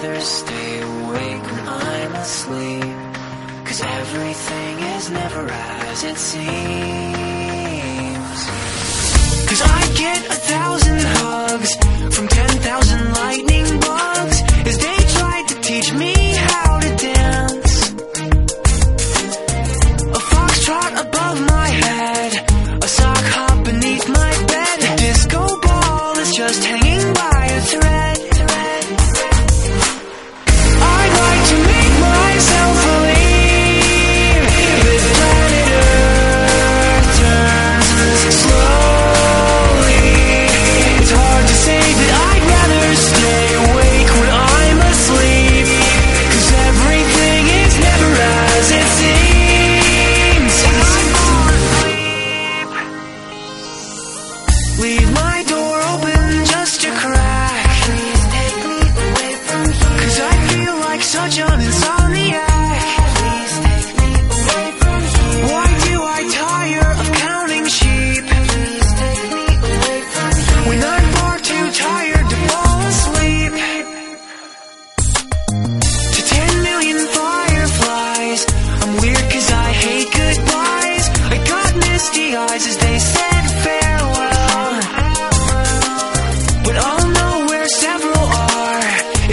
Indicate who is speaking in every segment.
Speaker 1: to stay awake when I'm asleep. Cause everything is never as it seems. Cause I get a thousand hugs from ten thousand lightning bugs as they try to teach me how to dance. A foxtrot above my head, a sock hop beneath my bed, a disco ball that's just hanging by a thread. I'd like to make myself believe that planet Earth turns slowly. It's hard to say that I'd rather stay awake when I'm asleep, 'cause everything is never as it seems. Leave my door open just a crack. Please take me away from here. Cause I feel like such an insomniac. Please take me away from here. Why do I tire of counting sheep? Please take me away from here. When I'm far too tired to fall asleep. To ten million fireflies. I'm weird cause I hate goodbyes. I got misty eyes as they said farewell. But I'll know where several are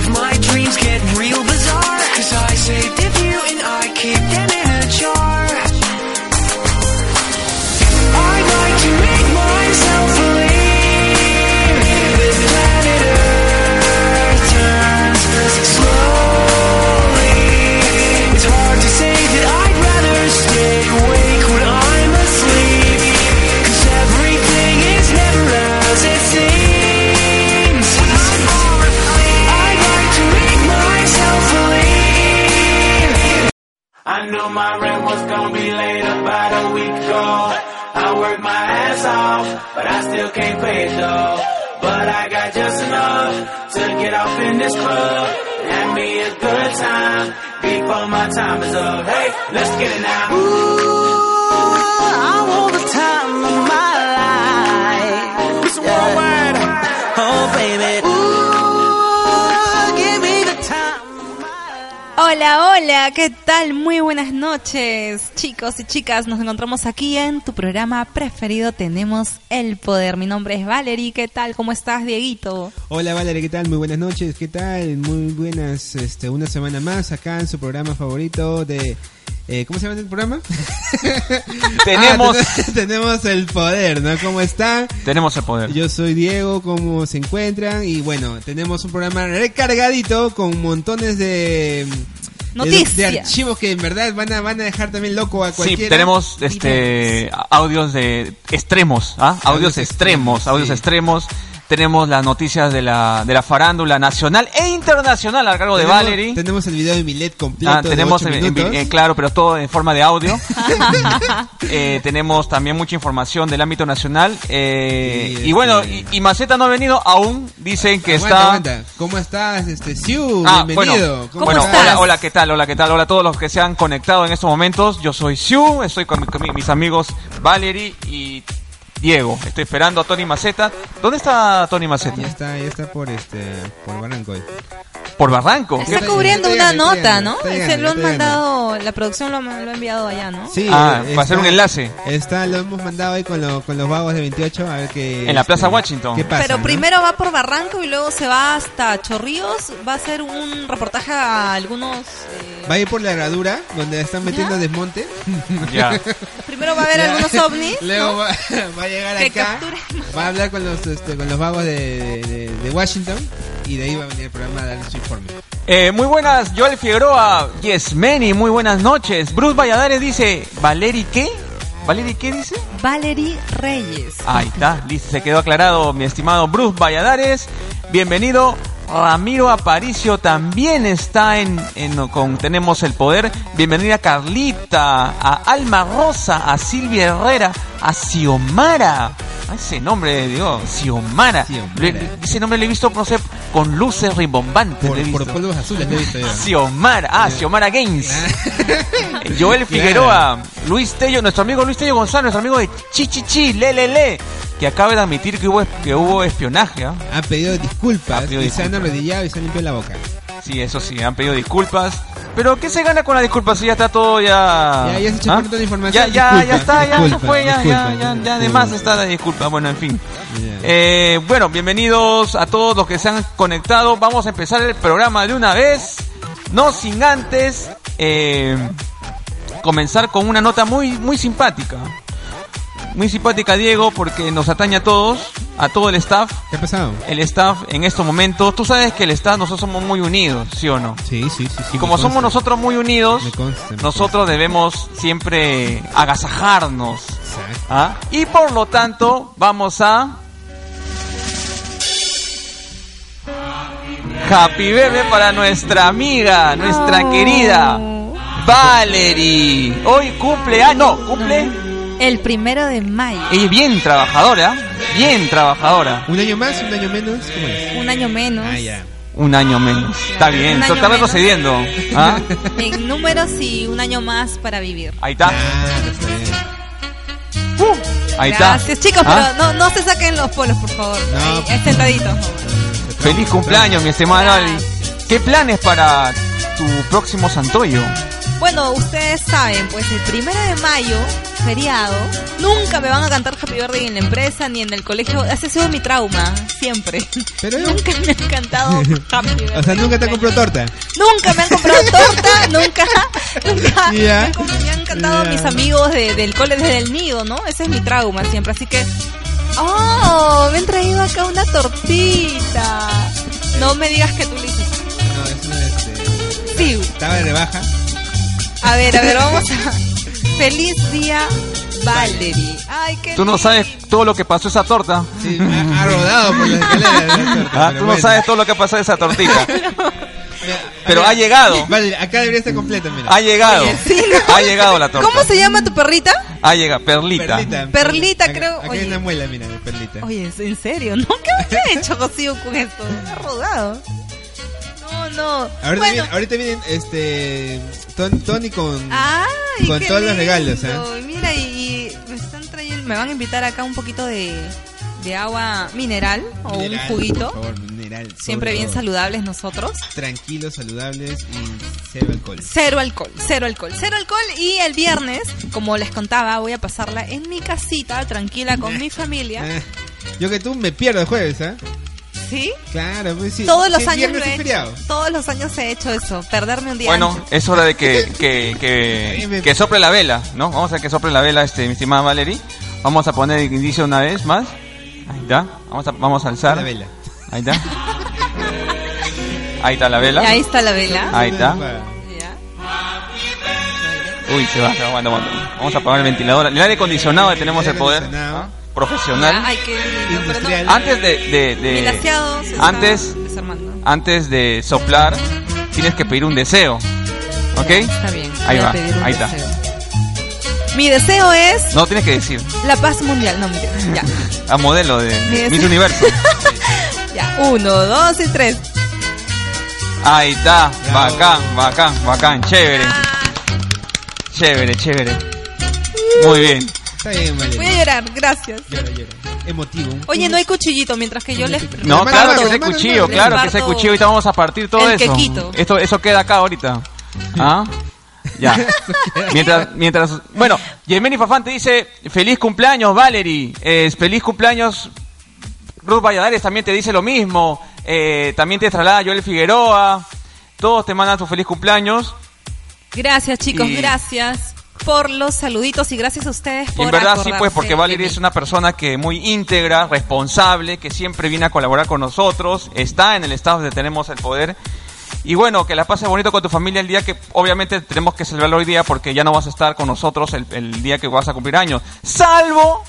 Speaker 1: if my dreams get real bizarre. Cause I saved a few and I keep them in a jar. I'd like to make myself believe that planet Earth turns slowly. It's hard to say that I'd rather stay awake when I'm asleep. Cause everything is never as it seems. I'd like to make myself believe.
Speaker 2: I knew my rent was gonna be late about a week ago. I worked my ass off, but I still can't pay it though. But I got just enough to get off in this club. and Have me a good time before my time is up. Hey, let's get it now.
Speaker 3: I want the time of my life. It's worldwide. Oh, baby. Ooh, give me the time of my life.
Speaker 4: Hola, hola, ¿qué tal? Muy buenas noches, chicos y chicas. Nos encontramos aquí en tu programa preferido Tenemos el Poder. Mi nombre es Valerie, ¿qué tal? ¿Cómo estás, Dieguito?
Speaker 5: Hola Valeria, ¿qué tal? Muy buenas noches, ¿qué tal? Muy buenas, este, una semana más acá en su programa favorito de... eh, ¿Cómo se llama el programa?
Speaker 6: Tenemos-
Speaker 5: Ah, ten- tenemos el poder, ¿no? ¿Cómo están?
Speaker 6: Tenemos el poder.
Speaker 5: Yo soy Diego, ¿cómo se encuentran? Y bueno, tenemos un programa recargadito con montones de... de-
Speaker 4: Noticias.
Speaker 5: De, archivos que en verdad van a, van a dejar también loco a
Speaker 6: Sí,
Speaker 5: cualquiera.
Speaker 6: tenemos este audios de extremos, ¿ah?
Speaker 5: Audios
Speaker 6: audios
Speaker 5: extremos,
Speaker 6: extremos, audios
Speaker 5: sí.
Speaker 6: extremos. Tenemos las noticias de la, de la farándula nacional e internacional a cargo de
Speaker 5: Tenemos-
Speaker 6: Valerie.
Speaker 5: Tenemos el video de Milet completo.
Speaker 6: Ah, tenemos,
Speaker 5: de ocho
Speaker 6: en- en-
Speaker 5: minutos.
Speaker 6: eh, claro, pero todo en forma de audio. Eh, tenemos también mucha información del ámbito nacional. eh,
Speaker 5: Sí,
Speaker 6: y bueno,
Speaker 5: este-
Speaker 6: y, y Maceta no ha venido aún. Dicen que
Speaker 5: Aguanta,
Speaker 6: está.
Speaker 5: aguanta. ¿Cómo estás, este, Siu?
Speaker 6: Ah,
Speaker 5: Bienvenido.
Speaker 6: Bueno,
Speaker 4: ¿Cómo
Speaker 6: bueno,
Speaker 4: estás?
Speaker 6: Hola, hola, ¿qué tal? Hola, ¿qué tal? Hola a todos los que se han conectado en estos momentos. Yo soy Siu, estoy con, mi- con mi- mis amigos Valerie y Diego. Estoy esperando a Tony Maceta. ¿Dónde está Tony Maceta?
Speaker 5: Ya está, ya está por este, por Barrancoy.
Speaker 6: Por Barranco.
Speaker 4: Está
Speaker 5: Está
Speaker 4: cubriendo
Speaker 5: llegando,
Speaker 4: una
Speaker 5: está
Speaker 4: nota,
Speaker 5: llegando,
Speaker 4: ¿no?
Speaker 5: está llegando,
Speaker 4: Se lo han
Speaker 5: está
Speaker 4: mandado, la producción lo, ha- lo ha enviado allá, ¿no?
Speaker 5: Sí,
Speaker 6: Ah, para
Speaker 5: eh,
Speaker 6: hacer
Speaker 5: está-
Speaker 6: un enlace.
Speaker 5: Está, lo hemos mandado ahí con, lo- con los vagos de 28 a ver qué.
Speaker 6: En la
Speaker 5: este,
Speaker 6: Plaza Washington.
Speaker 5: ¿Qué pasa?
Speaker 4: Pero
Speaker 5: no?
Speaker 4: primero va por Barranco y luego se va hasta Chorrillos. Va a hacer un reportaje a algunos. eh,
Speaker 5: Va a ir por la herradura, donde están metiendo
Speaker 4: ¿Ya?
Speaker 5: desmonte.
Speaker 6: Ya.
Speaker 4: primero va a ver
Speaker 5: Ya.
Speaker 4: algunos ovnis.
Speaker 5: Luego
Speaker 4: ¿no?
Speaker 5: va, va a llegar
Speaker 4: Que
Speaker 5: acá.
Speaker 4: capturen.
Speaker 5: Va a hablar con los, este, con los vagos de, de- de- de Washington. Y de ahí va a venir el programa a dar su informe.
Speaker 6: Eh, muy buenas, Joel Figueroa. Yes, Many, muy buenas noches. Bruce Valladares dice: ¿Valeri qué? ¿Valeri qué dice?
Speaker 4: Valerie Reyes.
Speaker 6: Ahí está, listo, se quedó aclarado mi estimado Bruce Valladares. Bienvenido. Ramiro Aparicio también está en, en- con Tenemos el Poder. Bienvenida Carlita, a Alma Rosa, a Silvia Herrera, a Xiomara. Ah, Ese nombre, digo, Xiomara.
Speaker 5: Xiomara.
Speaker 6: Le- ese nombre lo he visto, no sé, con luces rimbombantes. le he
Speaker 5: Por, por
Speaker 6: visto.
Speaker 5: polvos azules, lo he visto yo.
Speaker 6: Xiomara, ah, Xiomara Games. Eh, Joel Figueroa, Luis Tello, nuestro amigo Luis Tello González, nuestro amigo de Chichichi, le, le, le, que acaba de admitir que hubo, que hubo espionaje. ¿ah?
Speaker 5: Ha pedido disculpas.
Speaker 6: Ha pedido
Speaker 5: y se han
Speaker 6: disculpas.
Speaker 5: arrodillado y se han limpiado la boca.
Speaker 6: Sí, eso sí, han pedido disculpas. Pero ¿qué se gana con la disculpa si ya está todo ya... ¿ah?
Speaker 5: Ya, ya se echó por toda la
Speaker 6: Ya,
Speaker 5: información,
Speaker 6: ya,
Speaker 5: disculpa,
Speaker 6: ya está, ya
Speaker 5: disculpa,
Speaker 6: se fue, ya,
Speaker 5: disculpa,
Speaker 6: ya, ya,
Speaker 5: ya,
Speaker 6: ya
Speaker 5: sí.
Speaker 6: además está la disculpa. Bueno, en fin.
Speaker 5: Ya.
Speaker 6: Eh, bueno, bienvenidos a todos los que se han conectado. Vamos a empezar el programa de una vez. No sin antes eh, comenzar con una nota muy, muy simpática. Muy simpática, Diego, porque nos atañe a todos, a todo el staff.
Speaker 5: ¿Qué ha pasado?
Speaker 6: El staff en estos momentos, tú sabes que el staff nosotros somos muy unidos, ¿sí o no?
Speaker 5: Sí, sí, sí. sí,
Speaker 6: Y
Speaker 5: me
Speaker 6: como somos
Speaker 5: consta.
Speaker 6: nosotros muy unidos,
Speaker 5: Me consta, me
Speaker 6: nosotros debemos siempre agasajarnos.
Speaker 5: Exacto.
Speaker 6: ¿ah? Y por lo tanto, vamos a. Happy Bebe para nuestra amiga, nuestra querida Valerie. Hoy cumple. Ah, no, cumple.
Speaker 4: El primero de mayo.
Speaker 6: Ella es bien trabajadora, bien trabajadora.
Speaker 5: ¿Un año más? ¿Un año menos? ¿Cómo es?
Speaker 4: Un año menos.
Speaker 5: Ah, ya.
Speaker 6: Un año menos. Está bien,
Speaker 4: Un año
Speaker 6: está
Speaker 4: menos.
Speaker 6: retrocediendo. ¿ah?
Speaker 4: En números y un año más para vivir.
Speaker 6: Ahí está,
Speaker 5: Ah, está bien.
Speaker 6: ahí está.
Speaker 4: Gracias, chicos,
Speaker 6: ¿Ah?
Speaker 4: pero no, no se saquen los polos, por favor.
Speaker 5: No.
Speaker 4: Ahí, este ahí sentaditos.
Speaker 6: Feliz cumpleaños, mi estimada Valerie. ¿Qué planes para tu próximo santoyo?
Speaker 4: Bueno, ustedes saben, pues el primero de mayo, feriado, nunca me van a cantar Happy Birthday en la empresa ni en el colegio. Ese ha sido mi trauma, siempre.
Speaker 5: Pero-
Speaker 4: nunca me han cantado Happy Birthday.
Speaker 5: O sea, nunca te compró torta.
Speaker 4: Nunca me han comprado torta, nunca, nunca
Speaker 5: Ya.
Speaker 4: me, han- me han cantado
Speaker 5: Ya.
Speaker 4: mis amigos de- del cole desde el nido, ¿no? Ese es mi trauma siempre, así que... ¡Oh! Me han traído acá una tortita. No me digas que tú le hiciste.
Speaker 5: No, es una, este,
Speaker 4: Sí,
Speaker 5: estaba de rebaja.
Speaker 4: a ver, a ver, vamos a... Feliz día, Valerie. Ay, qué
Speaker 6: Tú no
Speaker 4: lindo.
Speaker 6: sabes todo lo que pasó esa torta.
Speaker 5: Sí, ha, ha rodado por las escaleras. la torta,
Speaker 6: ¿ah?
Speaker 5: pero
Speaker 6: Tú no
Speaker 5: bueno.
Speaker 6: sabes todo lo que pasó esa tortita. Pero
Speaker 5: Mira,
Speaker 6: ha llegado.
Speaker 5: Vale, acá debería estar completa, mira.
Speaker 6: Ha llegado.
Speaker 4: Sí, ¿no?
Speaker 6: Ha llegado la torta.
Speaker 4: ¿Cómo se llama tu perrita?
Speaker 6: Ha llegado, perlita.
Speaker 4: Perlita,
Speaker 5: Acá-
Speaker 4: creo,
Speaker 5: Acá
Speaker 4: oye.
Speaker 5: hay una muela, mira, de perlita.
Speaker 4: Oye, ¿en serio? ¿No? ¿Qué me he hecho cocido con esto? Me ha rodado. No, no.
Speaker 5: Ahorita,
Speaker 4: bueno,
Speaker 5: vienen, ahorita vienen, este, Ton- Tony con...
Speaker 4: Ah, Ay,
Speaker 5: Con
Speaker 4: qué
Speaker 5: todos los
Speaker 4: lindo.
Speaker 5: regalos, ¿eh?
Speaker 4: Mira, y, y me están trayendo, me van a invitar acá un poquito de, de agua mineral o
Speaker 5: mineral,
Speaker 4: un
Speaker 5: por
Speaker 4: juguito.
Speaker 5: favor, mineral, sobre
Speaker 4: Siempre bien
Speaker 5: todo.
Speaker 4: saludables nosotros.
Speaker 5: Tranquilos, saludables y cero alcohol.
Speaker 4: Cero alcohol, cero alcohol, cero alcohol. Y el viernes, como les contaba, voy a pasarla en mi casita, tranquila con mi familia.
Speaker 5: Ah, yo que tú me pierdo el jueves, ¿ah?
Speaker 4: ¿Sí?
Speaker 5: Claro, pues sí.
Speaker 4: Todos los
Speaker 5: sí,
Speaker 4: años
Speaker 5: viernes
Speaker 4: lo
Speaker 5: y
Speaker 4: he hecho.
Speaker 5: feriado.
Speaker 4: Todos los años he hecho eso, perderme un día.
Speaker 6: Bueno,
Speaker 4: antes.
Speaker 6: es hora de que, que, que, que sople la vela, ¿no? Vamos a que sople la vela, este, mi estimada Valerie. Vamos a poner el inicio una vez más. Ahí está. Vamos a, vamos a alzar.
Speaker 5: La vela.
Speaker 6: Ahí está. Ahí está la vela.
Speaker 4: Y ahí está la vela.
Speaker 6: Ahí está.
Speaker 4: Ya.
Speaker 6: Uy, se va, se va, aguanta, aguanta. Vamos a apagar el ventilador. El aire acondicionado, que tenemos el poder.
Speaker 5: Acondicionado.
Speaker 6: Profesional.
Speaker 4: Ay, qué lindo, pero no.
Speaker 5: Industrial.
Speaker 6: Antes de. de, de-
Speaker 4: Mi laseado se está
Speaker 6: antes,
Speaker 4: desarmando.
Speaker 6: antes de soplar, tienes que pedir un deseo. ¿Ok?
Speaker 4: Está bien.
Speaker 6: Ahí
Speaker 4: voy a
Speaker 6: va,
Speaker 4: pedir un
Speaker 6: ahí está.
Speaker 4: deseo. Mi deseo es
Speaker 6: No tienes que decir.
Speaker 4: la paz mundial. No, mentira. Ya.
Speaker 6: A modelo de
Speaker 4: Mi deseo-
Speaker 6: Miss Universo.
Speaker 4: ya. Uno, dos y tres.
Speaker 6: Ahí está.
Speaker 5: Bravo.
Speaker 6: Bacán, bacán, bacán. Chévere,
Speaker 4: Ah,
Speaker 6: chévere, chévere. Muy bien.
Speaker 5: Está bien,
Speaker 4: voy a
Speaker 5: vale.
Speaker 4: llorar, gracias.
Speaker 5: Llora, llora. Emotivo.
Speaker 4: Oye, no hay cuchillito mientras que yo les.
Speaker 6: No,
Speaker 5: Hermano,
Speaker 6: claro que
Speaker 5: hermano,
Speaker 6: ese
Speaker 5: hermano,
Speaker 6: cuchillo,
Speaker 5: hermano.
Speaker 6: claro que
Speaker 4: Reparto
Speaker 6: ese cuchillo. Ahorita vamos a partir todo
Speaker 4: el
Speaker 6: eso.
Speaker 4: quequito.
Speaker 6: Esto, eso queda acá ahorita. ¿Ah? Ya. mientras, mientras. Bueno, Yemeni Fafán te dice: Feliz cumpleaños, Valerie. Eh, feliz cumpleaños. Ruth Valladares también te dice lo mismo. Eh, también te traslada Joel Figueroa. Todos te mandan su feliz cumpleaños.
Speaker 4: Gracias, chicos,
Speaker 6: Y-
Speaker 4: gracias por los saluditos y gracias a ustedes
Speaker 6: Y
Speaker 4: por.
Speaker 6: en verdad sí,
Speaker 4: acordarse
Speaker 6: pues, porque
Speaker 4: de
Speaker 6: Valerie
Speaker 4: mí.
Speaker 6: es una persona que muy íntegra, responsable, que siempre viene a colaborar con nosotros, está en el estado donde tenemos el poder. Y bueno, que la pases bonito con tu familia el día que obviamente tenemos que celebrarlo hoy día porque ya no vas a estar con nosotros el, el día que vas a cumplir años. Salvo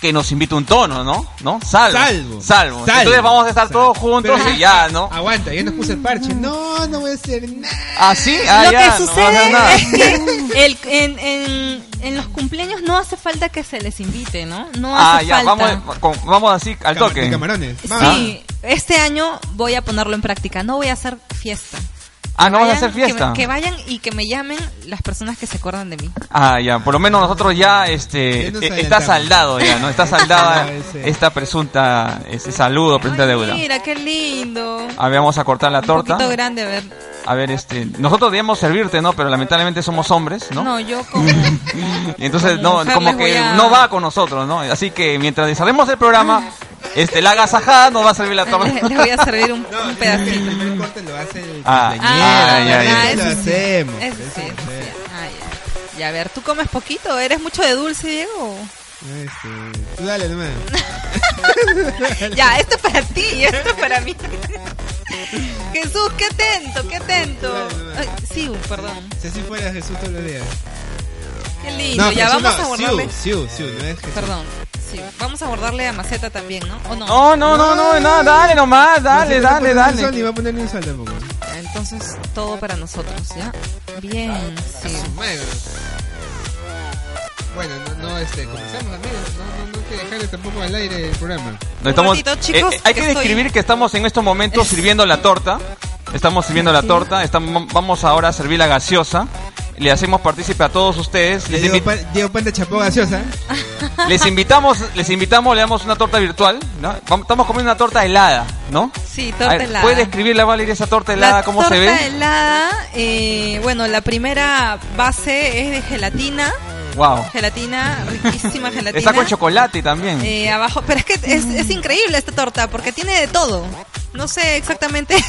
Speaker 6: que nos invite un tono, ¿no? ¿No? Salvo.
Speaker 5: Salvo.
Speaker 6: Salvo.
Speaker 5: Salvo.
Speaker 6: Entonces vamos a estar
Speaker 5: Salvo.
Speaker 6: todos juntos
Speaker 5: Pero-
Speaker 6: y ya, ¿no?
Speaker 5: Aguanta, ya nos puse el parche. No, no voy a hacer nada.
Speaker 6: Así, ah,
Speaker 4: lo
Speaker 6: ya,
Speaker 4: que
Speaker 6: no vas a hacer
Speaker 4: sucede
Speaker 6: nada.
Speaker 4: es que el- en, en- en los cumpleaños no hace falta que se les invite, ¿no? No
Speaker 6: Ah,
Speaker 4: hace
Speaker 6: ya,
Speaker 4: falta.
Speaker 6: vamos, Ah. con- vamos así al
Speaker 5: Cama-
Speaker 6: toque.
Speaker 5: de Camarones. Vamos.
Speaker 4: Sí, este año voy a ponerlo en práctica. No voy a hacer fiesta.
Speaker 6: Ah, no vas a
Speaker 4: vayan-
Speaker 6: hacer fiesta.
Speaker 4: Que, me- que vayan y que me llamen las personas que se acuerdan de mí.
Speaker 6: Ah, ya, por lo menos nosotros ya, este,
Speaker 5: Ya nos
Speaker 6: eh, está
Speaker 5: adelantamos.
Speaker 6: saldado ya, ¿no? Está
Speaker 5: Ah,
Speaker 6: saldada
Speaker 5: ese.
Speaker 6: esta presunta, este saludo, presunta
Speaker 4: Ay,
Speaker 6: deuda.
Speaker 4: Mira, qué lindo.
Speaker 6: A ver, vamos a cortar la
Speaker 4: Un
Speaker 6: torta.
Speaker 4: poquito grande, a ver.
Speaker 6: A ver, este, nosotros debíamos servirte, ¿no? Pero lamentablemente somos hombres,
Speaker 4: No,
Speaker 6: ¿no?
Speaker 4: yo como...
Speaker 6: Entonces,
Speaker 4: como
Speaker 6: no,
Speaker 4: mujer
Speaker 6: como
Speaker 4: les voy
Speaker 6: que
Speaker 4: a-
Speaker 6: no va con nosotros, ¿no? Así que mientras desaremos el programa, este, la agasajada nos va a servir la torta.
Speaker 4: Les voy a servir un, un
Speaker 5: El
Speaker 4: pedacito.
Speaker 5: primer corte lo hace el
Speaker 6: Ah.
Speaker 5: cumpleañero.
Speaker 6: Ah, ya,
Speaker 4: ¿verdad?
Speaker 6: ya.
Speaker 5: Eso
Speaker 4: Eso
Speaker 5: lo
Speaker 4: sí.
Speaker 5: hacemos.
Speaker 4: Eso sí,
Speaker 5: eso
Speaker 4: eso
Speaker 5: lo
Speaker 4: sí. Ah, ya. Y a ver, ¿tú comes poquito? ¿Eres mucho de dulce, Diego?
Speaker 5: hacemos. Este, tú dale nomás.
Speaker 4: Ya, esto es para ti y esto es para mí. Jesús, qué atento, qué atento. Ay, Siu, perdón.
Speaker 5: Si así fuera Jesús todos los días.
Speaker 4: Qué lindo. ya
Speaker 5: Jesús
Speaker 4: vamos
Speaker 5: no,
Speaker 4: a guardarle.
Speaker 5: Siu, Siu, Siu, no es Jesús.
Speaker 4: Perdón. Siu. Vamos a guardarle a Maceta también, ¿no? ¿O no?
Speaker 6: No, no, no, no, no, dale nomás, dale,
Speaker 5: No
Speaker 6: dale,
Speaker 5: se puede poner ni un sol, Ni va
Speaker 6: dale.
Speaker 5: a poner ni un sol tampoco.
Speaker 4: Entonces, todo para nosotros, ¿ya? Bien,
Speaker 5: Ah,
Speaker 4: Siu.
Speaker 5: Bueno. Bueno, no, no este, comenzamos amigos. No, no, no hay que dejarle tampoco al aire el programa.
Speaker 6: No, estamos- eh,
Speaker 4: ratito, chicos,
Speaker 6: hay
Speaker 4: que
Speaker 6: que
Speaker 4: estoy-
Speaker 6: describir que estamos en estos momentos sirviendo la torta. Estamos sirviendo la torta. Estamos, vamos ahora a servir la gaseosa. Le hacemos partícipe a todos ustedes. Les,
Speaker 5: Diego,
Speaker 6: invi-
Speaker 5: Pan, Diego Panda chapó gaseosa.
Speaker 6: les invitamos, les invitamos, le damos una torta virtual. ¿no? Vam- Estamos comiendo una torta helada, ¿no?
Speaker 4: Sí,
Speaker 6: A
Speaker 4: torta
Speaker 6: ver,
Speaker 4: helada.
Speaker 6: ¿Puede describirla, Valeria, esa torta helada?
Speaker 4: la
Speaker 6: ¿Cómo
Speaker 4: torta
Speaker 6: se ve?
Speaker 4: helada, eh, bueno, la primera base es de gelatina.
Speaker 6: Wow.
Speaker 4: Gelatina, riquísima gelatina.
Speaker 6: Está con chocolate también.
Speaker 4: Eh, abajo, pero es que es, es increíble esta torta porque tiene de todo. No sé exactamente.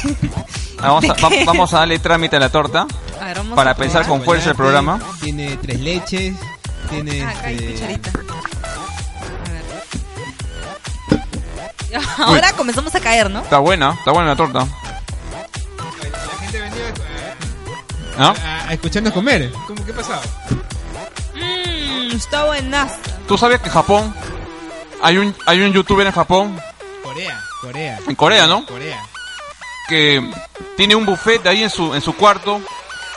Speaker 6: Ah, vamos,
Speaker 4: de
Speaker 6: a, va-
Speaker 4: qué.
Speaker 6: vamos a darle trámite a la torta.
Speaker 4: A ver, vamos
Speaker 6: para
Speaker 4: a
Speaker 6: pensar
Speaker 4: probar.
Speaker 6: con fuerza el programa.
Speaker 5: Ah, Tiene tres leches. Tiene.
Speaker 4: Ah, acá hay
Speaker 5: este,
Speaker 4: cucharita. A ver. Ahora comenzamos a caer, ¿no?
Speaker 6: Está buena, está buena la torta.
Speaker 5: La gente venía
Speaker 6: ¿No?
Speaker 5: a, a escucharnos comer. ¿Cómo qué pasaba?
Speaker 4: Mmm, está buenas.
Speaker 6: ¿Tú sabías que en Japón hay un, hay un youtuber en Japón,
Speaker 5: Corea, Corea.
Speaker 6: en Corea, ¿no?
Speaker 5: Corea.
Speaker 6: Que tiene un buffet ahí en su, en su cuarto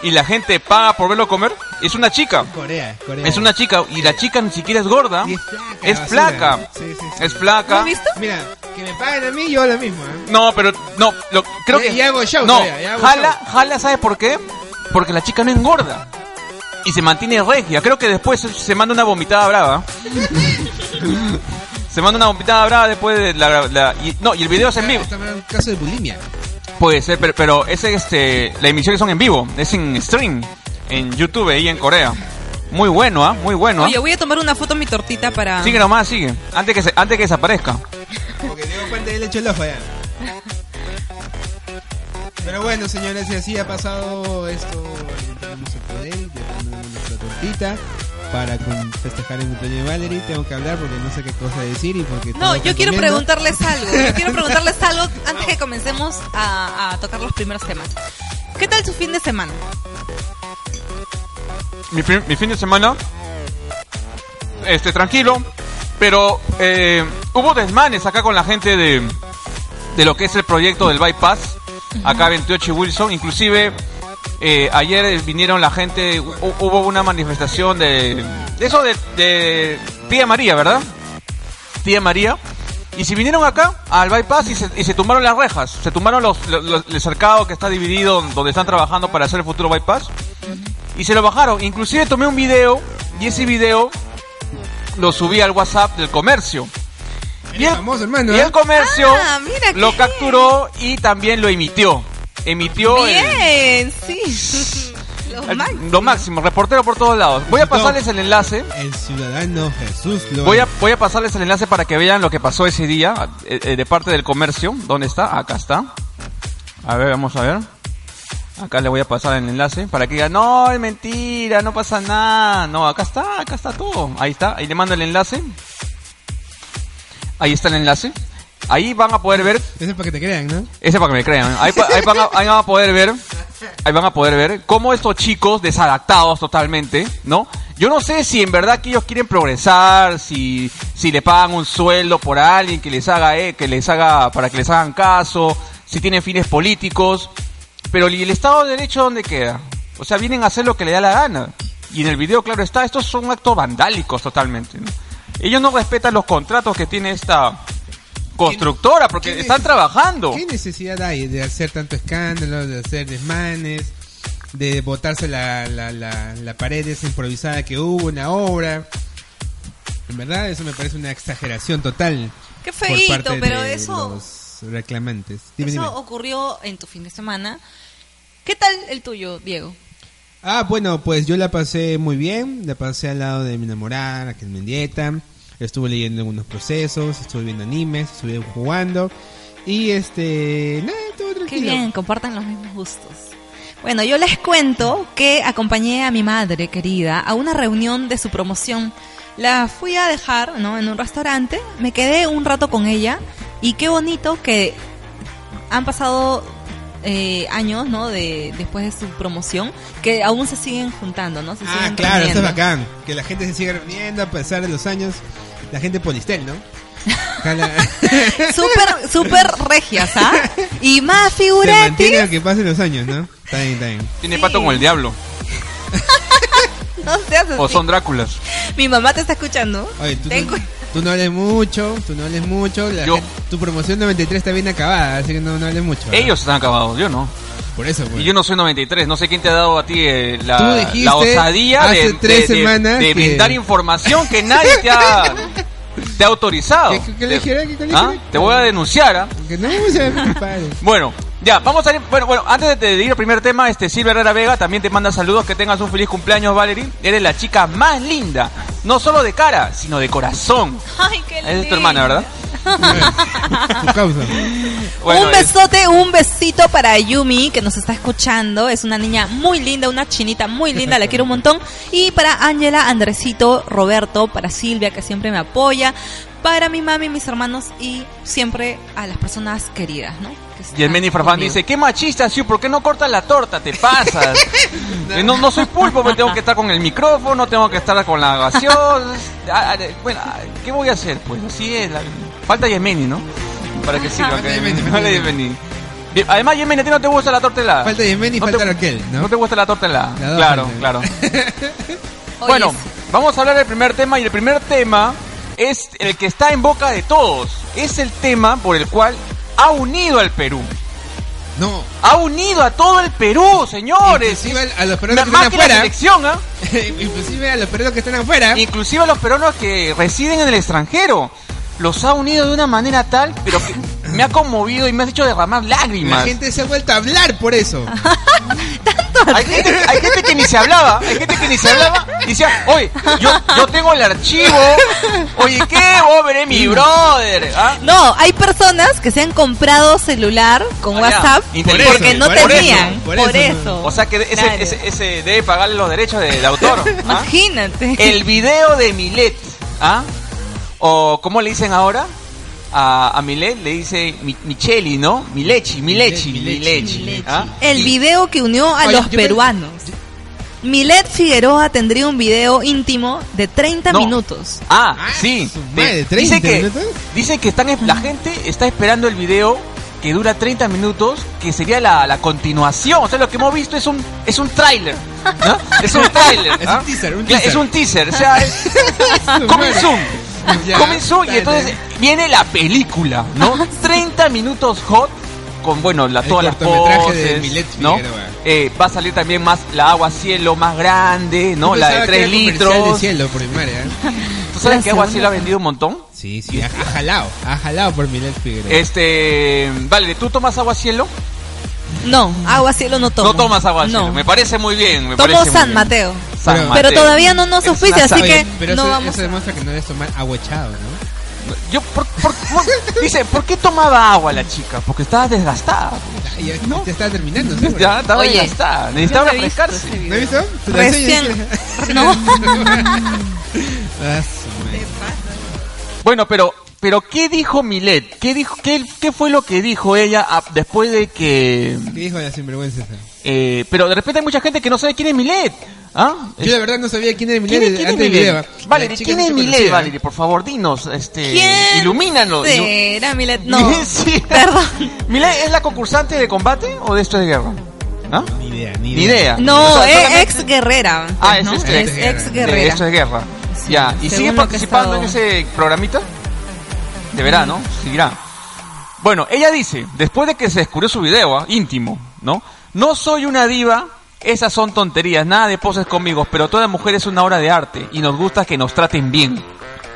Speaker 6: y la gente paga por verlo comer. Es una chica.
Speaker 5: Corea, Corea.
Speaker 6: Es una chica y la chica ni siquiera es gorda.
Speaker 5: Y es flaca,
Speaker 6: Es
Speaker 5: basura.
Speaker 6: flaca.
Speaker 5: Sí, sí, sí.
Speaker 6: Es
Speaker 4: ¿Lo
Speaker 6: flaca.
Speaker 4: has visto?
Speaker 5: Mira, que me paguen a mí, yo lo mismo. ¿eh?
Speaker 6: No, pero no, lo- creo
Speaker 5: Y-
Speaker 6: que
Speaker 5: y hago show
Speaker 6: no.
Speaker 5: todavía, y hago
Speaker 6: jala, jala, ¿sabes por qué? Porque la chica no engorda y se mantiene regia. Creo que después se- se manda una vomitada brava. se manda una vomitada brava después de la, la- y, no y el video es en vivo.
Speaker 5: Está hablando de un caso de bulimia.
Speaker 6: Puede ser, Pues, eh, pero, pero ese este la emisión que son en vivo es en stream en YouTube y en Corea. Muy bueno, ¿ah? Muy bueno. ¿ah?
Speaker 4: Oye, voy a tomar una foto de mi tortita para.
Speaker 6: Sigue nomás, sigue. Antes que se- antes que desaparezca.
Speaker 5: Porque tengo parte del hecho el ojo ya. Pero bueno, señores, y así ha pasado esto. Vamos a poder, ya tenemos nuestra tortita para con- festejar el cumpleaños de Valerie. Tengo que hablar porque no sé qué cosa decir y porque.
Speaker 4: No,
Speaker 5: todo
Speaker 4: yo quiero
Speaker 5: comiendo.
Speaker 4: preguntarles algo. Yo quiero preguntarles algo antes que comencemos a, a tocar los primeros temas. ¿Qué tal su fin de semana?
Speaker 6: mi, fin- mi fin de semana este tranquilo pero eh, hubo desmanes acá con la gente de de lo que es el proyecto del bypass acá 28 y Wilson inclusive eh, ayer eh, vinieron la gente hu- hubo una manifestación de, de eso de, de tía María verdad tía María y si vinieron acá al bypass y se, y se tumbaron las rejas, se tumbaron los, los- los- el cercado que está dividido donde están trabajando para hacer el futuro bypass y se lo bajaron. Inclusive tomé un video y ese video lo subí al WhatsApp del comercio. Y
Speaker 5: Eres
Speaker 6: el,
Speaker 5: famoso, hermano.
Speaker 6: y
Speaker 5: ¿eh?
Speaker 6: el comercio
Speaker 4: Ah, mira, qué
Speaker 6: lo
Speaker 4: bien.
Speaker 6: capturó y también lo emitió. Emitió el-
Speaker 4: Bien, sí. Lo
Speaker 6: el-
Speaker 4: máximo.
Speaker 6: lo máximo, reportero por todos lados. Voy a
Speaker 5: Emitió.
Speaker 6: pasarles el enlace.
Speaker 5: El ciudadano Jesús lo
Speaker 6: Voy a, voy a pasarles el enlace para que vean lo que pasó ese día eh, eh, de parte del comercio. ¿Dónde está? Acá está. A ver, vamos a ver. Acá le voy a pasar el enlace para que digan, no, es mentira, no pasa nada. No, acá está, acá está todo. Ahí está, ahí le mando el enlace. Ahí está el enlace. Ahí van a poder ver
Speaker 5: Eso es para que te crean, ¿no?
Speaker 6: ese para que me crean. Ahí, pa- ahí van a, ahí van a poder ver. Ahí van a poder ver cómo estos chicos desadaptados totalmente, ¿no? Yo no sé si en verdad que ellos quieren progresar, si, si le pagan un sueldo por alguien que les haga, eh, que les haga, para que les hagan caso, si tienen fines políticos. Pero ¿y el Estado de Derecho dónde queda? O sea, vienen a hacer lo que le da la gana. Y en el video, claro está, estos son actos vandálicos totalmente, ¿no? Ellos no respetan los contratos que tiene esta, constructora, porque
Speaker 5: ¿Qué
Speaker 6: están
Speaker 5: neces-
Speaker 6: trabajando.
Speaker 5: ¿Qué necesidad hay de hacer tanto escándalo, de hacer desmanes, de botarse la, la, la, la pared esa improvisada que hubo en la obra? En verdad, eso me parece una exageración total.
Speaker 4: Qué
Speaker 5: por
Speaker 4: feíto,
Speaker 5: parte
Speaker 4: pero
Speaker 5: de
Speaker 4: eso-
Speaker 5: Los reclamantes. Dime,
Speaker 4: Eso
Speaker 5: dime.
Speaker 4: ocurrió en tu fin de semana. ¿Qué tal el tuyo, Diego?
Speaker 5: Ah, bueno, pues yo la pasé muy bien. La pasé al lado de mi enamorada, Raquel Mendieta. Estuve leyendo algunos procesos, estuve viendo animes, estuve jugando. Y este. Nada, todo
Speaker 4: Qué
Speaker 5: tranquilo.
Speaker 4: bien, compartan los mismos gustos. Bueno, yo les cuento que acompañé a mi madre querida a una reunión de su promoción. La fui a dejar, ¿no? En un restaurante, me quedé un rato con ella y qué bonito que han pasado eh, años, ¿no? De, después de su promoción, que aún se siguen juntando, ¿no? Se
Speaker 5: Ah,
Speaker 4: siguen
Speaker 5: claro, eso es
Speaker 4: reuniendo.
Speaker 5: bacán. Que la gente se siga reuniendo a pesar de los años. La gente polistel, ¿no? Ojalá-
Speaker 4: Súper, súper regias, ¿ah? Y más
Speaker 5: se mantiene
Speaker 4: figuretti.
Speaker 5: aunque pasen los años, ¿no? Está bien, está bien.
Speaker 6: Tiene pato con el diablo.
Speaker 4: No seas
Speaker 6: O
Speaker 4: así.
Speaker 6: son Dráculas.
Speaker 4: Mi mamá te está escuchando.
Speaker 5: Oye, tú,
Speaker 4: Ten
Speaker 5: tú-
Speaker 4: cu-
Speaker 5: tú no hables mucho, tú no hables mucho. la
Speaker 6: Yo.
Speaker 5: gente- tu promoción 93 está bien acabada, así que no, no hables mucho. ¿no?
Speaker 6: Ellos están acabados, yo no.
Speaker 5: Por eso, pues.
Speaker 6: Y yo no soy 93, no sé quién te ha dado a ti eh,
Speaker 5: Tú
Speaker 6: la,
Speaker 5: dijiste
Speaker 6: la osadía de,
Speaker 5: hace
Speaker 6: de-
Speaker 5: tres
Speaker 6: de-
Speaker 5: semanas
Speaker 6: de
Speaker 5: que-
Speaker 6: brindar información que nadie te ha, te ha autorizado.
Speaker 5: ¿Qué- qué- qué le
Speaker 6: Te-
Speaker 5: dijera? ¿Qué- qué le
Speaker 6: ¿Ah?
Speaker 5: dijera?
Speaker 6: Te voy a denunciar. ¿ah?
Speaker 5: Que no o sea, compadre.
Speaker 6: Bueno, ya, vamos a ir. Bueno, bueno, antes de, de ir al primer tema, este Silvia Herrera Vega también te manda saludos. Que tengas un feliz cumpleaños, Valerie. Eres la chica más linda, no solo de cara, sino de corazón.
Speaker 4: Ay, qué
Speaker 6: Esa es tu
Speaker 4: lindo.
Speaker 6: hermana, ¿verdad?
Speaker 5: Tu causa.
Speaker 6: Bueno,
Speaker 4: un
Speaker 6: es-
Speaker 4: besote, un besito para Yumi que nos está escuchando. Es una niña muy linda, una chinita muy linda, la quiero un montón. Y para Ángela, Andresito, Roberto, para Silvia que siempre me apoya, para mi mami, mis hermanos y siempre a las personas queridas, ¿no? Que
Speaker 6: Y el
Speaker 4: están
Speaker 6: Manny Farfán
Speaker 4: conmigo.
Speaker 6: dice, qué machista, Siu, ¿por qué no cortas la torta? Te pasas. Eh, no, no soy pulpo, porque tengo que estar con el micrófono, tengo que estar con la gaseosa. Ah, ah, eh, bueno, ah, ¿qué voy a hacer? Pues así es. la- Falta Yemeni, ¿no? Para que sirva.
Speaker 5: Falta
Speaker 6: que-
Speaker 5: Yemeni, falta
Speaker 6: Falta
Speaker 5: Yemeni.
Speaker 6: Yemeni. Bien, Además, Yemeni, a ti no te gusta la torta helada.
Speaker 5: Falta Yemen y
Speaker 6: No
Speaker 5: falta
Speaker 6: te-
Speaker 5: Raquel, ¿no?
Speaker 6: ¿no? te gusta la torta helada.
Speaker 5: La dos
Speaker 6: Claro,
Speaker 5: faltan.
Speaker 6: claro.
Speaker 4: Oye,
Speaker 6: Bueno,
Speaker 4: sí.
Speaker 6: vamos a hablar del primer tema y el primer tema es el que está en boca de todos. Es el tema por el cual ha unido al Perú.
Speaker 5: No.
Speaker 6: Ha unido a todo el Perú, señores.
Speaker 5: Inclusive a los
Speaker 6: Ma-
Speaker 5: peruanos que
Speaker 6: Más
Speaker 5: están
Speaker 6: que la
Speaker 5: afuera.
Speaker 6: selección, ¿ah?
Speaker 5: Inclusive a los peruanos que están afuera.
Speaker 6: inclusive a los peruanos que residen en el extranjero. Los ha unido de una manera tal, pero que me ha conmovido y me has hecho derramar
Speaker 5: La
Speaker 6: lágrimas.
Speaker 5: gente se ha vuelto a hablar por eso.
Speaker 6: Hay gente, hay gente que ni se hablaba, hay gente que ni se hablaba y decía, oye, yo, yo tengo el archivo, oye, ¿qué? Vos veré
Speaker 5: Mm.
Speaker 6: mi brother, ¿ah?
Speaker 4: No, hay personas que se han comprado celular con
Speaker 6: Ah, ya.
Speaker 4: WhatsApp
Speaker 6: Por eso,
Speaker 4: porque no
Speaker 5: por eso,
Speaker 4: tenían.
Speaker 5: por
Speaker 4: por,
Speaker 5: eso.
Speaker 4: eso,
Speaker 6: O sea que ese,
Speaker 4: Claro.
Speaker 6: ese, ese debe pagarle los derechos de, de autor. ¿ah?
Speaker 4: Imagínate.
Speaker 6: El video de Milet, ¿ah? O, ¿cómo le dicen ahora? A, a Milet le dice mi, Micheli, ¿no? Milechi, Milechi,
Speaker 5: Milechi,
Speaker 6: Milechi.
Speaker 5: Milechi.
Speaker 6: ¿ah?
Speaker 4: El
Speaker 6: Y-
Speaker 4: video que unió a
Speaker 5: Oye,
Speaker 4: los
Speaker 5: yo me-
Speaker 4: peruanos. Milet Figueroa tendría un video íntimo de 30
Speaker 6: No.
Speaker 4: minutos.
Speaker 6: Ah,
Speaker 5: Ah,
Speaker 6: sí.
Speaker 5: su madre,
Speaker 6: De-
Speaker 5: 30
Speaker 6: dice que,
Speaker 5: minutos.
Speaker 6: dice que están, la gente está esperando el video que dura 30 minutos, que sería la, la continuación. O sea, lo que hemos visto es un es un tráiler. ¿no? Es un tráiler.
Speaker 5: Es un
Speaker 6: ¿ah?
Speaker 5: teaser, un
Speaker 6: Cla-
Speaker 5: teaser.
Speaker 6: Es un teaser. O sea, es coming soon.
Speaker 5: Ya,
Speaker 6: Coming soon, y
Speaker 5: dale. Ah,
Speaker 6: entonces viene la película, ¿no? 30 minutos hot con bueno la,
Speaker 5: El
Speaker 6: todas las
Speaker 5: cortometraje de
Speaker 6: poses,
Speaker 5: Milet
Speaker 6: ¿no?
Speaker 5: Figueroa.
Speaker 6: Eh, va a salir también más la agua cielo más grande,
Speaker 5: Yo
Speaker 6: ¿no? La de
Speaker 5: pensaba
Speaker 6: 3
Speaker 5: que era comercial
Speaker 6: litros.
Speaker 5: de cielo por mi madre, ¿eh?
Speaker 6: ¿Tú sabes que
Speaker 4: La
Speaker 6: agua
Speaker 4: segunda
Speaker 6: cielo ha vendido un montón?
Speaker 5: Sí, sí, ha, ha jalado. Ha jalado por Milet Figueroa.
Speaker 6: Este, vale, ¿tú tomas agua cielo?
Speaker 4: No, agua cielo no tomo.
Speaker 6: No tomas agua cielo.
Speaker 4: No.
Speaker 6: Me parece muy bien. Me
Speaker 4: Tomo
Speaker 6: parece muy
Speaker 4: San
Speaker 6: bien.
Speaker 4: Mateo.
Speaker 6: San
Speaker 5: Pero-
Speaker 6: Mateo.
Speaker 4: Pero todavía no nos
Speaker 6: Es una
Speaker 4: oficia, así
Speaker 6: sabe.
Speaker 4: que
Speaker 5: pero
Speaker 4: no
Speaker 5: eso,
Speaker 4: vamos.
Speaker 5: eso demuestra que no debes tomar aguachado, ¿no?
Speaker 6: Yo, por- por- por- dice, ¿por qué tomaba agua la chica? Porque estaba desgastada.
Speaker 5: Ya, Ya, ya está terminando, ¿sí?
Speaker 6: Ya estaba
Speaker 4: Oye,
Speaker 6: desgastada. Necesitaba
Speaker 4: Yo no he visto
Speaker 6: refrescarse.
Speaker 4: ese video.
Speaker 5: ¿No has visto? Te la
Speaker 4: Recién.
Speaker 5: enseño.
Speaker 4: No.
Speaker 5: Ah, su madre.
Speaker 6: Bueno, pero, pero ¿qué dijo Milet? ¿Qué dijo? ¿Qué, qué fue lo que dijo ella a- después de que?
Speaker 5: ¿Qué dijo la sinvergüenza esa?
Speaker 6: eh, pero de repente hay mucha gente que no sabe quién es Milet, ¿ah?
Speaker 5: Yo la verdad no sabía quién era Milet
Speaker 6: ¿Quién es, quién es
Speaker 5: antes del
Speaker 6: Milet?
Speaker 5: video. La
Speaker 6: Valerie,
Speaker 5: chica
Speaker 6: ¿quién
Speaker 5: no
Speaker 6: es
Speaker 5: se
Speaker 6: Milet,
Speaker 5: conocía.
Speaker 6: Valerie? Por favor, dinos, este,
Speaker 4: ¿Quién
Speaker 6: ilumínanos. ilu-
Speaker 4: Será Milet. No.
Speaker 6: Sí.
Speaker 4: Perdón.
Speaker 6: ¿Milet es la concursante de combate o de esto de guerra? ¿Ah?
Speaker 5: Ni idea, ni
Speaker 6: Ni
Speaker 5: idea.
Speaker 6: idea. O
Speaker 4: No,
Speaker 6: sea,
Speaker 4: es
Speaker 6: Ah, solamente-
Speaker 4: ex guerrera.
Speaker 6: Ah, es
Speaker 4: ¿no?
Speaker 6: ex
Speaker 4: es
Speaker 6: guerrera.
Speaker 4: ex
Speaker 6: De esto
Speaker 4: guerrera.
Speaker 6: de guerra.
Speaker 4: Sí,
Speaker 6: ya, ¿y sigue
Speaker 4: según lo que he
Speaker 6: participando en
Speaker 4: estado- Mm.
Speaker 6: ese programita? De verano, seguirá. Bueno, ella dice, después de que se descubrió su video, ah, íntimo, ¿no? No soy una diva, esas son tonterías, nada de poses conmigo, pero toda mujer es una obra de arte y nos gusta que nos traten bien.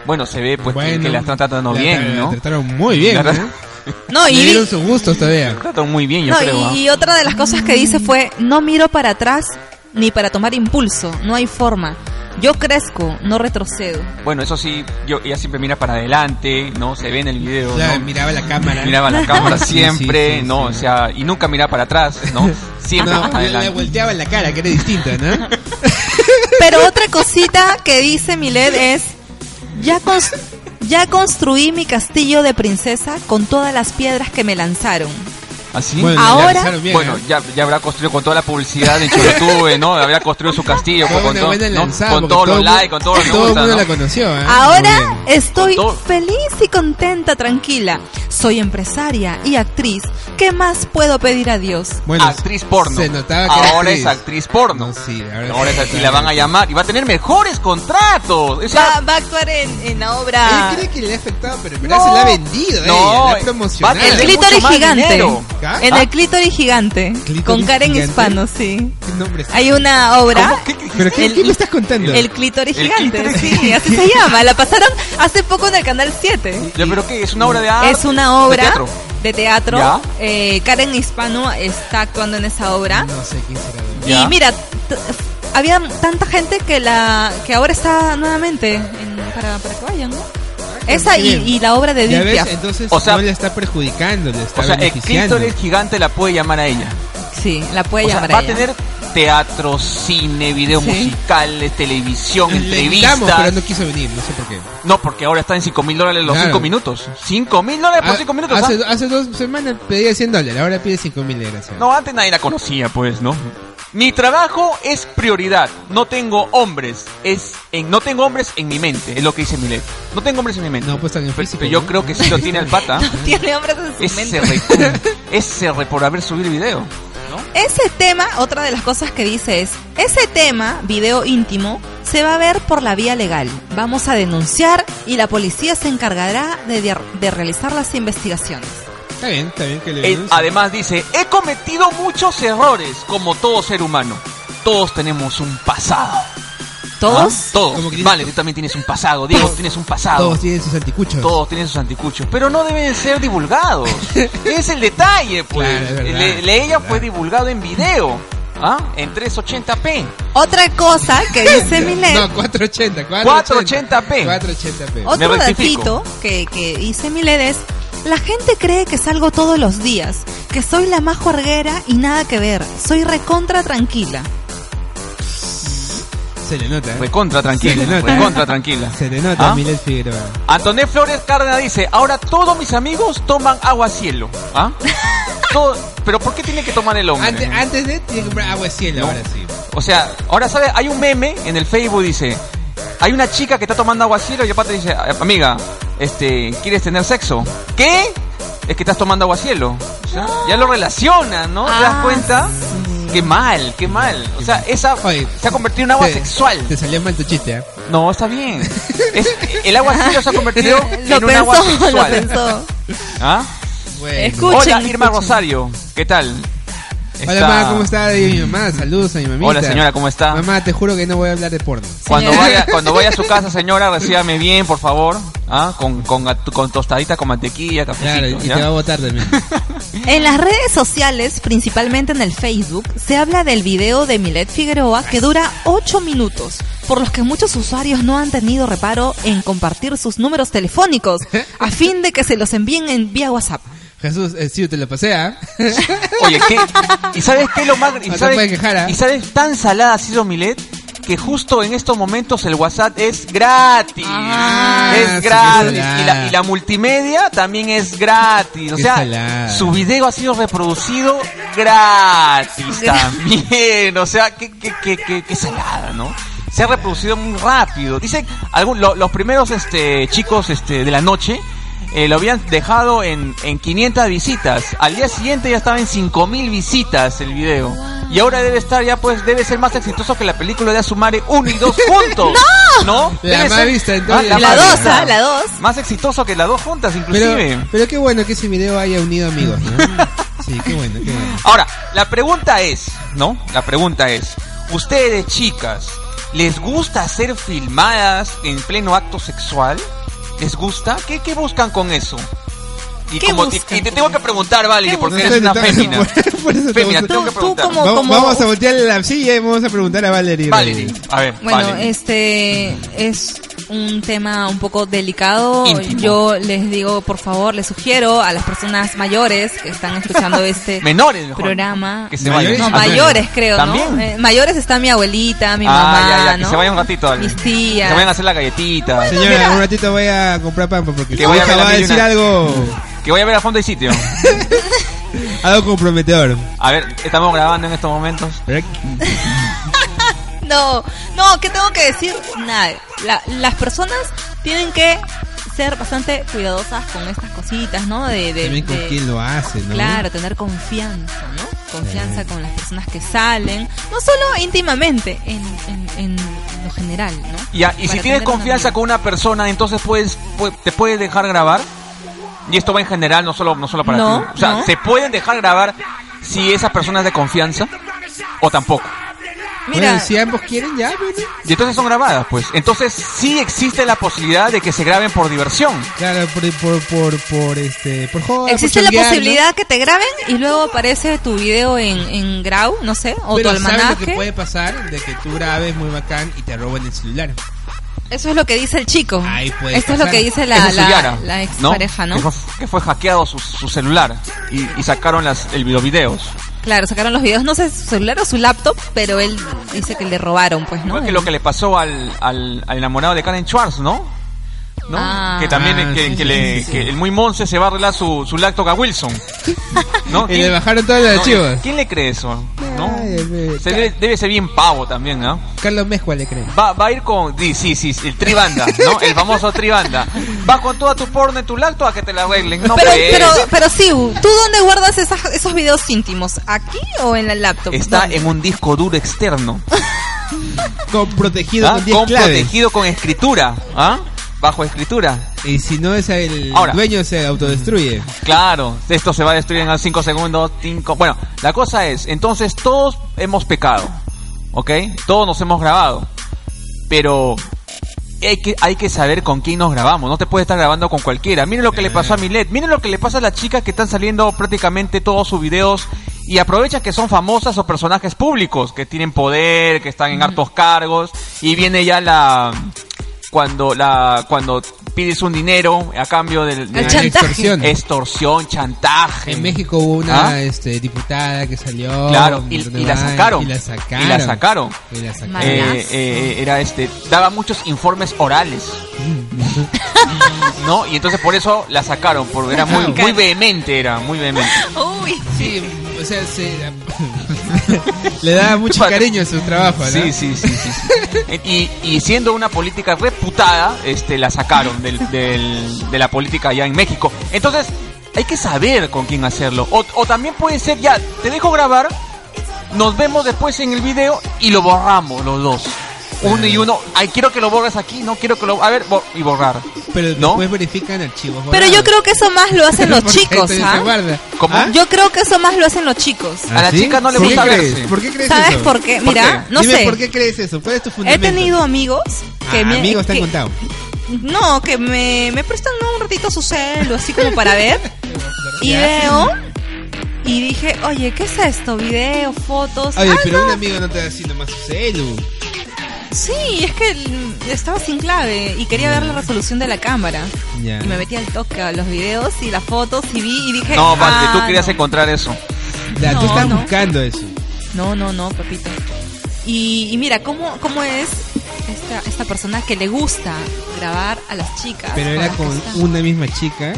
Speaker 6: Bueno, se ve pues que- que,
Speaker 5: Bueno,
Speaker 6: las están tratando
Speaker 5: la-
Speaker 6: bien,
Speaker 5: la
Speaker 6: ¿no?
Speaker 5: trataron muy bien,
Speaker 6: La-
Speaker 5: ¿no?
Speaker 4: No,
Speaker 5: Le
Speaker 4: y,
Speaker 5: dieron sus gustos todavía.
Speaker 6: Tratan muy bien, yo
Speaker 4: no,
Speaker 6: creo.
Speaker 4: y-
Speaker 6: ah.
Speaker 4: y otra de las cosas que dice fue, no miro para atrás ni para tomar impulso, no hay forma. Yo crezco, no retrocedo.
Speaker 6: Bueno, eso sí, yo, ella siempre mira para adelante, ¿no? Se ve en el video,
Speaker 5: Ya,
Speaker 6: ¿no?
Speaker 5: miraba la cámara.
Speaker 6: Miraba la cámara
Speaker 5: Sí, sí,
Speaker 6: siempre,
Speaker 5: sí,
Speaker 6: ¿no?
Speaker 5: sí.
Speaker 6: O sea, y nunca miraba para atrás, ¿no? Siempre
Speaker 5: No,
Speaker 6: para
Speaker 5: le- le
Speaker 6: adelante.
Speaker 5: volteaba en la cara, que era distinto, ¿no?
Speaker 4: Pero otra cosita que dice Milet es, ya, cons- ya construí mi castillo de princesa con todas las piedras que me lanzaron.
Speaker 6: ¿Así?
Speaker 5: Bueno, la
Speaker 4: Ahora-
Speaker 5: lanzaron bien,
Speaker 6: ¿Ah, Bueno,
Speaker 5: ¿eh?
Speaker 6: ya, ya habrá construido con toda la publicidad de YouTube, ¿no? Habrá construido su castillo pues,
Speaker 5: Fue
Speaker 6: con, con
Speaker 5: una
Speaker 6: todo-
Speaker 5: buena
Speaker 6: ¿no?
Speaker 5: lanzada,
Speaker 6: con
Speaker 5: porque
Speaker 6: todos
Speaker 5: todo
Speaker 6: los
Speaker 5: el mundo-
Speaker 6: likes, con todos los me
Speaker 5: Todo el
Speaker 6: gusta,
Speaker 5: mundo
Speaker 6: ¿no?
Speaker 5: la conoció, ¿eh?
Speaker 6: Ah,
Speaker 4: Ah,
Speaker 5: Muy
Speaker 4: Ahora
Speaker 5: bien.
Speaker 4: estoy
Speaker 6: Todo-
Speaker 4: feliz y contenta, tranquila. Soy empresaria y actriz. ¿Qué más puedo pedir a Dios?
Speaker 5: Bueno,
Speaker 6: actriz porno.
Speaker 5: Se notaba que era
Speaker 6: ahora es actriz porno.
Speaker 5: No, sí,
Speaker 6: ahora
Speaker 5: ahora es
Speaker 6: es actriz,
Speaker 5: actriz.
Speaker 6: la van a llamar y va a tener mejores contratos. O sea,
Speaker 4: Va, va a actuar en, en la
Speaker 5: Él
Speaker 4: obra... eh,
Speaker 5: cree que le ha afectado, pero en verdad
Speaker 6: No.
Speaker 5: se la ha vendido,
Speaker 6: No, eh,
Speaker 5: ella, la ha promocionado.
Speaker 6: va a
Speaker 4: El
Speaker 6: tener-
Speaker 4: clítoris
Speaker 6: mucho más
Speaker 4: gigante.
Speaker 6: dinero.
Speaker 5: ¿Ah?
Speaker 4: En el clítoris gigante.
Speaker 5: ¿Clítoris
Speaker 4: con Karen
Speaker 5: gigante?
Speaker 4: Hispano, sí.
Speaker 5: ¿Qué nombre es?
Speaker 4: Hay una obra.
Speaker 5: ¿Pero qué,
Speaker 4: el-
Speaker 5: qué me estás contando?
Speaker 4: El clítoris
Speaker 6: El
Speaker 4: gigante,
Speaker 6: clítoris
Speaker 4: sí, así se llama. La pasaron hace poco en el canal 7.
Speaker 6: ya, pero qué, es una obra de arte.
Speaker 4: Es una obra
Speaker 6: de teatro?
Speaker 4: de teatro.
Speaker 6: Ya.
Speaker 4: Eh, Karen Hispano está actuando en esa obra.
Speaker 5: No sé quién será.
Speaker 6: Ya.
Speaker 4: Y mira, t- había tanta gente que la que ahora está nuevamente en- para, para que vayan, ¿no?
Speaker 6: Ah,
Speaker 4: Esa y,
Speaker 5: bien.
Speaker 4: y la obra de
Speaker 5: Ya
Speaker 4: Edith
Speaker 5: ves,
Speaker 4: Piaf.
Speaker 5: entonces
Speaker 6: O sea-
Speaker 5: no le está perjudicando, le está
Speaker 6: O sea, el
Speaker 5: beneficiando.
Speaker 6: clítoris gigante la puede llamar a ella.
Speaker 4: Sí, la puede
Speaker 6: O sea,
Speaker 4: llamar
Speaker 6: va
Speaker 4: a
Speaker 6: a
Speaker 4: ella.
Speaker 6: tener teatro, cine, videos
Speaker 4: Sí.
Speaker 6: musicales, televisión,
Speaker 5: Le invitamos, pero
Speaker 6: entrevistas.
Speaker 5: no quiso venir, no sé por qué.
Speaker 6: No, porque ahora está en 5 mil dólares los
Speaker 5: Claro.
Speaker 6: 5 minutos. 5 mil dólares por
Speaker 5: Ah,
Speaker 6: 5 minutos.
Speaker 5: hace,
Speaker 6: ¿ah?
Speaker 5: hace dos semanas pedía 100 dólares, ahora pide 5 mil de gracia.
Speaker 6: No, antes nadie la conocía, pues, ¿no? Mi trabajo es prioridad. No tengo hombres. Es en, no tengo hombres en mi mente, es lo que dice Milet. No tengo hombres en mi mente.
Speaker 5: No, pues, tan en
Speaker 6: Pero-
Speaker 5: físico,
Speaker 6: pero yo
Speaker 5: ¿no?
Speaker 6: creo que sí lo tiene al pata.
Speaker 4: Tiene hombres en su
Speaker 6: Ese
Speaker 4: mente.
Speaker 6: re, cum- ese re por haber subido el video.
Speaker 4: Ese tema, otra de las cosas que dice es, ese tema, video íntimo, se va a ver por la vía legal. Vamos a denunciar y la policía se encargará de, de- de realizar las investigaciones.
Speaker 5: Está bien, está bien que le
Speaker 6: Eh,
Speaker 5: denuncie.
Speaker 6: además dice, he cometido muchos errores, como todo ser humano. Todos tenemos un pasado. ¿Ah?
Speaker 4: Todos,
Speaker 6: Todos.
Speaker 5: Como Cristo.
Speaker 6: Vale, tú también tienes un pasado. Diego, tú tienes un pasado.
Speaker 5: Todos tienen sus anticuchos.
Speaker 6: Todos tienen sus anticuchos, pero no deben ser divulgados. es el detalle, pues.
Speaker 5: Claro, es verdad.
Speaker 6: Le- le- ella fue divulgado en video, ¿ah? En 380p.
Speaker 4: otra cosa que dice Milet,
Speaker 5: No, 480,
Speaker 6: 480.
Speaker 5: 480p. 480p.
Speaker 6: Me
Speaker 4: otro
Speaker 6: rectifico.
Speaker 4: datito que, que dice Milet es, la gente cree que salgo todos los días, que soy la más juerguera y nada que ver, soy recontra tranquila.
Speaker 5: Se le nota. ¿eh?
Speaker 6: Recontra tranquila,
Speaker 5: Se le nota.
Speaker 6: recontra tranquila.
Speaker 5: Se le nota,
Speaker 6: ¿Ah?
Speaker 5: Miles Figueroa.
Speaker 6: Antoné Flores Cárdenas dice, ahora todos mis amigos toman agua cielo, ¿ah? Todo- pero ¿por qué tiene que tomar el hombre?
Speaker 5: Antes, antes de, tiene que comprar agua de cielo,
Speaker 6: No.
Speaker 5: ahora sí.
Speaker 6: O sea, ahora sabes, hay un meme en el Facebook dice, hay una chica que está tomando agua cielo y aparte dice, "Ah, amiga, este, ¿quieres tener sexo? ¿Qué? Es que estás tomando agua cielo. O sea, ya lo relaciona, ¿no? ¿Te das
Speaker 4: Ah,
Speaker 6: cuenta? Qué mal, qué mal. O sea, esa
Speaker 5: Oye,
Speaker 6: se ha convertido en agua
Speaker 5: te-
Speaker 6: sexual.
Speaker 5: Te salió mal tu chiste, ¿eh?
Speaker 6: No, está bien. Es, el agua cielo se ha convertido
Speaker 4: Lo
Speaker 6: en un agua
Speaker 4: pensó, lo
Speaker 6: sexual.
Speaker 4: pensó.
Speaker 6: ¿Ah?
Speaker 5: Bueno.
Speaker 4: Escu- Escuchen,
Speaker 6: Hola, Irma
Speaker 4: escuchen.
Speaker 6: Rosario. ¿Qué tal?
Speaker 5: Hola, mamá, ¿cómo estás? Y mi mamá, saludos a mi mamita.
Speaker 6: Hola, señora, ¿cómo está?
Speaker 5: Mamá, te juro que no voy a hablar de porno.
Speaker 6: Cuando
Speaker 4: Señora.
Speaker 6: vaya, cuando vaya a su casa, señora, recíbame bien, por favor. ¿Ah? Con, con, gat- con tostadita, con mantequilla,
Speaker 5: Claro, y
Speaker 6: cafecito.
Speaker 5: te
Speaker 6: ¿ya?
Speaker 5: va a votar también.
Speaker 4: En las redes sociales, principalmente en el Facebook, se habla del video de Milet Figueroa que dura 8 minutos, por los que muchos usuarios no han tenido reparo en compartir sus números telefónicos a fin de que se los envíen en vía WhatsApp.
Speaker 5: Jesús, eh, sí, te lo pasea.
Speaker 6: Oye, ¿qué? ¿Y sabes qué es lo más? ¿Y
Speaker 5: No te
Speaker 6: sabes,
Speaker 5: puedes quejar, ¿ah?
Speaker 6: ¿y sabes tan salada ha sido Milet? Que justo en estos momentos el WhatsApp es gratis.
Speaker 4: Ah,
Speaker 5: sí,
Speaker 6: es
Speaker 5: qué
Speaker 6: gratis.
Speaker 5: salada.
Speaker 6: Y la, y la multimedia también es gratis. O
Speaker 5: Qué
Speaker 6: sea,
Speaker 5: salada.
Speaker 6: su video ha sido reproducido gratis también. O sea, qué, qué, qué, qué- qué salada, ¿no? Se ha reproducido muy rápido. Dicen, algún, lo- los primeros este, chicos este, de la noche eh, lo habían dejado en, en 500 visitas. Al día siguiente ya estaba en 5000 visitas el video. Y ahora debe estar ya, pues, debe ser más exitoso que la película de Asumare 1 y 2 juntos. No,
Speaker 5: La
Speaker 6: debe
Speaker 5: más
Speaker 6: ser-
Speaker 5: vista,
Speaker 6: Ah,
Speaker 5: entonces.
Speaker 4: La
Speaker 6: más
Speaker 4: dos,
Speaker 6: vista.
Speaker 4: ah, la dos.
Speaker 6: Más exitoso que las dos juntas, inclusive.
Speaker 5: Pero, pero qué bueno que ese video haya unido amigos, ¿no? Sí, qué bueno, qué bueno.
Speaker 6: Ahora, la pregunta es, ¿no? La pregunta es, ustedes chicas, ¿les gusta ser filmadas en pleno acto sexual? ¿Les gusta? ¿Qué, qué buscan con eso? Y,
Speaker 4: ¿Qué
Speaker 6: como- y-
Speaker 4: buscan
Speaker 6: y te
Speaker 4: con
Speaker 6: tengo que
Speaker 4: eso?
Speaker 6: preguntar,
Speaker 4: ¿Qué
Speaker 6: Valerie, porque
Speaker 5: buscan?
Speaker 6: eres una
Speaker 5: Por eso te-
Speaker 6: fémina.
Speaker 5: por eso te
Speaker 6: Fémina,
Speaker 5: gusta.
Speaker 6: tengo que
Speaker 4: Tú- tú
Speaker 6: preguntar.
Speaker 4: como-
Speaker 5: Vamos, vamos a voltear la silla y vamos a preguntar a Valerie.
Speaker 6: Valerie, a ver,
Speaker 4: Bueno,
Speaker 6: Valerie.
Speaker 4: este es un tema un poco delicado.
Speaker 6: Íntimo.
Speaker 4: Yo les digo, por favor, les sugiero a las personas mayores que están escuchando este
Speaker 6: Menores, mejor.
Speaker 4: programa.
Speaker 6: Que se
Speaker 5: Mayores.
Speaker 6: vayan.
Speaker 4: No,
Speaker 5: Ah,
Speaker 4: mayores creo,
Speaker 6: ¿También?
Speaker 4: ¿no? Eh, mayores está mi abuelita, mi
Speaker 6: ah,
Speaker 4: mamá,
Speaker 6: ya, ya, que
Speaker 4: ¿no?
Speaker 6: se vayan un ratito. dale.
Speaker 4: Mis tías.
Speaker 6: Que vayan a hacer la galletita.
Speaker 4: eh,
Speaker 5: Señora, un ratito voy a comprar pampa porque
Speaker 6: Que
Speaker 5: su
Speaker 6: voy a
Speaker 5: hija
Speaker 6: ver la
Speaker 5: va a
Speaker 6: mil y
Speaker 5: decir
Speaker 6: una.
Speaker 5: algo,
Speaker 6: Que voy a ver a fondo y sitio.
Speaker 5: algo comprometedor.
Speaker 6: A ver, estamos grabando en estos momentos.
Speaker 5: Pero-
Speaker 4: No, no, ¿qué tengo que decir? Nada, la- las personas tienen que ser bastante cuidadosas con estas cositas, ¿no? De, de-
Speaker 5: También con
Speaker 4: de-
Speaker 5: quién lo hace, ¿no?
Speaker 4: Claro, tener confianza, ¿no? Confianza con las personas que salen, no solo íntimamente, en, en, en lo general, ¿no?
Speaker 6: Ya, y si tienes
Speaker 4: Para tener una
Speaker 6: confianza
Speaker 4: vida.
Speaker 6: con una persona, entonces puedes, pu- te puedes dejar grabar. Y esto va en general, no solo, no solo para
Speaker 4: No,
Speaker 6: ti. O sea,
Speaker 4: no.
Speaker 6: ¿se pueden dejar grabar si esa persona es de confianza o tampoco?
Speaker 5: Bueno,
Speaker 4: Mira,
Speaker 5: si ambos quieren ya, bueno.
Speaker 6: Y entonces son grabadas, pues. Entonces sí existe la posibilidad de que se graben por diversión.
Speaker 5: Claro, por, por, por, por, este, por joder,
Speaker 4: existe
Speaker 5: por
Speaker 4: la
Speaker 5: chonguear, ¿no?
Speaker 4: posibilidad que te graben y luego aparece tu video en, en Grau, no sé, o
Speaker 5: Pero
Speaker 4: tu
Speaker 5: ¿sabes lo que
Speaker 4: almanaque.
Speaker 5: puede pasar? De que tú grabes muy bacán y te roban el celular.
Speaker 4: Eso es lo que dice el chico.
Speaker 5: Ahí puede
Speaker 4: Esto es lo
Speaker 5: pasar.
Speaker 4: que dice
Speaker 6: Eso
Speaker 4: la,
Speaker 6: es Suyara,
Speaker 4: la, la expareja, ¿no?
Speaker 6: Que fue, que fue hackeado su, su celular y, y sacaron las, el, los videos.
Speaker 4: Claro, sacaron los videos, no sé, su celular o su laptop, pero él dice que le robaron, pues, ¿no?
Speaker 6: Igual que lo que le pasó al, al, al enamorado de Karen Schwartz, ¿no? ¿No?
Speaker 4: Ah.
Speaker 6: que también
Speaker 5: Ah,
Speaker 6: que,
Speaker 5: sí,
Speaker 6: que
Speaker 5: sí,
Speaker 6: le-
Speaker 5: sí, sí.
Speaker 6: que el muy monce se va a arreglar su, su lacto a Wilson. ¿No?
Speaker 5: Y le bajaron todas las
Speaker 6: no,
Speaker 5: chivas.
Speaker 6: ¿Quién le cree eso? ¿No?
Speaker 5: Ay, me-
Speaker 6: Se debe, debe ser bien pavo también, ¿no?
Speaker 5: Carlos Mezcua le creen.
Speaker 6: Va, va a ir con. Sí, sí, sí, el tribanda, ¿no? El famoso tribanda. Va con toda tu porno y tu lacto a que te la arreglen. No,
Speaker 4: pero,
Speaker 6: pues.
Speaker 4: pero, pero sí, ¿tú dónde guardas esas- esos videos íntimos? ¿Aquí o en la laptop?
Speaker 6: Está
Speaker 4: ¿Dónde?
Speaker 6: en un disco duro externo.
Speaker 5: Con protegido
Speaker 6: ¿ah?
Speaker 5: con 10
Speaker 6: Con
Speaker 5: claves.
Speaker 6: protegido con escritura. ¿Ah? Bajo escritura.
Speaker 5: Y si no es el
Speaker 6: Ahora. Mm.
Speaker 5: dueño se autodestruye.
Speaker 6: Claro, esto se va a destruir en 5 segundos, 5... Bueno, la cosa es, entonces todos hemos pecado, ¿ok? Todos nos hemos grabado, pero hay que, hay que saber con quién nos grabamos, no te puedes estar grabando con cualquiera. Miren lo que le pasó a Milet, miren lo que le pasa a las chicas que están saliendo prácticamente todos sus videos y aprovechan que son famosas o personajes públicos, que tienen poder, que están en hartos cargos, y viene ya la... Cuando la cuando pides un dinero a cambio del, del-
Speaker 4: El chantaje.
Speaker 5: Extorsión.
Speaker 6: extorsión, chantaje.
Speaker 5: En México hubo una
Speaker 6: ¿Ah?
Speaker 5: este, diputada que salió.
Speaker 6: Claro, y,
Speaker 5: de
Speaker 6: y la
Speaker 5: vaina,
Speaker 6: sacaron.
Speaker 5: Oh, Y la sacaron.
Speaker 6: Y la sacaron.
Speaker 5: Y la sacaron.
Speaker 4: Mal.
Speaker 6: Eh,
Speaker 4: Malazo.
Speaker 6: eh, era este, daba muchos informes orales.
Speaker 5: Mm.
Speaker 6: ¿No? Y entonces por eso la sacaron, porque era muy, muy vehemente, era muy vehemente.
Speaker 4: Uy,
Speaker 5: Sí, o sea, se... le daba mucho
Speaker 6: Para-
Speaker 5: cariño a su trabajo, ¿no?
Speaker 6: Sí, sí, sí, sí, sí. Y, y siendo una política reputada, este, la sacaron del, del- de la política allá en México. Entonces, hay que saber con quién hacerlo. O, o también puede ser, ya, te dejo grabar, nos vemos después en el video y lo borramos los dos. Uno y uno, ay, quiero que lo borres aquí, no quiero que lo... A ver, bo- y borrar.
Speaker 5: Pero
Speaker 6: ¿No?
Speaker 5: después verifican archivos.
Speaker 4: pero yo creo que eso más lo hacen los chicos, ¿ah?
Speaker 6: ¿Cómo?
Speaker 5: ¿Ah?
Speaker 4: Yo creo que eso más lo hacen los chicos.
Speaker 6: A la chica no le
Speaker 5: ¿Por
Speaker 6: gusta
Speaker 5: qué
Speaker 6: verse.
Speaker 5: crees? ¿Por qué crees
Speaker 4: ¿Sabes
Speaker 5: eso?
Speaker 4: por qué? Mira, no
Speaker 5: Dime
Speaker 4: sé.
Speaker 5: ¿Por qué crees eso? ¿Cuál es tu
Speaker 4: He
Speaker 5: fundamento?
Speaker 4: tenido amigos que
Speaker 5: Ah,
Speaker 4: me...
Speaker 5: amigos, te han
Speaker 4: que-
Speaker 5: contado.
Speaker 4: No, que me, me prestan ¿no? un ratito su celo, así como para ver. y veo... Y dije, oye, ¿qué es esto? Video, fotos...
Speaker 5: Oye,
Speaker 4: Ah,
Speaker 5: pero
Speaker 4: no,
Speaker 5: un amigo no te da así nomás su celu.
Speaker 4: Sí, es que mm, estaba sin clave y quería
Speaker 5: Mm.
Speaker 4: ver la resolución de la cámara.
Speaker 5: Ya.
Speaker 4: Y me metí al toque a los videos y las fotos y vi y dije...
Speaker 6: No, Valde,
Speaker 4: "Ah,
Speaker 6: tú querías
Speaker 4: no".
Speaker 6: encontrar eso.
Speaker 5: Ya, tú
Speaker 4: No,
Speaker 5: estás
Speaker 4: no.
Speaker 5: buscando eso.
Speaker 4: No, no, no, papito. Y, y mira, ¿cómo, cómo es esta, esta persona que le gusta grabar a las chicas?
Speaker 5: Pero era
Speaker 4: las que
Speaker 5: con
Speaker 4: está?
Speaker 5: una misma chica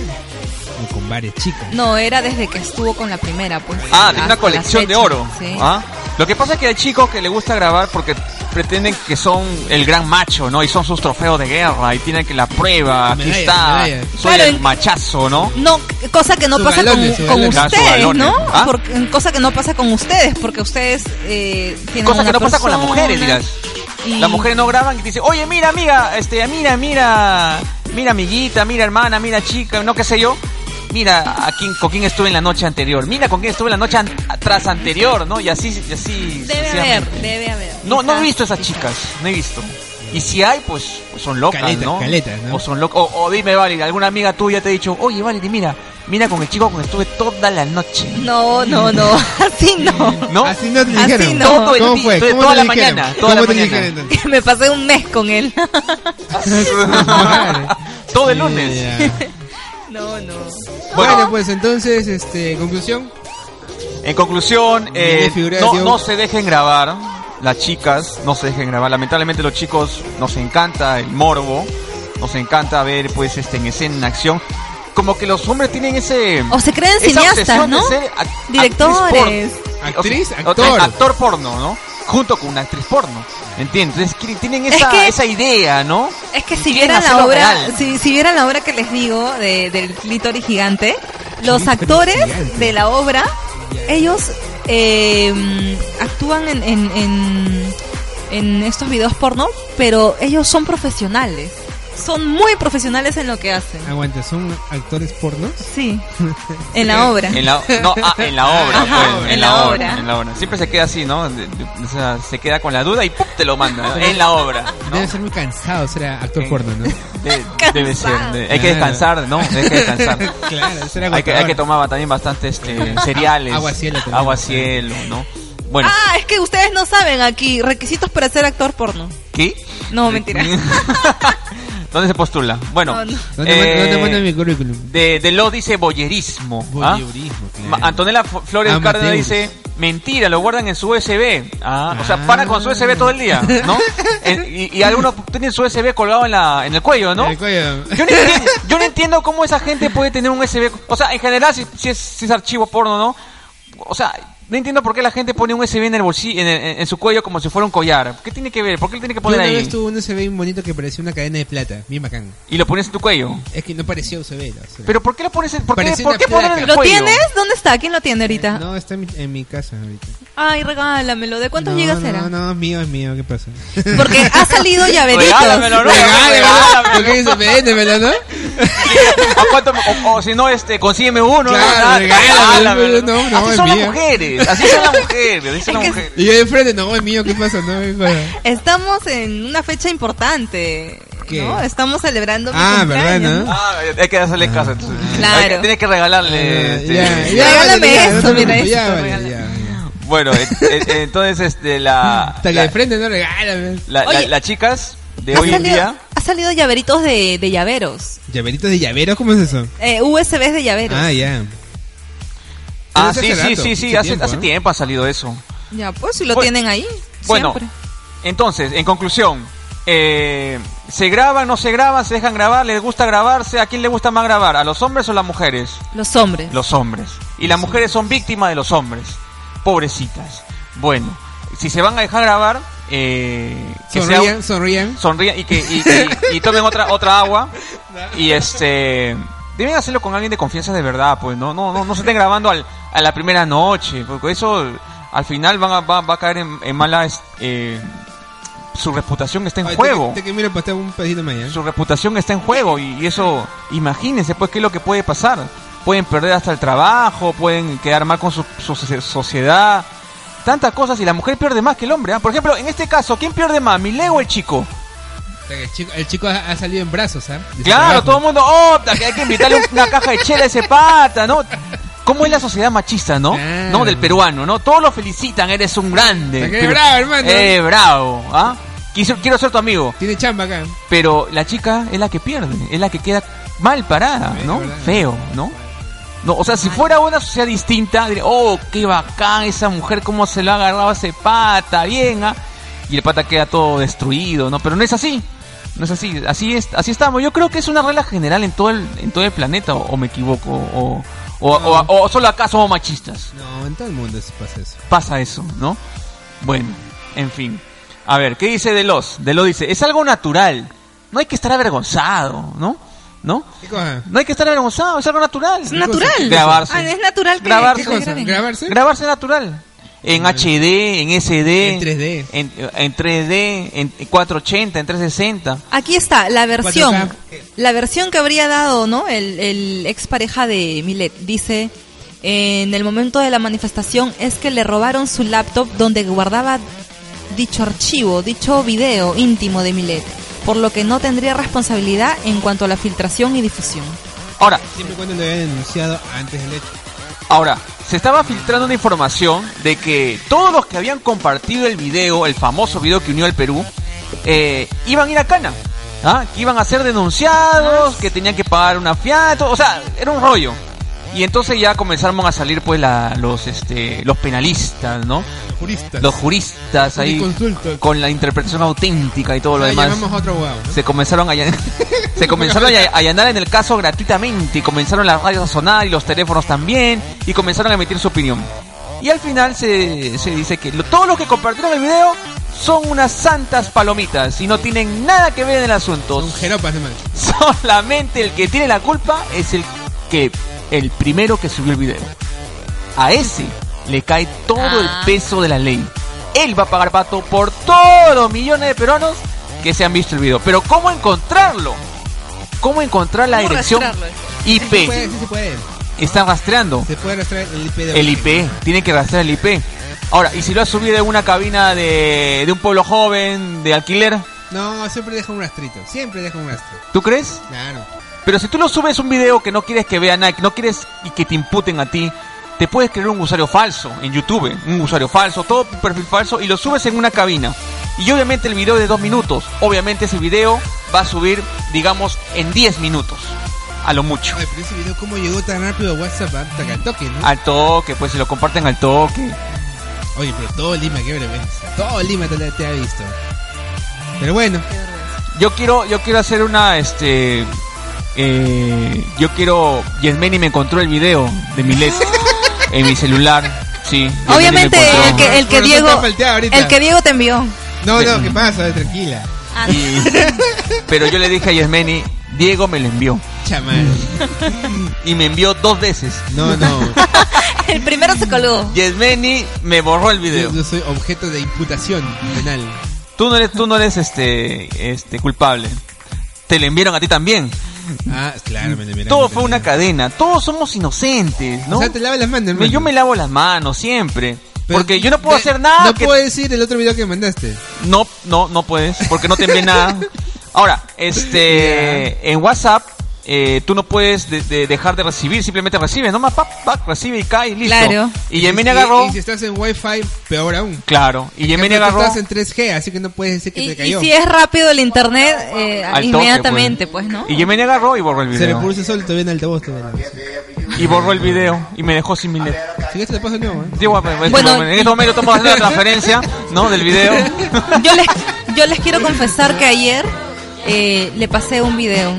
Speaker 5: o con varias chicas.
Speaker 4: No, era desde que estuvo con la primera, pues.
Speaker 6: Ah,
Speaker 4: hasta
Speaker 6: tiene una
Speaker 4: la
Speaker 6: colección de
Speaker 4: fecha,
Speaker 6: oro.
Speaker 4: Sí.
Speaker 6: ¿Ah? Lo que pasa es que hay chicos que les gusta grabar porque pretenden que son el gran macho, ¿no? Y son sus trofeos de guerra y tienen que la prueba, aquí
Speaker 5: Medalla,
Speaker 6: está,
Speaker 5: medalla.
Speaker 6: soy
Speaker 4: Claro,
Speaker 6: el
Speaker 4: en-
Speaker 6: machazo, ¿no?
Speaker 4: No, cosa que no
Speaker 5: Sus
Speaker 4: pasa
Speaker 5: galones,
Speaker 4: con,
Speaker 5: sus
Speaker 4: con
Speaker 5: galones.
Speaker 6: Ah, sus
Speaker 4: ustedes,
Speaker 6: galones.
Speaker 4: ¿no?
Speaker 6: ¿Ah?
Speaker 4: Porque- cosa que no pasa con ustedes, porque ustedes eh, tienen
Speaker 6: Cosa
Speaker 4: una
Speaker 6: que no pasa con las
Speaker 4: persona-
Speaker 6: mujeres, dirás.
Speaker 4: Y-
Speaker 6: Las mujeres no graban y te dicen, oye, mira, amiga, este, mira, mira, mira, amiguita, mira, hermana, mira, chica, no qué sé yo. Mira a quién, con quién estuve en la noche anterior. Mira con quién estuve en la noche an- tras anterior, ¿no? Y así, y así.
Speaker 4: Debe
Speaker 6: sucesivamente.
Speaker 4: haber, debe haber.
Speaker 6: No, no he
Speaker 4: Quizás-
Speaker 6: visto esas
Speaker 4: quizás.
Speaker 6: chicas, no he visto. Y si hay, pues, pues son locas,
Speaker 5: Caletas,
Speaker 6: ¿no?
Speaker 5: caletas, ¿no?
Speaker 6: O son locas. O, o dime, Valerie, alguna amiga tuya te ha dicho, oye, Valerie, mira, mira con el chico con el que estuve toda la noche.
Speaker 4: No, Oh, no, no, así no.
Speaker 6: ¿No?
Speaker 5: Así no te
Speaker 4: Así
Speaker 5: dijeron.
Speaker 4: no. Todo
Speaker 6: el
Speaker 5: ¿Cómo
Speaker 6: día,
Speaker 5: fue?
Speaker 6: toda-
Speaker 5: ¿Cómo
Speaker 6: toda
Speaker 5: te
Speaker 6: la
Speaker 5: dijeron?
Speaker 6: mañana, toda la
Speaker 5: ¿Cómo te
Speaker 6: mañana.
Speaker 5: dijeron entonces?
Speaker 4: Me pasé un mes con él.
Speaker 5: Madre.
Speaker 6: Todo el lunes.
Speaker 5: Ya.
Speaker 4: No, no.
Speaker 5: Bueno, pues entonces, este, conclusión.
Speaker 6: En conclusión, eh, no,
Speaker 5: Desfiguración.
Speaker 6: no se dejen grabar. Las chicas no se dejen grabar. Lamentablemente los chicos nos encanta el morbo. Nos encanta ver pues este en escena, en acción. Como que los hombres tienen ese...
Speaker 4: O se creen
Speaker 6: esa
Speaker 4: cineastas,
Speaker 6: obsesión de
Speaker 4: ¿no?
Speaker 6: ser ac- actriz
Speaker 4: Directores.
Speaker 6: porno.
Speaker 5: Actriz,
Speaker 6: O sea,
Speaker 5: actor.
Speaker 6: Actor porno, ¿no? Junto con una actriz porno. ¿Entiendes? Entonces, qui- tienen esa,
Speaker 4: Es que-
Speaker 6: esa idea, ¿no?
Speaker 4: Es que
Speaker 6: Y
Speaker 4: si
Speaker 6: quieren
Speaker 4: vieran la
Speaker 6: hacerlo
Speaker 4: obra,
Speaker 6: real.
Speaker 4: si, si vieran la obra que les digo de, del clítoris gigante, los
Speaker 5: Clítoris
Speaker 4: actores
Speaker 5: gigante.
Speaker 4: de la obra, ellos eh, actúan en, en, en- en estos videos porno, pero ellos son profesionales. Son muy profesionales en lo que hacen.
Speaker 5: Aguanta, ¿son actores pornos?
Speaker 4: Sí, en la obra.
Speaker 6: En la, no, ah, en la obra, pues, en, la, obra,
Speaker 4: obra.
Speaker 6: En la obra. Siempre se queda así, ¿no? De- de- o sea, se queda con la duda y ¡pum! te lo manda. ¿no? En la obra. ¿no?
Speaker 5: Debe ser muy cansado ser actor
Speaker 6: Eh.
Speaker 5: porno, ¿no?
Speaker 6: De- debe ser. de- hay que
Speaker 5: Claro.
Speaker 6: descansar, ¿no? Hay que descansar.
Speaker 5: Claro, ser
Speaker 6: hay, que, hay que
Speaker 5: agotador.
Speaker 6: tomar también bastante este, cereales.
Speaker 5: Aguacielo también.
Speaker 6: Aguacielo, ¿no? Bueno,
Speaker 4: Ah, es que ustedes no saben aquí requisitos para ser actor porno.
Speaker 6: ¿qué?
Speaker 4: No, mentira.
Speaker 6: ¿Dónde se postula? Bueno,
Speaker 4: No, no.
Speaker 5: ¿Dónde, mand-
Speaker 6: eh,
Speaker 5: dónde manda mi currículum?
Speaker 6: de, de lo dice boyerismo. ¿ah?
Speaker 5: Voyeurismo, claro.
Speaker 6: Ma- Antonella F- Flores
Speaker 5: Amateurs.
Speaker 6: Cárdenas dice, mentira, lo guardan en su USB. Ah, O sea,
Speaker 5: Ah.
Speaker 6: para con su USB todo el día, ¿no? En- y, y algunos tienen su USB colgado en, la, en el cuello, ¿no?
Speaker 5: El cuello.
Speaker 6: Yo no, entiendo, yo no entiendo cómo esa gente puede tener un USB. O sea, en general, si, si es, si es archivo porno, ¿no? O sea, no entiendo por qué la gente pone un USB en el bolsillo, en, el- en su cuello como si fuera un collar. ¿Qué tiene que ver? ¿Por qué lo tiene que
Speaker 5: Yo
Speaker 6: poner
Speaker 5: una
Speaker 6: ahí?
Speaker 5: vez tuve un USB bien bonito que parecía una cadena de plata, bien bacán.
Speaker 6: Y lo pones en tu cuello.
Speaker 5: Es que no parecía USB. o sea.
Speaker 6: ¿Pero por qué lo pones en, por qué,
Speaker 5: Parecía
Speaker 6: por
Speaker 5: una
Speaker 6: qué ponerlo en el
Speaker 5: placa. Eh,
Speaker 4: ¿Lo
Speaker 6: cuello?
Speaker 4: tienes? ¿Dónde está? ¿Quién lo tiene ahorita?
Speaker 5: No, está en mi, en mi casa ahorita.
Speaker 4: Ay, regálamelo. ¿De cuántos
Speaker 5: no,
Speaker 4: gigas
Speaker 5: no,
Speaker 4: será?
Speaker 5: No, no, es mío, es mío, ¿qué pasa?
Speaker 4: Porque ha salido llaveritos.
Speaker 6: Regálamelo, ¿no?
Speaker 5: Regálemelo, ¿por qué dice? Véndemelo, ¿no?
Speaker 6: ¿A cuánto? O, o si no, este, consígueme uno.
Speaker 5: Claro,
Speaker 6: Ah,
Speaker 5: regálame,
Speaker 6: regálame,
Speaker 5: no, no, no,
Speaker 6: así
Speaker 5: es
Speaker 6: Ah, son las
Speaker 5: mía.
Speaker 6: mujeres, así son las mujeres, así son las
Speaker 4: Es que-
Speaker 6: mujeres.
Speaker 5: Y yo de frente, no, es mío, ¿qué pasa? No, ¿qué pasa?
Speaker 4: Estamos en una fecha importante.
Speaker 5: ¿Qué?
Speaker 4: ¿no? Estamos celebrando mi
Speaker 5: Ah,
Speaker 4: cumpleaños.
Speaker 5: ¿verdad, no?
Speaker 6: Ah, hay que hacerle caso. entonces.
Speaker 4: Claro.
Speaker 6: Hay que- Tienes que regalarle. este,
Speaker 5: Ya, ya,
Speaker 4: Regálame
Speaker 5: vale, ya, no
Speaker 4: eso,
Speaker 5: te
Speaker 4: mira,
Speaker 5: preocupes, ya,
Speaker 4: esto,
Speaker 5: vale,
Speaker 4: regálame.
Speaker 5: ya, ya.
Speaker 6: Bueno, eh, eh, entonces este la
Speaker 5: Hasta que
Speaker 6: la-
Speaker 5: de frente no regálame.
Speaker 6: la- la-
Speaker 4: Oye.
Speaker 6: las chicas de
Speaker 4: Ha
Speaker 6: hoy en
Speaker 4: salido-
Speaker 6: día
Speaker 4: Ha salido llaveritos de, de llaveros.
Speaker 5: ¿Llaveritos de llaveros? ¿Cómo es eso?
Speaker 4: Eh, USBs de llaveros.
Speaker 5: Ah, ya.
Speaker 6: Ah,
Speaker 5: hace
Speaker 6: sí, sí,
Speaker 5: rato,
Speaker 6: sí, sí,
Speaker 5: hace
Speaker 6: hace
Speaker 5: tiempo,
Speaker 6: hace
Speaker 5: ¿eh?
Speaker 6: tiempo ha salido eso.
Speaker 4: Ya, pues, si lo
Speaker 6: Bueno,
Speaker 4: tienen ahí.
Speaker 6: Bueno,
Speaker 4: siempre.
Speaker 6: entonces, en conclusión, eh, ¿se graban, no se graban, se dejan grabar, les gusta grabarse? ¿A quién le gusta más grabar? ¿A los hombres o las mujeres?
Speaker 4: Los hombres.
Speaker 6: Los hombres. Y las mujeres son víctimas de los hombres. Pobrecitas. Bueno, si se van a dejar grabar, eh, que sea-
Speaker 5: Sonrían, sonrían.
Speaker 6: sonrían y que y, y- y tomen otra otra agua y este deben hacerlo con alguien de confianza de verdad pues no no no no se estén grabando al, a la primera noche porque eso al final van a, va, va a caer en, en mala es- eh, su reputación está en
Speaker 5: Ay,
Speaker 6: juego
Speaker 5: Te, te que mira, pues, tengo un pedacito más, ¿ya?
Speaker 6: su reputación está en juego y, y eso imagínense pues qué es lo que puede pasar pueden perder hasta el trabajo pueden quedar mal con su, su socie- sociedad tantas cosas y la mujer pierde más que el hombre ¿ah? por ejemplo en este caso quién pierde más Mileo o el chico
Speaker 5: Hasta que El chico, el chico ha, ha salido en brazos, ¿ah? De su
Speaker 6: Claro,
Speaker 5: trabajo.
Speaker 6: todo el mundo, oh, que hay que invitarle una caja de chela a ese pata, ¿no? ¿Cómo es la sociedad machista, no?
Speaker 5: Claro.
Speaker 6: No, del peruano, ¿no? Todos lo felicitan, eres un grande.
Speaker 5: Está que eres bravo, hermano.
Speaker 6: Eh, bravo, ¿ah? Quiso- quiero ser tu amigo.
Speaker 5: Tiene chamba acá.
Speaker 6: Pero la chica es la que pierde, es la que queda mal parada, ¿no?
Speaker 5: ¿verdad?
Speaker 6: Feo, ¿no? No, o sea, si fuera una sociedad distinta, diría, oh, qué bacán esa mujer, cómo se lo ha agarrado a ese pata, bien, ¿ah? Y el pata queda todo destruido, ¿no? Pero no es así, no es así, así es, así estamos. Yo creo que es una regla general en todo el, en todo el planeta, o, o me equivoco, o, o, o- o solo acá somos machistas
Speaker 5: No, en todo el mundo se pasa eso.
Speaker 6: pasa eso, ¿no? Bueno, en fin. A ver, ¿qué dice Delos? Delos dice, es algo natural. No hay que estar avergonzado, ¿no? ¿No?
Speaker 5: ¿Qué cosa?
Speaker 6: No hay que estar avergonzado, es algo natural.
Speaker 4: Es natural.
Speaker 6: Grabarse.
Speaker 4: Ah, es natural que
Speaker 6: Grabarse.
Speaker 5: ¿Qué
Speaker 4: que se
Speaker 5: cosa?
Speaker 4: graben.
Speaker 5: ¿Grabarse?
Speaker 6: Grabarse es natural. en HD, en SD,
Speaker 5: En 3D.
Speaker 6: en, en 3D, en 480, en 360.
Speaker 4: Aquí está la versión,
Speaker 5: 4K.
Speaker 4: la versión que habría dado, ¿no? El, el expareja de Millet dice en el momento de la manifestación es que le robaron su laptop donde guardaba dicho archivo, dicho video íntimo de Millet, por lo que no tendría responsabilidad en cuanto a la filtración y difusión.
Speaker 6: Ahora,
Speaker 5: Siempre y cuando lo hayan denunciado antes del hecho.
Speaker 6: Ahora, se estaba filtrando una información de que todos los que habían compartido el video, el famoso video que unió al Perú, eh, iban a ir a Cana. ¿ah? Que iban a ser denunciados, que tenían que pagar una fiato, o sea, era un rollo. Y entonces ya comenzaron a salir pues la- los este los penalistas, ¿no?
Speaker 5: Los juristas.
Speaker 6: Los juristas ahí
Speaker 5: Jurisconsultos.
Speaker 6: con la interpretación auténtica y todo lo
Speaker 5: Ahora
Speaker 6: demás
Speaker 5: llamamos a otro huevo, ¿no?
Speaker 6: se comenzaron a allan- se comenzaron a allan- a allanar en el caso gratuitamente y comenzaron las radios a sonar y los teléfonos también y comenzaron a emitir su opinión y al final se, se dice que lo- todos los que compartieron el video son unas santas palomitas y no tienen nada que ver en el asunto
Speaker 5: Son jeropas, hermano.
Speaker 6: solamente el que tiene la culpa es el que el primero que subió el video a ese le cae todo
Speaker 4: Ah.
Speaker 6: el peso de la ley él va a pagar pato por todos los millones de peruanos que se han visto el video pero cómo encontrarlo cómo encontrar la
Speaker 4: ¿Cómo
Speaker 6: dirección
Speaker 4: rastrearlo?
Speaker 5: Sí se
Speaker 6: IP
Speaker 5: puede, sí se puede.
Speaker 6: están rastreando
Speaker 5: Se puede arrastrar el IP de
Speaker 6: el
Speaker 5: origen.
Speaker 6: IP, tiene que rastrear el IP. Ahora, ¿y si lo ha subido en una cabina de, de un pueblo joven, de alquiler?
Speaker 5: No, siempre deja un rastrito. Siempre deja un rastro.
Speaker 6: ¿Tú crees?
Speaker 5: Claro.
Speaker 6: Pero si tú lo subes un video que no quieres que vea nadie, que no quieres y que te imputen a ti, te puedes crear un usuario falso en YouTube, un usuario falso, todo un perfil falso y lo subes en una cabina. Y obviamente el video es de dos minutos, obviamente ese video va a subir, digamos, en 10 minutos, a lo mucho.
Speaker 5: Ay, pero ese video, ¿cómo llegó tan rápido a WhatsApp? Hasta que al toque, ¿no?
Speaker 6: Al toque, pues si lo comparten al toque.
Speaker 5: Oye, pero todo Lima, qué vergüenza. Todo Lima te, te ha visto. Pero bueno,
Speaker 6: Yo quiero, yo quiero hacer una, este, eh, yo quiero. Yesmeni me encontró el video de Milet en mi celular. Sí. Yesmeni me
Speaker 4: Ah. Obviamente
Speaker 6: encontró.
Speaker 4: el que, el que
Speaker 5: Por eso
Speaker 4: Diego,
Speaker 5: está falteado ahorita.
Speaker 4: el que Diego te envió. Ah,
Speaker 5: no,
Speaker 6: Pero-
Speaker 5: no, ¿qué pasa? Tranquila.
Speaker 6: Y- pero yo le dije a Yesmeni, Diego me lo envió.
Speaker 5: Chamán.
Speaker 6: Y me envió dos veces.
Speaker 5: No, no.
Speaker 4: el primero se colgó.
Speaker 6: Yesmeni me borró el video.
Speaker 5: Yo, yo soy objeto de imputación penal.
Speaker 6: Tú no eres, tú no eres este, este, culpable. Te lo enviaron a ti también.
Speaker 5: Ah, claro, me mira.
Speaker 6: Todo fue una cadena. Todos somos inocentes, ¿no?
Speaker 5: O sea, te lava las manos, hermano.
Speaker 6: Yo me lavo las manos siempre.
Speaker 5: Pero-
Speaker 6: porque yo no puedo
Speaker 5: de-
Speaker 6: hacer nada
Speaker 5: No
Speaker 6: que
Speaker 5: puedo decir el otro video que mandaste.
Speaker 6: No, no, no puedes, porque no te envié nada. Ahora, este, en WhatsApp, eh, tú no puedes de- de dejar de recibir, simplemente recibes, nomás, pap, pap, recibe y cae y listo.
Speaker 4: Claro.
Speaker 6: Y Yemeni
Speaker 5: Y-
Speaker 6: agarró,
Speaker 5: Y, si estás en Wi-Fi, peor aún.
Speaker 6: claro, y Yemeni
Speaker 5: Cambio, tú
Speaker 6: agarró,
Speaker 5: Estás en 3G, así que no puedes decir que
Speaker 4: Y,
Speaker 5: te
Speaker 4: y
Speaker 5: cayó.
Speaker 4: si es rápido el internet, eh,
Speaker 6: al toque,
Speaker 4: inmediatamente, pues, ¿no?
Speaker 6: Y Yemeni agarró y borró el
Speaker 5: Se
Speaker 6: video.
Speaker 5: reproduce solo, te viene altavoz. Te viene.
Speaker 6: Y borró el video y me dejó sin mi letra.
Speaker 5: Si no, te lo paso de nuevo. ¿eh?
Speaker 6: Digo, en este
Speaker 4: Bueno,
Speaker 6: momento- en este momento estamos haciendo la transferencia, ¿no? Del video.
Speaker 4: Yo les, yo les quiero confesar que ayer eh, le pasé un video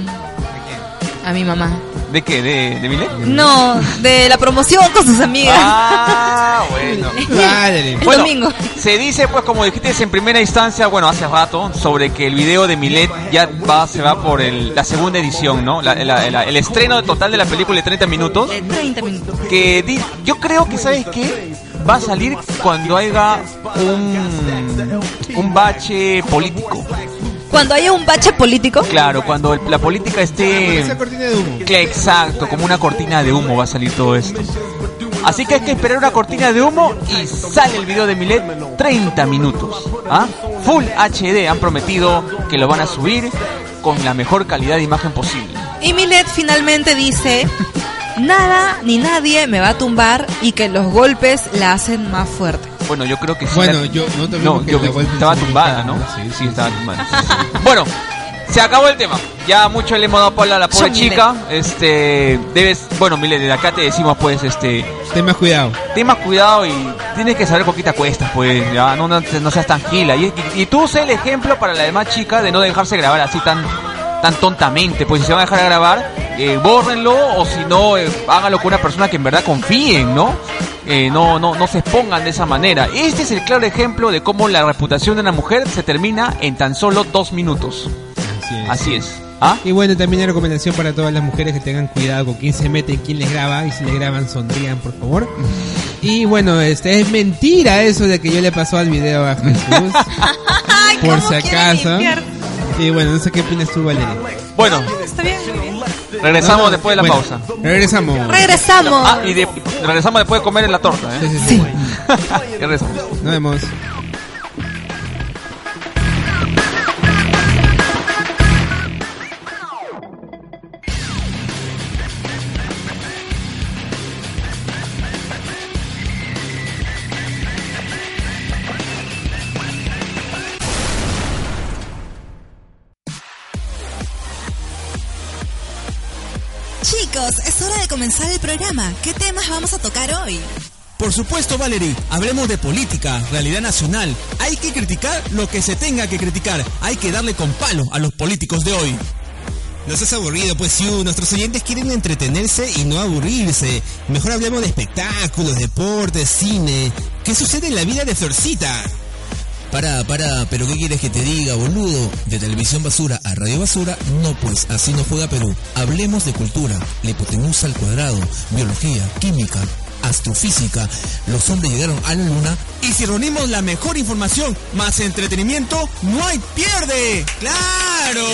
Speaker 4: a mi mamá.
Speaker 6: ¿De qué? ¿De, de mi letra?
Speaker 4: No, de la promoción con sus amigas.
Speaker 6: Ah, bueno.
Speaker 5: Madre.
Speaker 4: El
Speaker 6: Bueno,
Speaker 4: domingo.
Speaker 6: Se dice, pues, como dijiste en primera instancia, bueno, hace rato, sobre que el video de Milet ya va, se va por el- la segunda edición, ¿no? La- la- la- el estreno total de la película de 30 minutos.
Speaker 4: De 30 minutos.
Speaker 6: Que di- yo creo que, ¿sabes qué? Va a salir cuando haya un, un bache político.
Speaker 4: Cuando haya un bache político,
Speaker 6: Claro, cuando el- la política esté.
Speaker 5: Esa cortina de humo.
Speaker 6: Exacto, como una cortina de humo va a salir todo esto. Así que hay que esperar una cortina de humo y sale el video de Milet 30 minutos. ¿ah? Full HD han prometido que lo van a subir con la mejor calidad de imagen posible.
Speaker 4: y Milet finalmente dice: Nada ni nadie me va a tumbar y que los golpes la hacen más fuerte.
Speaker 6: Bueno, yo creo que sí.
Speaker 5: Bueno,
Speaker 6: la-
Speaker 5: yo no te
Speaker 6: No,
Speaker 5: digo que
Speaker 6: yo
Speaker 5: la
Speaker 6: vi-
Speaker 5: Wolf
Speaker 6: estaba
Speaker 5: es muy
Speaker 6: tumbada, ¿no?
Speaker 5: mexicana,
Speaker 6: Sí,
Speaker 5: ¿no?
Speaker 6: sí, estaba tumbada. Bueno, se acabó el tema. Ya mucho le hemos dado palo a la pobre
Speaker 4: Son
Speaker 6: chica. Este, debes, bueno, Milet, desde acá te decimos pues este
Speaker 5: Ten más cuidado.
Speaker 6: ten más cuidado y tienes que saber poquita cuesta, pues, ya, no, no, no seas tan gila. Y, y- y tú sé el ejemplo para la demás chica de no dejarse grabar así tan tan tontamente, pues si se van a dejar grabar, eh, bórrenlo o si no, eh, háganlo con una persona que en verdad confíen, ¿no? Eh, no, no, no se expongan de esa manera. Este es el claro ejemplo de cómo la reputación de una mujer se termina en tan solo dos minutos.
Speaker 5: Así es.
Speaker 6: Así es. ¿Ah?
Speaker 5: Y bueno, también hay recomendación para todas las mujeres que tengan cuidado con quién se meten, quién les graba y si les graban sonrían, por favor. Y bueno, este es mentira eso de que yo le pasó al video a Jesús,
Speaker 4: Ay,
Speaker 5: por
Speaker 4: ¿cómo
Speaker 5: si
Speaker 4: quieren
Speaker 5: acaso.
Speaker 4: limpiar?
Speaker 5: Y bueno, no sé qué opinas tú, Valeria.
Speaker 6: Bueno,
Speaker 4: Ah, Está bien, muy bien.
Speaker 6: regresamos
Speaker 5: No, no,
Speaker 6: después de la
Speaker 5: bueno,
Speaker 6: pausa.
Speaker 5: Regresamos.
Speaker 4: Regresamos.
Speaker 6: Ah, y de- regresamos después de comer en la torta,
Speaker 5: Sí,
Speaker 6: ¿eh?
Speaker 5: sí, sí.
Speaker 4: Sí.
Speaker 6: Y regresamos.
Speaker 5: Nos vemos.
Speaker 4: Chicos, es hora de comenzar el programa. ¿Qué temas vamos a tocar hoy?
Speaker 7: Por supuesto, Valerie, hablemos de política, realidad nacional. Hay que criticar lo que se tenga que criticar. Hay que darle con palo a los políticos de hoy. Nos has aburrido, pues sí, nuestros oyentes quieren entretenerse y no aburrirse. Mejor hablemos de espectáculos, deportes, cine. ¿Qué sucede en la vida de Florcita? Pará, pará, pero ¿qué quieres que te diga, boludo? De televisión basura a radio basura, no pues, así no juega Perú. Hablemos de cultura, la hipotenusa al cuadrado, biología, química, astrofísica, los hombres llegaron a la luna. Y si reunimos la mejor información más entretenimiento, no hay pierde. ¡Claro!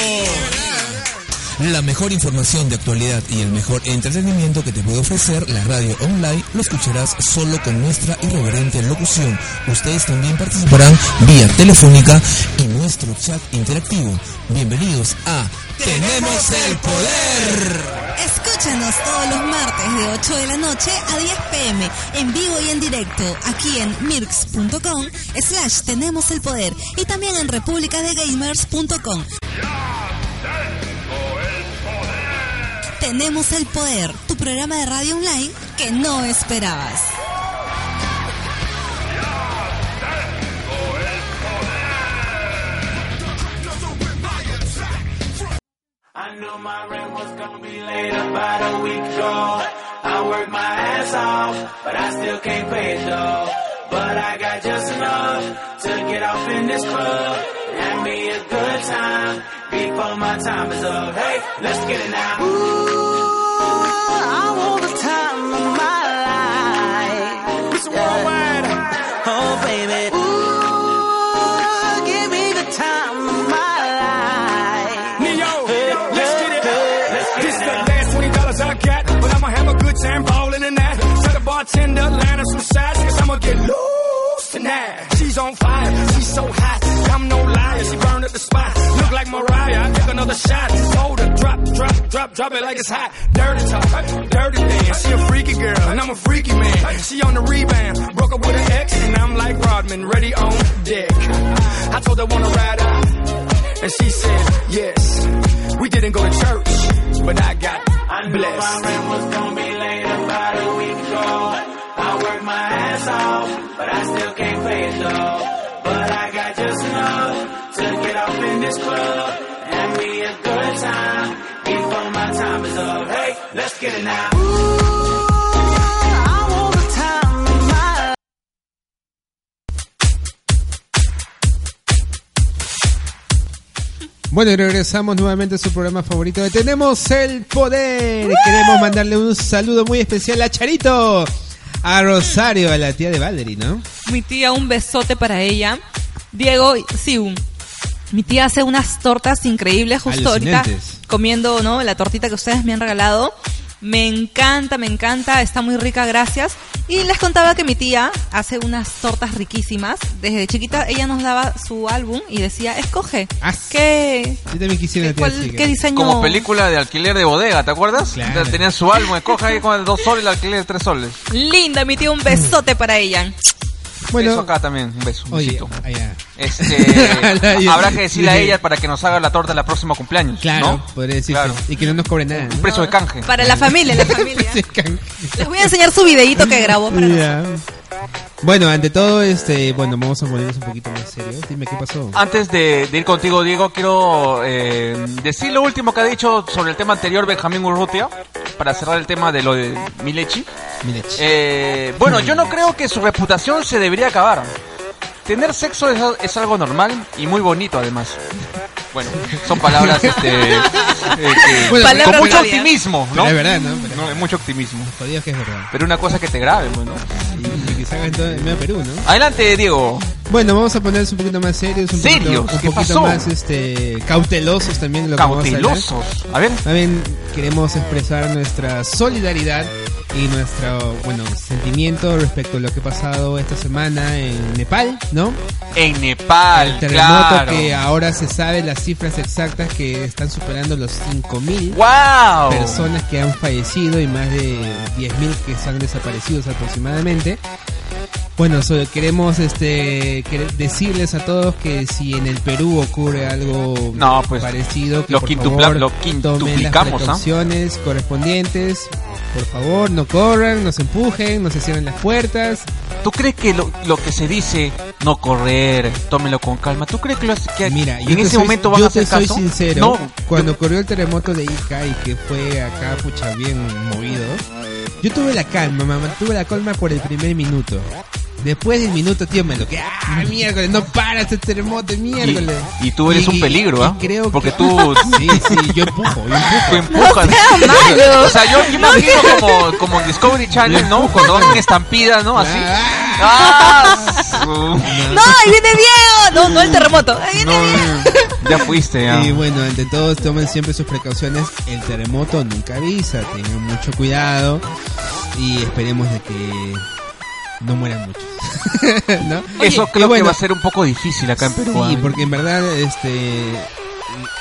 Speaker 7: La mejor información de actualidad y el mejor entretenimiento que te puede ofrecer la radio online lo escucharás solo con nuestra irreverente locución. Ustedes también participarán vía telefónica y nuestro chat interactivo. Bienvenidos a Tenemos el Poder.
Speaker 4: Escúchanos todos los martes de 8 de la noche a 10 pm, en vivo y en directo, aquí en mirx.com slash tenemos el poder y también en republicadegamers.com. Tenemos el poder, tu programa de radio online que no esperabas.
Speaker 2: I knew my rent was gonna be late about a week ago. I worked my ass off, but I still can't pay it though. But I got just enough to get off in this club. Have me a good time before my time is up. Hey, let's get it now.
Speaker 3: I want the time of my life. It's worldwide. Oh, baby. Ooh, give me the time of my life.
Speaker 8: Neo, let's get it. This the last twenty dollars I got, but I'ma have a good time ballin' in that. Set a bartender, line up some shots, cause I'ma get loose tonight. She's on fire, she's so hot. I'm no liar, she burned up the spot. Look like Mariah, I took another shot. Hold her, drop, drop, drop, drop it like it's hot. Dirty talk, dirty dance. She a freaky girl, and I'm a freaky man. She on the rebound, broke up with an ex, and I'm like Rodman, ready on deck. I told her wanna ride out. And she said, yes, we didn't go to church, but I got
Speaker 2: I knew my
Speaker 8: blessed.
Speaker 2: rent was gonna be late about a week ago. I worked my ass off, but I still can't pay it though. But I got just enough to get off in this club. Have me a good time before my time is up. Hey, let's get it now.
Speaker 3: I want the time of my life.
Speaker 5: Bueno, y regresamos nuevamente a su programa favorito de Tenemos el Poder. Queremos mandarle un saludo muy especial a Charito, a Rosario, a la tía de Valerie, ¿no?
Speaker 4: Mi tía, un besote para ella. Diego, sí, un- mi tía hace unas tortas increíbles justo ahorita
Speaker 5: Alucinantes.
Speaker 4: comiendo, ¿no? La tortita que ustedes me han regalado. Me encanta, me encanta, está muy rica, gracias. Y les contaba que mi tía hace unas tortas riquísimas. Desde chiquita ella nos daba su álbum y decía, escoge,
Speaker 5: Ah,
Speaker 4: ¿qué,
Speaker 5: Yo también quisiera
Speaker 4: qué,
Speaker 5: la tía
Speaker 4: cuál-
Speaker 5: chica.
Speaker 4: qué diseño?
Speaker 6: Como película de alquiler de bodega, ¿te acuerdas?
Speaker 5: Claro.
Speaker 6: Tenían su álbum, escoja ahí con el dos soles, el alquiler de tres soles.
Speaker 4: Linda, mi tía, un besote para ella.
Speaker 5: Bueno,
Speaker 6: Eso acá también, un beso, un
Speaker 5: oye, ah,
Speaker 6: besito.
Speaker 5: allá.
Speaker 6: Este,
Speaker 5: Yo-
Speaker 6: habrá que decirle a
Speaker 5: dije,
Speaker 6: ella para que nos haga la torta la próxima cumpleaños.
Speaker 5: Claro,
Speaker 6: ¿no?
Speaker 5: podría decirse.
Speaker 6: Claro.
Speaker 5: Y que no nos cobre nada.
Speaker 6: Un precio de canje.
Speaker 4: Para la familia, la familia.
Speaker 5: Se can-
Speaker 4: Les voy a enseñar su videíto que grabó para nosotros.
Speaker 5: Ya. Bueno, ante todo, este, bueno, vamos a ponernos un poquito más serios. Dime qué pasó.
Speaker 6: Antes de, de ir contigo, Diego, quiero eh, decir lo último que ha dicho sobre el tema anterior Benjamín Urrutia, para cerrar el tema de lo de Milechi.
Speaker 5: Mira, ch-
Speaker 6: Eh, bueno, yo no creo que su reputación se debería acabar. Tener sexo es, es algo normal y muy bonito además. Bueno, son palabras este, eh, que-
Speaker 5: Bueno,
Speaker 6: con
Speaker 4: Palabras
Speaker 6: mucho
Speaker 4: sabias.
Speaker 6: optimismo,
Speaker 5: Pero
Speaker 6: ¿no?
Speaker 5: es verdad, ¿no? Pero,
Speaker 6: No, hay mucho optimismo.
Speaker 5: jodido es que es verdad.
Speaker 6: Pero una cosa que te grabe, bueno.
Speaker 5: Y, y que salga en todo el medio Perú, ¿no?
Speaker 6: Adelante, Diego.
Speaker 5: Bueno, vamos a ponernos un poquito más serios, un
Speaker 6: ¿Serios?
Speaker 5: poquito, un
Speaker 6: ¿Qué
Speaker 5: poquito
Speaker 6: pasó?
Speaker 5: más este, cautelosos también. de Lo que vamos a hablar.
Speaker 6: Cautelosos. A ver.
Speaker 5: También queremos expresar nuestra solidaridad y nuestro, bueno, sentimiento respecto a lo que ha pasado esta semana en Nepal, ¿no?
Speaker 6: En Nepal,
Speaker 5: El terremoto
Speaker 6: claro.
Speaker 5: que ahora se sabe las cifras exactas que están superando los 5000
Speaker 6: ¡Wow!
Speaker 5: personas que han fallecido y más de 10.000 que están desaparecidos aproximadamente. Bueno, solo queremos este quere- decirles a todos que si en el Perú ocurre algo
Speaker 6: No, pues,
Speaker 5: parecido, que
Speaker 6: lo
Speaker 5: por
Speaker 6: quintupla-
Speaker 5: favor,
Speaker 6: lo
Speaker 5: tomen las
Speaker 6: quintuplicamos, ¿ah?
Speaker 5: precauciones correspondientes. Por favor, no corran, no se empujen, no se cierren las puertas.
Speaker 6: ¿Tú crees que lo, lo que se dice, no correr, tómelo con calma, ¿tú crees que, lo- que
Speaker 5: Mira, yo
Speaker 6: en
Speaker 5: te
Speaker 6: ese
Speaker 5: soy-
Speaker 6: momento van
Speaker 5: yo
Speaker 6: a hacer
Speaker 5: te soy
Speaker 6: caso?
Speaker 5: sincero.
Speaker 6: no,
Speaker 5: cuando ocurrió el terremoto de Ica y que fue acá, pucha, bien movido, yo tuve la calma, mamá, tuve la calma por el primer minuto. Después del minuto, tío, me lo que, ah, miércoles, no para este terremoto, miércoles.
Speaker 6: y, y tú eres
Speaker 5: Y-
Speaker 6: un peligro,
Speaker 5: y
Speaker 6: ¿ah?
Speaker 5: creo
Speaker 6: Porque
Speaker 5: que-
Speaker 6: tú,
Speaker 5: Sí, sí, yo empujo, yo
Speaker 6: tú
Speaker 5: empujo.
Speaker 6: empujas. o sea, yo me imagino como, como en Discovery Channel, ¿no? Cuando hacen estampidas, ¿no? Así.
Speaker 5: Ah,
Speaker 6: ¡Ah! su-
Speaker 4: ¡No! ¡Ahí viene Diego! No, no el terremoto. ¡Ahí viene Diego!
Speaker 6: No, ya fuiste, ya.
Speaker 5: Y bueno, ante todo tomen siempre sus precauciones. El terremoto nunca avisa, tengan mucho cuidado y esperemos de que no mueran muchos. ¿No?
Speaker 6: Eso
Speaker 5: Oye,
Speaker 6: creo
Speaker 5: y bueno,
Speaker 6: que va a ser un poco difícil acá en Perú.
Speaker 5: Sí,
Speaker 6: ¿ah?
Speaker 5: porque en verdad, este,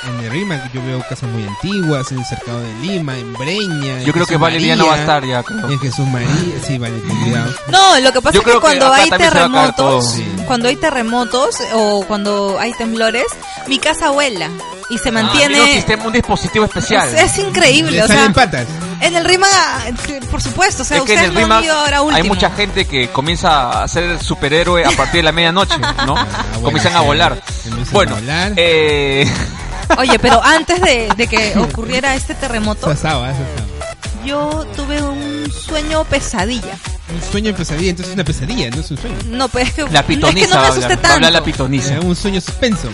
Speaker 5: en el RIMAC yo veo casas muy antiguas, en el cercado de Lima, en Breña. en
Speaker 6: Yo creo que
Speaker 5: Jesús
Speaker 6: Valeria no va a
Speaker 5: María,
Speaker 6: estar ya, creo.
Speaker 5: En Jesús María, sí, vale, ten cuidado.
Speaker 4: No, lo que pasa
Speaker 6: Yo
Speaker 4: es que
Speaker 6: creo que
Speaker 4: cuando
Speaker 6: acá
Speaker 4: hay
Speaker 6: también se va a caer
Speaker 4: terremotos,
Speaker 6: todo.
Speaker 5: Sí.
Speaker 4: cuando hay terremotos o cuando hay temblores, mi casa vuela y se
Speaker 6: Ah, tiene un,
Speaker 4: mantiene.
Speaker 6: sistema, un dispositivo especial.
Speaker 4: es, es increíble,
Speaker 5: Le
Speaker 4: o sea,
Speaker 5: salen patas.
Speaker 4: en el Rima, eh, por supuesto, o sea,
Speaker 6: Es que en
Speaker 4: ustedes
Speaker 6: el
Speaker 4: no han
Speaker 6: RIMAX
Speaker 4: ido ahora último.
Speaker 6: hay mucha gente que comienza a ser superhéroe a partir de la medianoche, ¿no?
Speaker 5: Ah, bueno,
Speaker 6: Comienzan a
Speaker 5: sí,
Speaker 6: volar.
Speaker 5: comienzan
Speaker 6: Bueno,
Speaker 5: a volar.
Speaker 6: eh,
Speaker 4: Oye, pero antes de, de que ocurriera este
Speaker 5: Eso
Speaker 4: terremoto,
Speaker 5: asaba, eso asaba.
Speaker 4: yo tuve un sueño pesadilla.
Speaker 5: Un sueño en pesadilla, entonces es una pesadilla, no es un sueño.
Speaker 4: No, pues es que,
Speaker 6: la
Speaker 4: es que
Speaker 6: pitoniza
Speaker 4: no
Speaker 6: va
Speaker 4: me
Speaker 6: a hablar,
Speaker 4: asusté
Speaker 6: va a hablar la
Speaker 4: tanto.
Speaker 6: pitoniza.
Speaker 5: Eh, un sueño suspenso.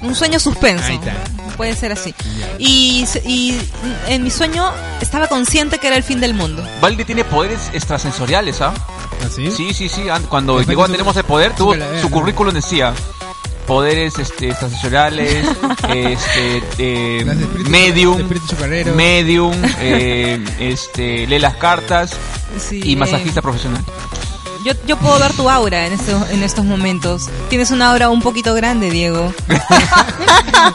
Speaker 4: Un sueño suspenso.
Speaker 5: Ahí está.
Speaker 4: Puede ser así. Y, se- y en mi sueño estaba consciente que era el fin del mundo.
Speaker 6: Valdi tiene poderes extrasensoriales, ¿ah?
Speaker 5: ¿Así?
Speaker 6: Sí, sí, sí. an- Cuando
Speaker 5: Después
Speaker 6: llegó a
Speaker 5: que su-
Speaker 6: Tenemos el Poder,
Speaker 5: su
Speaker 6: tuvo,
Speaker 5: calavera,
Speaker 6: su
Speaker 5: ¿no?
Speaker 6: currículum decía poderes este, extrasensoriales, este, eh,
Speaker 5: Las de espíritu-
Speaker 6: medium,
Speaker 5: de espíritu chocarrero.
Speaker 6: medium, eh, este, lee las cartas
Speaker 4: Sí,
Speaker 6: y
Speaker 4: eh,
Speaker 6: masajista profesional.
Speaker 4: Yo, yo puedo ver tu aura en, estos en estos momentos. Tienes una aura un poquito grande, Diego.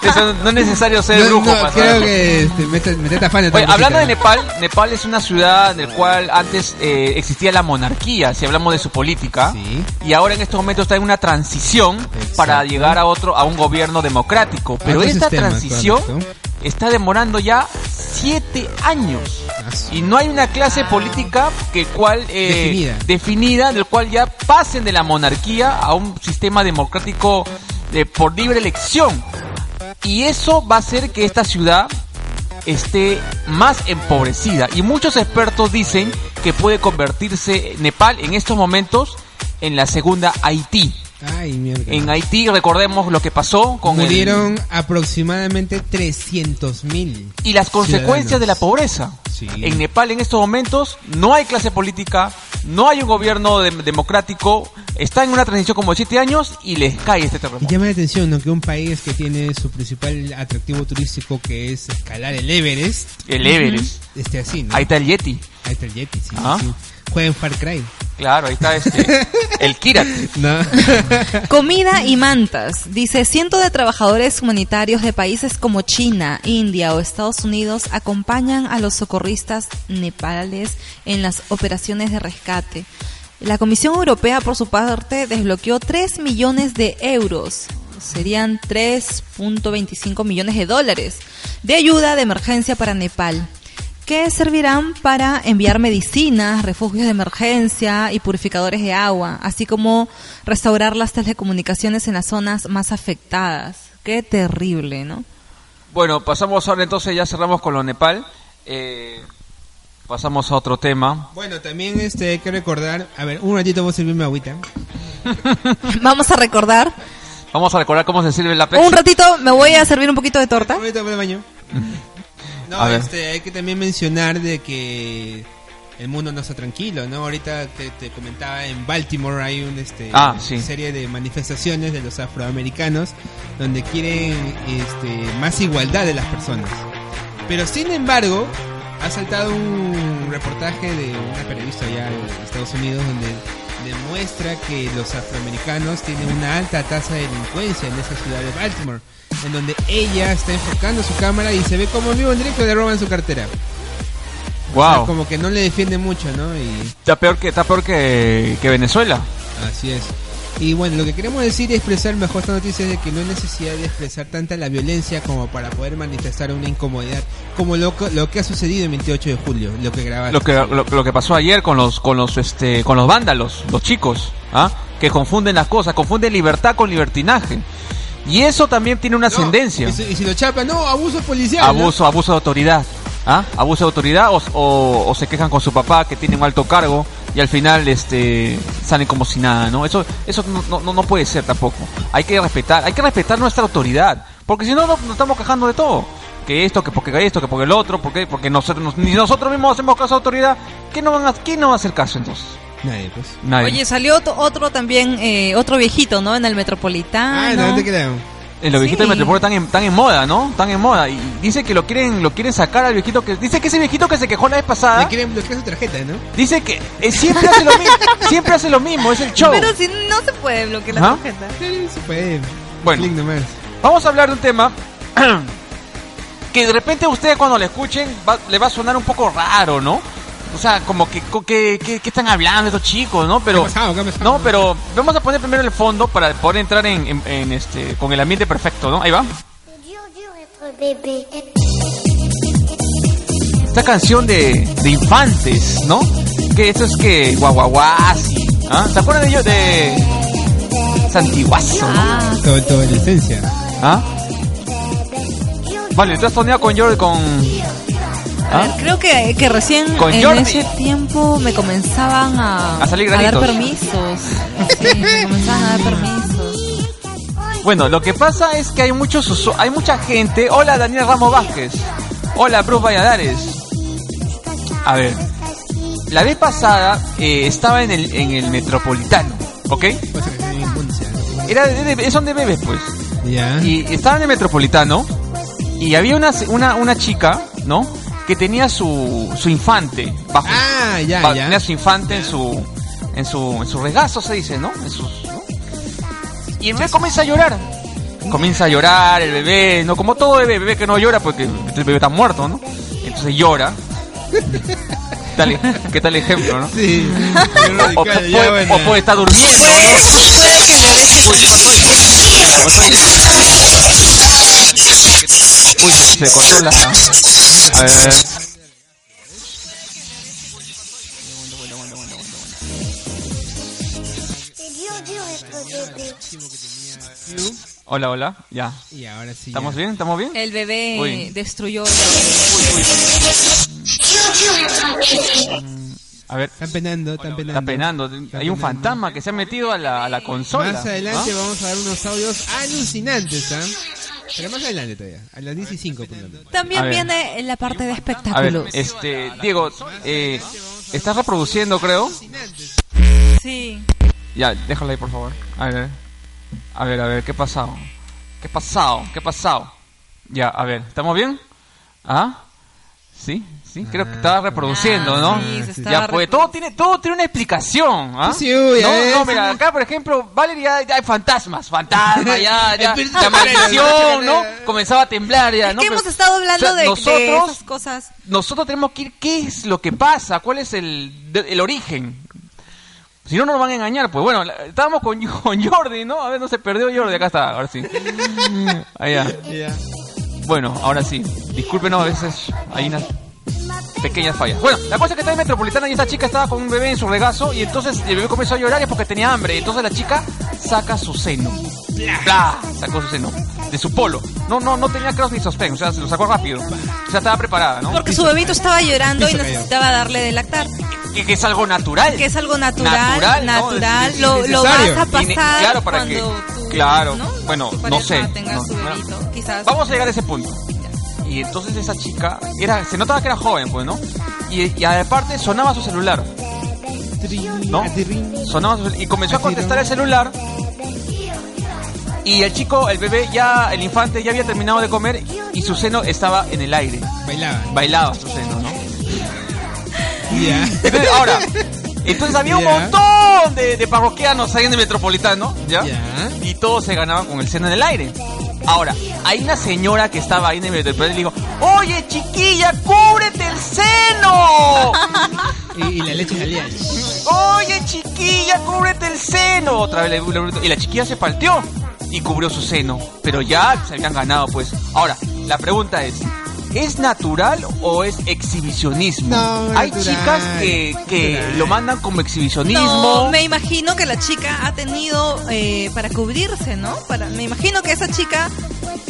Speaker 6: Eso no es necesario ser
Speaker 5: No,
Speaker 6: brujo
Speaker 5: no,
Speaker 6: para
Speaker 5: creo
Speaker 6: saber.
Speaker 5: que este, mete, mete a fan de
Speaker 6: Oye,
Speaker 5: tanta
Speaker 6: hablando de
Speaker 5: cosita.
Speaker 6: Nepal, Nepal es una ciudad en la cual antes eh, existía la monarquía, si hablamos de su política,
Speaker 5: Sí.
Speaker 6: y ahora en estos momentos está en una transición para
Speaker 5: Exacto.
Speaker 6: llegar a otro, a un gobierno democrático. Pero
Speaker 5: otro
Speaker 6: esta
Speaker 5: sistema,
Speaker 6: transición
Speaker 5: correcto.
Speaker 6: está demorando ya siete años.
Speaker 5: Ah, su-
Speaker 6: Y no hay una clase política que cual eh,
Speaker 5: Definida.
Speaker 6: definida, del cual ya pasen de la monarquía a un sistema democrático eh, por libre elección. Y eso va a hacer que esta ciudad esté más empobrecida. Y muchos expertos dicen que puede convertirse Nepal en estos momentos en la segunda Haití.
Speaker 5: Ay, mierda.
Speaker 6: En Haití recordemos lo que pasó con el-
Speaker 5: Murieron aproximadamente 300 mil.
Speaker 6: y las consecuencias
Speaker 5: Ciudadanos.
Speaker 6: de la pobreza.
Speaker 5: Sí.
Speaker 6: En Nepal en estos momentos no hay clase política, no hay un gobierno de- democrático, está en una transición como de siete años y les cae este
Speaker 5: Y
Speaker 6: terremoto.
Speaker 5: llama la atención ¿no? que un país que tiene su principal atractivo turístico que es escalar el Everest,
Speaker 6: El Everest.
Speaker 5: esté así, ¿no?
Speaker 6: Ahí está el Yeti.
Speaker 5: Ahí está el Yeti, sí,
Speaker 6: Ah.
Speaker 5: sí. Juega en Far Cry.
Speaker 6: Claro, ahí está este, el Kirat.
Speaker 5: No.
Speaker 4: Comida y mantas. Dice, cientos de trabajadores humanitarios de países como China, India o Estados Unidos acompañan a los socorristas nepales en las operaciones de rescate. La Comisión Europea, por su parte, desbloqueó 3 millones de euros. Serían 3.25 millones de dólares de ayuda de emergencia para Nepal que servirán para enviar medicinas, refugios de emergencia y purificadores de agua, así como restaurar las telecomunicaciones en las zonas más afectadas. Qué terrible, ¿no?
Speaker 6: Bueno, pasamos ahora entonces, ya cerramos con lo Nepal. Eh, pasamos a otro tema.
Speaker 5: bueno, también este, hay que recordar. A ver, un ratito voy a servirme agüita.
Speaker 4: Vamos a recordar
Speaker 6: Vamos a recordar cómo se sirve la Pepsi.
Speaker 4: Un ratito me voy a servir un poquito de torta.
Speaker 5: Ahorita voy al baño. No,
Speaker 6: A ver.
Speaker 5: este, hay que también mencionar de que el mundo no está tranquilo, ¿no? Ahorita te, te comentaba en Baltimore hay una este,
Speaker 6: Ah, sí.
Speaker 5: serie de manifestaciones de los afroamericanos donde quieren este, más igualdad de las personas. Pero sin embargo, ha saltado un reportaje de una periodista allá de Estados Unidos donde demuestra que los afroamericanos tienen una alta tasa de delincuencia en esa ciudad de Baltimore, en donde ella está enfocando su cámara y se ve como en vivo en directo le roban su cartera. O sea,
Speaker 6: Wow.
Speaker 5: como que no le defiende mucho, ¿no? Y
Speaker 6: Está peor que, está peor que, que Venezuela.
Speaker 5: así es. Y bueno, lo que queremos decir y expresar mejor esta noticia es de que no hay necesidad de expresar tanta la violencia como para poder manifestar una incomodidad, como lo, que- lo que ha sucedido el 28 de julio, lo que grabaste.
Speaker 6: Lo que, lo, lo que pasó ayer con los, con los, este, con los vándalos, los chicos, ¿ah? que confunden las cosas, confunden libertad con libertinaje. Y eso también tiene una
Speaker 5: No,
Speaker 6: ascendencia.
Speaker 5: Y si, y si lo chapa, no, abuso policial. ¿no?
Speaker 6: abuso, abuso de autoridad. ¿Ah? Abuso de autoridad o, o- o se quejan con su papá que tiene un alto cargo y al final este salen como si nada, ¿no? Eso, eso no, no, no puede ser tampoco. Hay que respetar, hay que respetar nuestra autoridad, porque si no no- nos, estamos quejando de todo. Que esto, que porque esto, que porque el otro, porque, porque nosotros nos- ni nosotros mismos hacemos caso a la autoridad, ¿quién no, van a, ¿quién no va a hacer caso entonces?
Speaker 5: Nadie, pues.
Speaker 6: Nadie.
Speaker 4: Oye, salió otro, otro también, eh, otro viejito, ¿no? En el Metropolitano.
Speaker 5: Ah, no, te creo.
Speaker 6: En Eh, los
Speaker 4: Sí.
Speaker 6: viejitos de Metropol están en, están en moda, ¿no? Están en moda. Y dice que lo quieren, lo quieren sacar al viejito que. Dice que ese viejito que se quejó la vez pasada.
Speaker 5: Le quieren bloquear su tarjeta, ¿no?
Speaker 6: Dice que eh, siempre hace lo mismo, siempre hace lo mismo, es el show.
Speaker 4: Pero si no se puede bloquear la
Speaker 6: Ajá.
Speaker 4: tarjeta.
Speaker 5: Sí, se puede.
Speaker 6: Bueno.
Speaker 5: Click nomás.
Speaker 6: Vamos a hablar de un tema que de repente ustedes cuando lo escuchen va- le va a sonar un poco raro, ¿no? O sea, como que, co- que, que- que están hablando estos chicos, ¿no? Pero
Speaker 5: ¿Qué ha pasado? ¿Qué ha pasado?
Speaker 6: no, pero vamos a poner primero el fondo para poder entrar en, en- en este con el ambiente perfecto, ¿no? Ahí va.
Speaker 9: Dur, dur être bébé.
Speaker 6: Esta canción de, de infantes, ¿no? Que eso es que guaguaguasi, ¿ah? ¿Se acuerdan de ellos de Santiguazo, no?
Speaker 4: Ah,
Speaker 5: Todo, todo en esencia.
Speaker 6: ¿Ah? Vale, tú has torneado con Jordi con.
Speaker 4: a ver,
Speaker 6: ¿Ah?
Speaker 4: creo que, que recién
Speaker 6: Con
Speaker 4: en
Speaker 6: Jordi.
Speaker 4: ese tiempo me comenzaban a,
Speaker 6: A salir
Speaker 4: dar
Speaker 6: granitos.
Speaker 4: permisos. Sí, me comenzaban a dar permisos.
Speaker 6: Bueno, lo que pasa es que hay muchos usu- hay mucha gente. Hola Daniel Ramos Vázquez. Hola Bruce Valladares. A ver. La vez pasada eh, estaba en el, en el metropolitano, ¿ok?
Speaker 5: Pasa que tiene impuncia.
Speaker 6: Era de- de- son de bebés, pues.
Speaker 5: Ya.
Speaker 6: Y estaba en el metropolitano. Y había una, se- una, una chica, ¿no? Que tenía su, su infante bajo,
Speaker 5: Ah, ya,
Speaker 6: Va-
Speaker 5: ya.
Speaker 6: tenía su infante en su en su en su regazo se dice no en sus ¿no? y el bebé comienza a llorar comienza a llorar el bebé no como todo bebé bebé que no llora porque el bebé está muerto no entonces llora Dale, qué tal ejemplo no
Speaker 5: Sí.
Speaker 6: o, puede, o puede estar durmiendo ¿no? uy se cortó la a ver, a ver.
Speaker 9: C'est dur, dur être bébé.
Speaker 6: hola hola ya
Speaker 5: Y ahora sí.
Speaker 6: estamos
Speaker 5: ya.
Speaker 6: bien estamos bien
Speaker 4: El bebé
Speaker 6: Uy.
Speaker 4: destruyó.
Speaker 6: a ver
Speaker 5: Están penando, están penando.
Speaker 6: Está penando. Hay un
Speaker 5: penando.
Speaker 6: fantasma que se ha metido a la, a la consola.
Speaker 5: Más adelante
Speaker 6: ¿Ah?
Speaker 5: vamos a dar unos audios alucinantes, ¿ah? Pero más adelante todavía. A las 15 por ejemplo.
Speaker 6: A
Speaker 4: También
Speaker 6: ver.
Speaker 4: viene la parte de
Speaker 6: A ver,
Speaker 4: espectáculos.
Speaker 6: este, Diego, eh, estás reproduciendo, creo.
Speaker 4: Sí.
Speaker 6: Ya, déjalo ahí, por favor. A ver, a ver, a ver, ¿qué ha pasado? ¿Qué ha pasado? ¿Qué ha pasado? Ya, a ver, ¿estamos bien? ¿Ah? Sí, sí, creo que estaba reproduciendo, ¿no?
Speaker 4: Ah, sí, se estaba
Speaker 6: ya, pues,
Speaker 4: reprodu-
Speaker 6: todo tiene, todo tiene una explicación, ¿ah?
Speaker 5: Sí, sí, uy, a
Speaker 7: eh.
Speaker 5: ver,
Speaker 6: no, no,
Speaker 5: sí.
Speaker 6: mira, acá, por ejemplo, Valeria, ya, ya hay fantasmas, fantasmas, ya, ya,
Speaker 5: Espíritu
Speaker 6: la
Speaker 5: de manera,
Speaker 6: maldición,
Speaker 5: de
Speaker 6: ¿no?
Speaker 5: manera.
Speaker 6: Comenzaba a temblar ya,
Speaker 4: Es
Speaker 6: ¿no?
Speaker 4: que
Speaker 6: Pero,
Speaker 4: hemos estado hablando
Speaker 6: o sea,
Speaker 4: de, de
Speaker 6: nosotros,
Speaker 4: esas cosas.
Speaker 6: nosotros tenemos que ir qué es lo que pasa, cuál es el, de- el origen. Si no, no nos van a engañar. Pues bueno, la- estábamos con, con Jordi, ¿no? A ver, no se perdió Jordi. Acá está, ahora sí. Allá.
Speaker 5: Ya.
Speaker 6: Bueno, ahora sí. Discúlpenos, a veces hay una...
Speaker 9: Ma
Speaker 6: pequeñas fallas. Bueno, la cosa es que está en Metropolitana y esta chica estaba con un bebé en su regazo y entonces el bebé comenzó a llorar y es porque tenía hambre. Entonces la chica saca su seno. ¡Bla! Sacó su seno. De su polo. No, no, no tenía cross ni sostén, o sea, se lo sacó rápido. O sea, estaba preparada, ¿no?
Speaker 4: Porque su bebito estaba llorando y
Speaker 5: Piso cayó.
Speaker 4: necesitaba darle de lactar.
Speaker 6: Que, que es algo natural.
Speaker 4: Que es algo natural,
Speaker 6: Natural,
Speaker 4: natural,
Speaker 6: ¿no? Es- es
Speaker 4: lo, lo vas
Speaker 5: necesario.
Speaker 4: a
Speaker 6: Y ne-
Speaker 4: pasar
Speaker 6: claro, para
Speaker 4: cuando
Speaker 6: que-
Speaker 4: tú,
Speaker 6: claro,
Speaker 4: ¿no?
Speaker 6: bueno,
Speaker 4: Tu
Speaker 6: no
Speaker 4: pareja
Speaker 6: sé,
Speaker 4: tenga
Speaker 6: no,
Speaker 4: su
Speaker 6: no.
Speaker 4: bebito, quizás.
Speaker 6: Vamos a llegar a ese punto. Y entonces esa chica, era, se notaba que era joven, pues, ¿no? Y, y aparte sonaba su celular, ¿no? Sonaba su cel- y comenzó a contestar el celular. Y el chico, el bebé ya, el infante ya había terminado de comer y su seno estaba en el aire.
Speaker 5: Bailaban.
Speaker 6: Bailaba su seno, ¿no?
Speaker 5: Ya.
Speaker 6: Entonces, ahora, entonces había un
Speaker 5: Ya.
Speaker 6: montón de, de parroquianos ahí en el metropolitano, ¿ya?
Speaker 5: Ya.
Speaker 6: Y todos se ganaban con el seno en el aire. Ahora, hay una señora que estaba ahí en el metropolitano y le dijo, oye chiquilla, cúbrete el seno.
Speaker 5: Y, y la leche salía.
Speaker 6: Oye chiquilla, cúbrete el seno. Otra vez le- le- le- y la chiquilla se partió y cubrió su seno. Pero ya se habían ganado, pues. Ahora, la pregunta es. ¿Es natural o es exhibicionismo?
Speaker 5: No,
Speaker 6: Hay
Speaker 5: natural,
Speaker 6: chicas que, que
Speaker 5: natural.
Speaker 6: lo mandan como exhibicionismo.
Speaker 4: No, me imagino que la chica ha tenido eh, para cubrirse, ¿no? Para, me imagino que esa chica,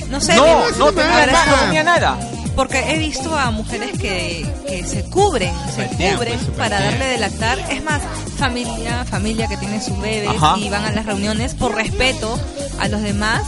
Speaker 4: no sé,
Speaker 6: No,
Speaker 4: me-
Speaker 6: no
Speaker 4: para-
Speaker 6: tenía nada, no tenía nada.
Speaker 4: porque he visto a mujeres que, que se cubren, se
Speaker 5: Paltean,
Speaker 4: cubren
Speaker 5: pues, se
Speaker 4: para
Speaker 5: paltean.
Speaker 4: darle de lactar. Es más, familia, familia que tiene sus bebés
Speaker 6: Ajá.
Speaker 4: y van a las reuniones por respeto a los demás.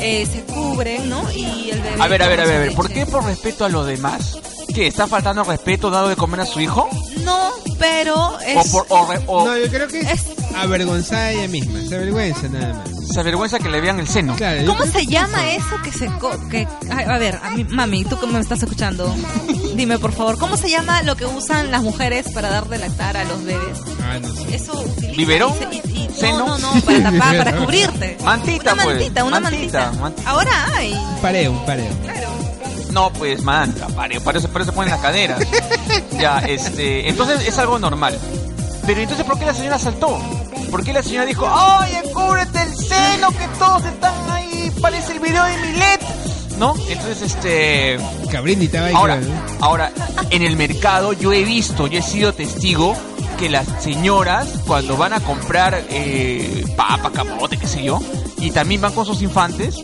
Speaker 4: eh, se cubren, ¿no? Y el bebé
Speaker 6: A ver, a ver, a ver, a ver, ¿por
Speaker 4: leche.
Speaker 6: qué por respeto a los demás? ¿Qué? ¿Está faltando respeto dado de comer a su hijo?
Speaker 4: No, pero
Speaker 6: ¿O,
Speaker 4: es
Speaker 6: por, o re- o
Speaker 5: No, yo creo que es
Speaker 4: Es-
Speaker 5: avergonzada ella misma. Se avergüenza nada más.
Speaker 6: se avergüenza que le vean el seno?
Speaker 5: Claro, yo
Speaker 4: ¿Cómo
Speaker 5: creo
Speaker 4: se llama eso que se co- que ay, a ver, a mi- mami, tú que me estás escuchando, dime por favor, ¿cómo se llama lo que usan las mujeres para dar de lactar a los bebés?
Speaker 5: que- Ah, no sé.
Speaker 4: Eso utilizan
Speaker 6: ¿Biberón?
Speaker 4: y se- y- y-
Speaker 6: ¿Seno?
Speaker 4: No, no, no, para tapar, para cubrirte.
Speaker 6: Mantita,
Speaker 4: una
Speaker 6: pues.
Speaker 4: mantita, una
Speaker 6: Mantita,
Speaker 4: mantita.
Speaker 6: mantita.
Speaker 4: Ahora hay.
Speaker 5: Un pareo, un pareo.
Speaker 6: No, pues, man, para, para eso, para eso ponen las caderas. ya, este, entonces es algo normal. Pero entonces, ¿por qué la señora saltó? ¿Por qué la señora dijo, ¡ay, cúbrete el seno que todos están ahí! Parece el video de Milet. ¿No? Entonces, este...
Speaker 5: Cabrini estaba ahí.
Speaker 6: Ahora,
Speaker 5: creo, ¿no?
Speaker 6: ahora, en el mercado yo he visto, yo he sido testigo que las señoras cuando van a comprar eh, papa, camote, qué sé yo, y también van con sus infantes,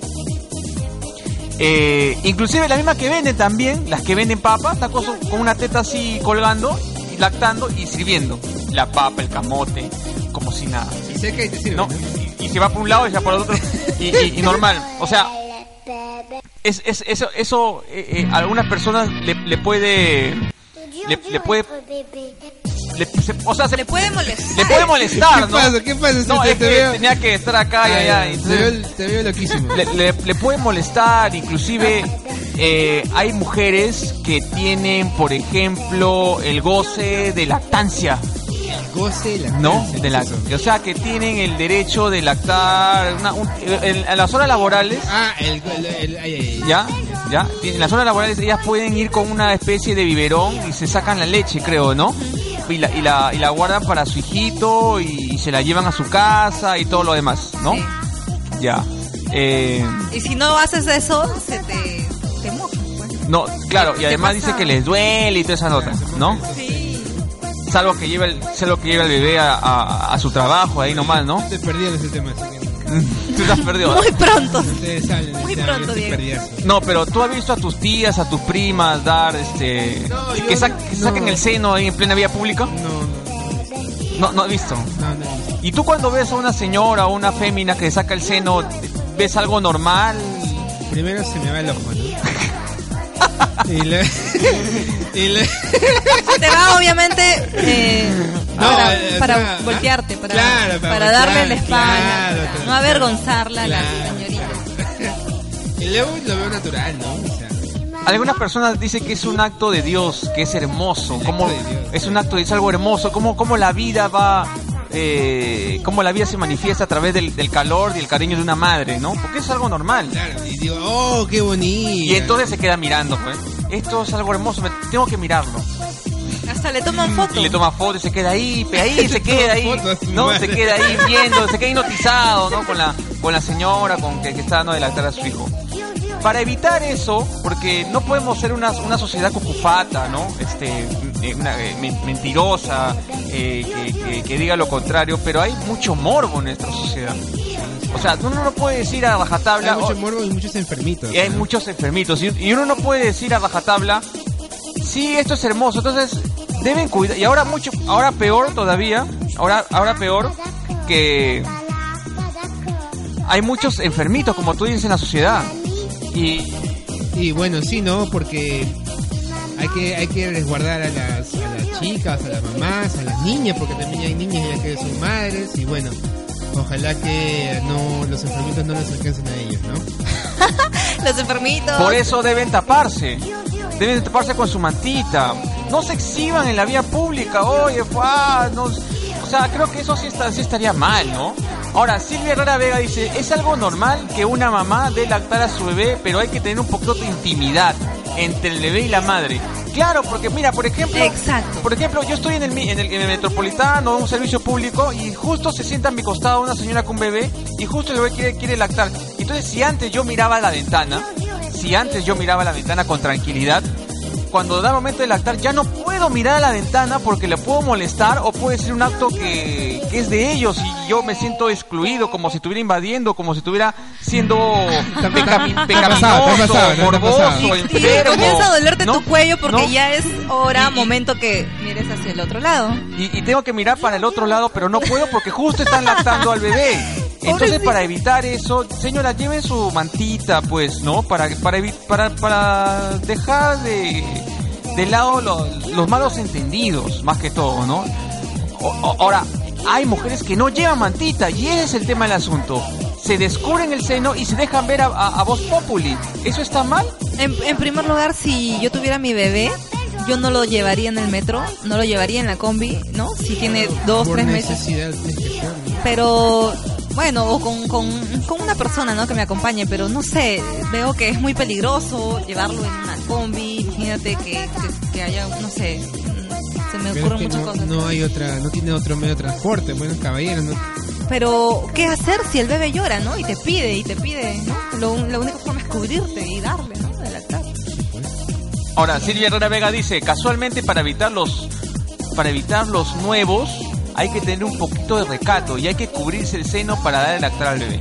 Speaker 6: eh, inclusive las mismas que venden también, las que venden papa, está con, su- con una teta así colgando, y lactando y sirviendo la papa, el camote, como si nada.
Speaker 5: Y sé que ahí te ¿eh? sirve,
Speaker 6: No,
Speaker 5: ¿no?
Speaker 6: y, y se va por un lado y se va por el otro. Y, y- y normal. O sea, es, es- eso, eso eh, eh, a algunas personas le, le puede. Le- le puede- le- se- o sea, se
Speaker 4: Le
Speaker 6: le,
Speaker 4: puede molestar.
Speaker 6: puede molestar,
Speaker 5: ¿Qué
Speaker 6: ¿no?
Speaker 5: pasa? ¿Qué pasa?
Speaker 6: No,
Speaker 5: Te-
Speaker 6: es
Speaker 5: te
Speaker 6: que
Speaker 5: veo-
Speaker 6: tenía que estar acá y
Speaker 5: Ah,
Speaker 6: allá.
Speaker 5: ya.
Speaker 6: entonces-
Speaker 5: te, veo, te veo loquísimo.
Speaker 6: le, le- le puede molestar, inclusive eh, hay mujeres que tienen, por ejemplo, el goce de lactancia,
Speaker 5: Goce la
Speaker 6: ¿no?
Speaker 5: clase,
Speaker 6: De la,
Speaker 5: ¿qué es eso?
Speaker 6: o sea, que tienen el derecho de lactar una- un- en- en las horas laborales
Speaker 5: Ah, el. el, el- ay, ay, ay.
Speaker 6: ¿Ya? ¿Ya? En las zonas laborales ellas pueden ir con una especie de biberón y se sacan la leche, creo, ¿no? Y la, y la, y la guardan para su hijito y se la llevan a su casa y todo lo demás, ¿no?
Speaker 4: Sí.
Speaker 6: Ya. Eh,
Speaker 4: Y si no haces eso, se te te moja, pues.
Speaker 6: no, claro, y
Speaker 4: ¿Qué
Speaker 6: además
Speaker 4: pasa?
Speaker 6: dice que les duele y todas esas notas, ¿no?
Speaker 4: Sí.
Speaker 6: Salvo que lleva el, salvo que lleva el bebé a, a- a su trabajo, ahí nomás, ¿no?
Speaker 5: Te perdí en ese tema, así que. no.
Speaker 6: Tú estás perdido.
Speaker 4: Muy pronto.
Speaker 5: Ustedes hablen.
Speaker 4: Muy
Speaker 5: ya,
Speaker 4: pronto,
Speaker 5: yo estoy
Speaker 4: Diego.
Speaker 5: perdidazo.
Speaker 6: No, pero tú has visto a tus tías, a tus primas dar este.
Speaker 5: No,
Speaker 6: que,
Speaker 5: yo
Speaker 6: sa-
Speaker 5: no-
Speaker 6: que saquen
Speaker 5: no.
Speaker 6: el seno ahí en plena vía pública.
Speaker 5: No, no,
Speaker 6: No, no he visto.
Speaker 5: no, no.
Speaker 6: ¿Y tú cuando ves a una señora o una fémina que saca el seno, ves algo normal?
Speaker 5: Primero se me va el ojo, ¿no? y le. y le.
Speaker 4: Se te va obviamente eh,
Speaker 5: No,
Speaker 4: para,
Speaker 5: eh, o
Speaker 4: para
Speaker 5: sea,
Speaker 4: voltearte, para,
Speaker 5: claro, para
Speaker 4: para, darle
Speaker 5: voltear,
Speaker 4: la espalda,
Speaker 5: claro,
Speaker 4: para
Speaker 5: claro.
Speaker 4: no avergonzarla a la
Speaker 5: Claro,
Speaker 4: señorita.
Speaker 5: Y luego lo veo natural, ¿no? O sea,
Speaker 6: Algunas personas dicen que es un acto de Dios, que es hermoso, como
Speaker 5: acto de Dios.
Speaker 6: es un acto, es algo hermoso, como, como la vida va, eh, como la vida se manifiesta a través del, del calor y el cariño de una madre, ¿no? Porque es algo normal.
Speaker 5: claro. Y digo, oh, qué bonito.
Speaker 6: Y entonces se queda mirando, pues. Esto es algo hermoso, me- tengo que mirarlo.
Speaker 4: Hasta le toman fotos.
Speaker 6: Y le toma fotos y se queda ahí, pe- ahí se queda ahí,
Speaker 5: Fotos,
Speaker 6: ¿no?
Speaker 5: madre.
Speaker 6: Se queda ahí viendo, se queda hipnotizado, ¿no? Con la, con la señora, con que, que está dando de lactar a su hijo. Para evitar eso, porque no podemos ser una, una sociedad cucufata, ¿no? Este, eh, una, eh, men- mentirosa, eh, que, que- que diga lo contrario, pero hay mucho morbo en nuestra sociedad. O sea, uno no puede decir a
Speaker 5: Hay
Speaker 6: rajatabla,
Speaker 5: muchos
Speaker 6: "Oh,
Speaker 5: morbos y muchos enfermitos.
Speaker 6: y hay
Speaker 5: ¿no?
Speaker 6: muchos enfermitos. Y, y uno no puede decir a rajatabla, sí, esto es hermoso. Entonces, deben cuidar. Y ahora mucho, ahora peor todavía, ahora, ahora peor que hay muchos enfermitos, como tú dices, en la sociedad. Y
Speaker 5: Y bueno, sí, ¿no? Porque hay que, hay que resguardar a las, a las chicas, a las mamás, a las niñas, porque también hay niñas ya que son madres. Y bueno, ojalá que no los enfermitos no les alcancen a ellos, ¿no?
Speaker 4: Los enfermitos.
Speaker 6: por eso deben taparse. Deben taparse con su mantita. No se exhiban en la vía pública. Oye, fue, ah, no- O sea, creo que eso sí, está- sí estaría mal, ¿no? Ahora, Silvia Herrera Vega dice, es algo normal que una mamá dé lactar a su bebé, pero hay que tener un poquito de intimidad entre el bebé y la madre. Claro, porque mira, por ejemplo,
Speaker 4: Exacto.
Speaker 6: por ejemplo, yo estoy en el, mi- en el, en el metropolitano, un servicio público, y justo se sienta a mi costado una señora con bebé, y justo el bebé quiere, quiere lactar. Entonces, si antes yo miraba la ventana, si antes yo miraba la ventana con tranquilidad, cuando da momento de lactar ya no puedo mirar a la ventana porque le puedo molestar o puede ser un acto que, que es de ellos y yo me siento excluido, como si estuviera invadiendo, como si estuviera siendo
Speaker 5: Está-
Speaker 6: peca-
Speaker 5: está- está pasado, está
Speaker 6: pecaminoso,
Speaker 5: pasado, está
Speaker 6: morboso,
Speaker 5: pasado.
Speaker 4: Ah, Sí,
Speaker 6: enfermo.
Speaker 4: comienza a dolerte
Speaker 6: ¿no?
Speaker 4: tu cuello porque
Speaker 6: ¿no?
Speaker 4: ya es hora,
Speaker 6: Y- y-
Speaker 4: momento que mires hacia el otro lado.
Speaker 6: y, y tengo que mirar para el otro lado, pero no puedo porque justo están lactando al bebé. Entonces,
Speaker 4: Pobrecito.
Speaker 6: para evitar eso, señora, lleven su mantita, pues, ¿no? Para, para, evi- para, para dejar de, de lado los, los malos entendidos, más que todo, ¿no? O- o- ahora, hay mujeres que no llevan mantita y ese es el tema del asunto. Se descubren el seno y se dejan ver a, a, a voz populi. ¿Eso está mal?
Speaker 4: En, en primer lugar, si yo tuviera mi bebé, yo no lo llevaría en el metro, no lo llevaría en la combi, ¿no? Si tiene dos,
Speaker 5: Por
Speaker 4: tres meses.
Speaker 5: necesidad tienes que ser, ¿no?
Speaker 4: pero bueno, o con, con, con una persona ¿no? que me acompañe, pero no sé, veo que es muy peligroso llevarlo en una combi, imagínate que, que, que haya, no sé, mm, se me
Speaker 5: Pero es
Speaker 4: ocurren
Speaker 5: que
Speaker 4: muchas
Speaker 5: no,
Speaker 4: cosas.
Speaker 5: no hay otra, no tiene otro medio de transporte, bueno, caballero, ¿no?
Speaker 4: Pero, ¿qué hacer si el bebé llora, no? Y te pide, y te pide, ¿no? Lo, un- la única forma es cubrirte y darle, ¿no? De lactar.
Speaker 6: Ahora, Silvia Herrera Vega dice, casualmente para evitar los para evitar los nuevos hay que tener un poquito de recato y hay que cubrirse el seno para dar el lactar al bebé.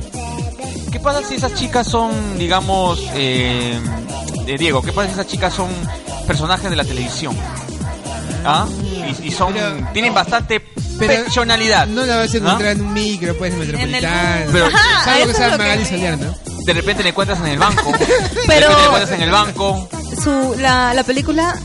Speaker 6: ¿Qué pasa si esas chicas son, digamos, eh, de Diego? ¿Qué pasa si esas chicas son personajes de la televisión? ¿Ah? Y, y son
Speaker 5: Pero-
Speaker 6: tienen bastante personalidad.
Speaker 5: No la vas a
Speaker 6: ¿Ah?
Speaker 5: encontrar en un micro, puedes en metropolitana.
Speaker 6: Pero-
Speaker 4: Ajá,
Speaker 5: Salvo
Speaker 4: eso
Speaker 5: que
Speaker 4: es
Speaker 5: sea
Speaker 4: lo que-
Speaker 5: Magali Soler, ¿no?
Speaker 6: De repente la encuentras en el banco. De
Speaker 4: Pero-
Speaker 6: repente la encuentras en el banco.
Speaker 4: Su, la, la película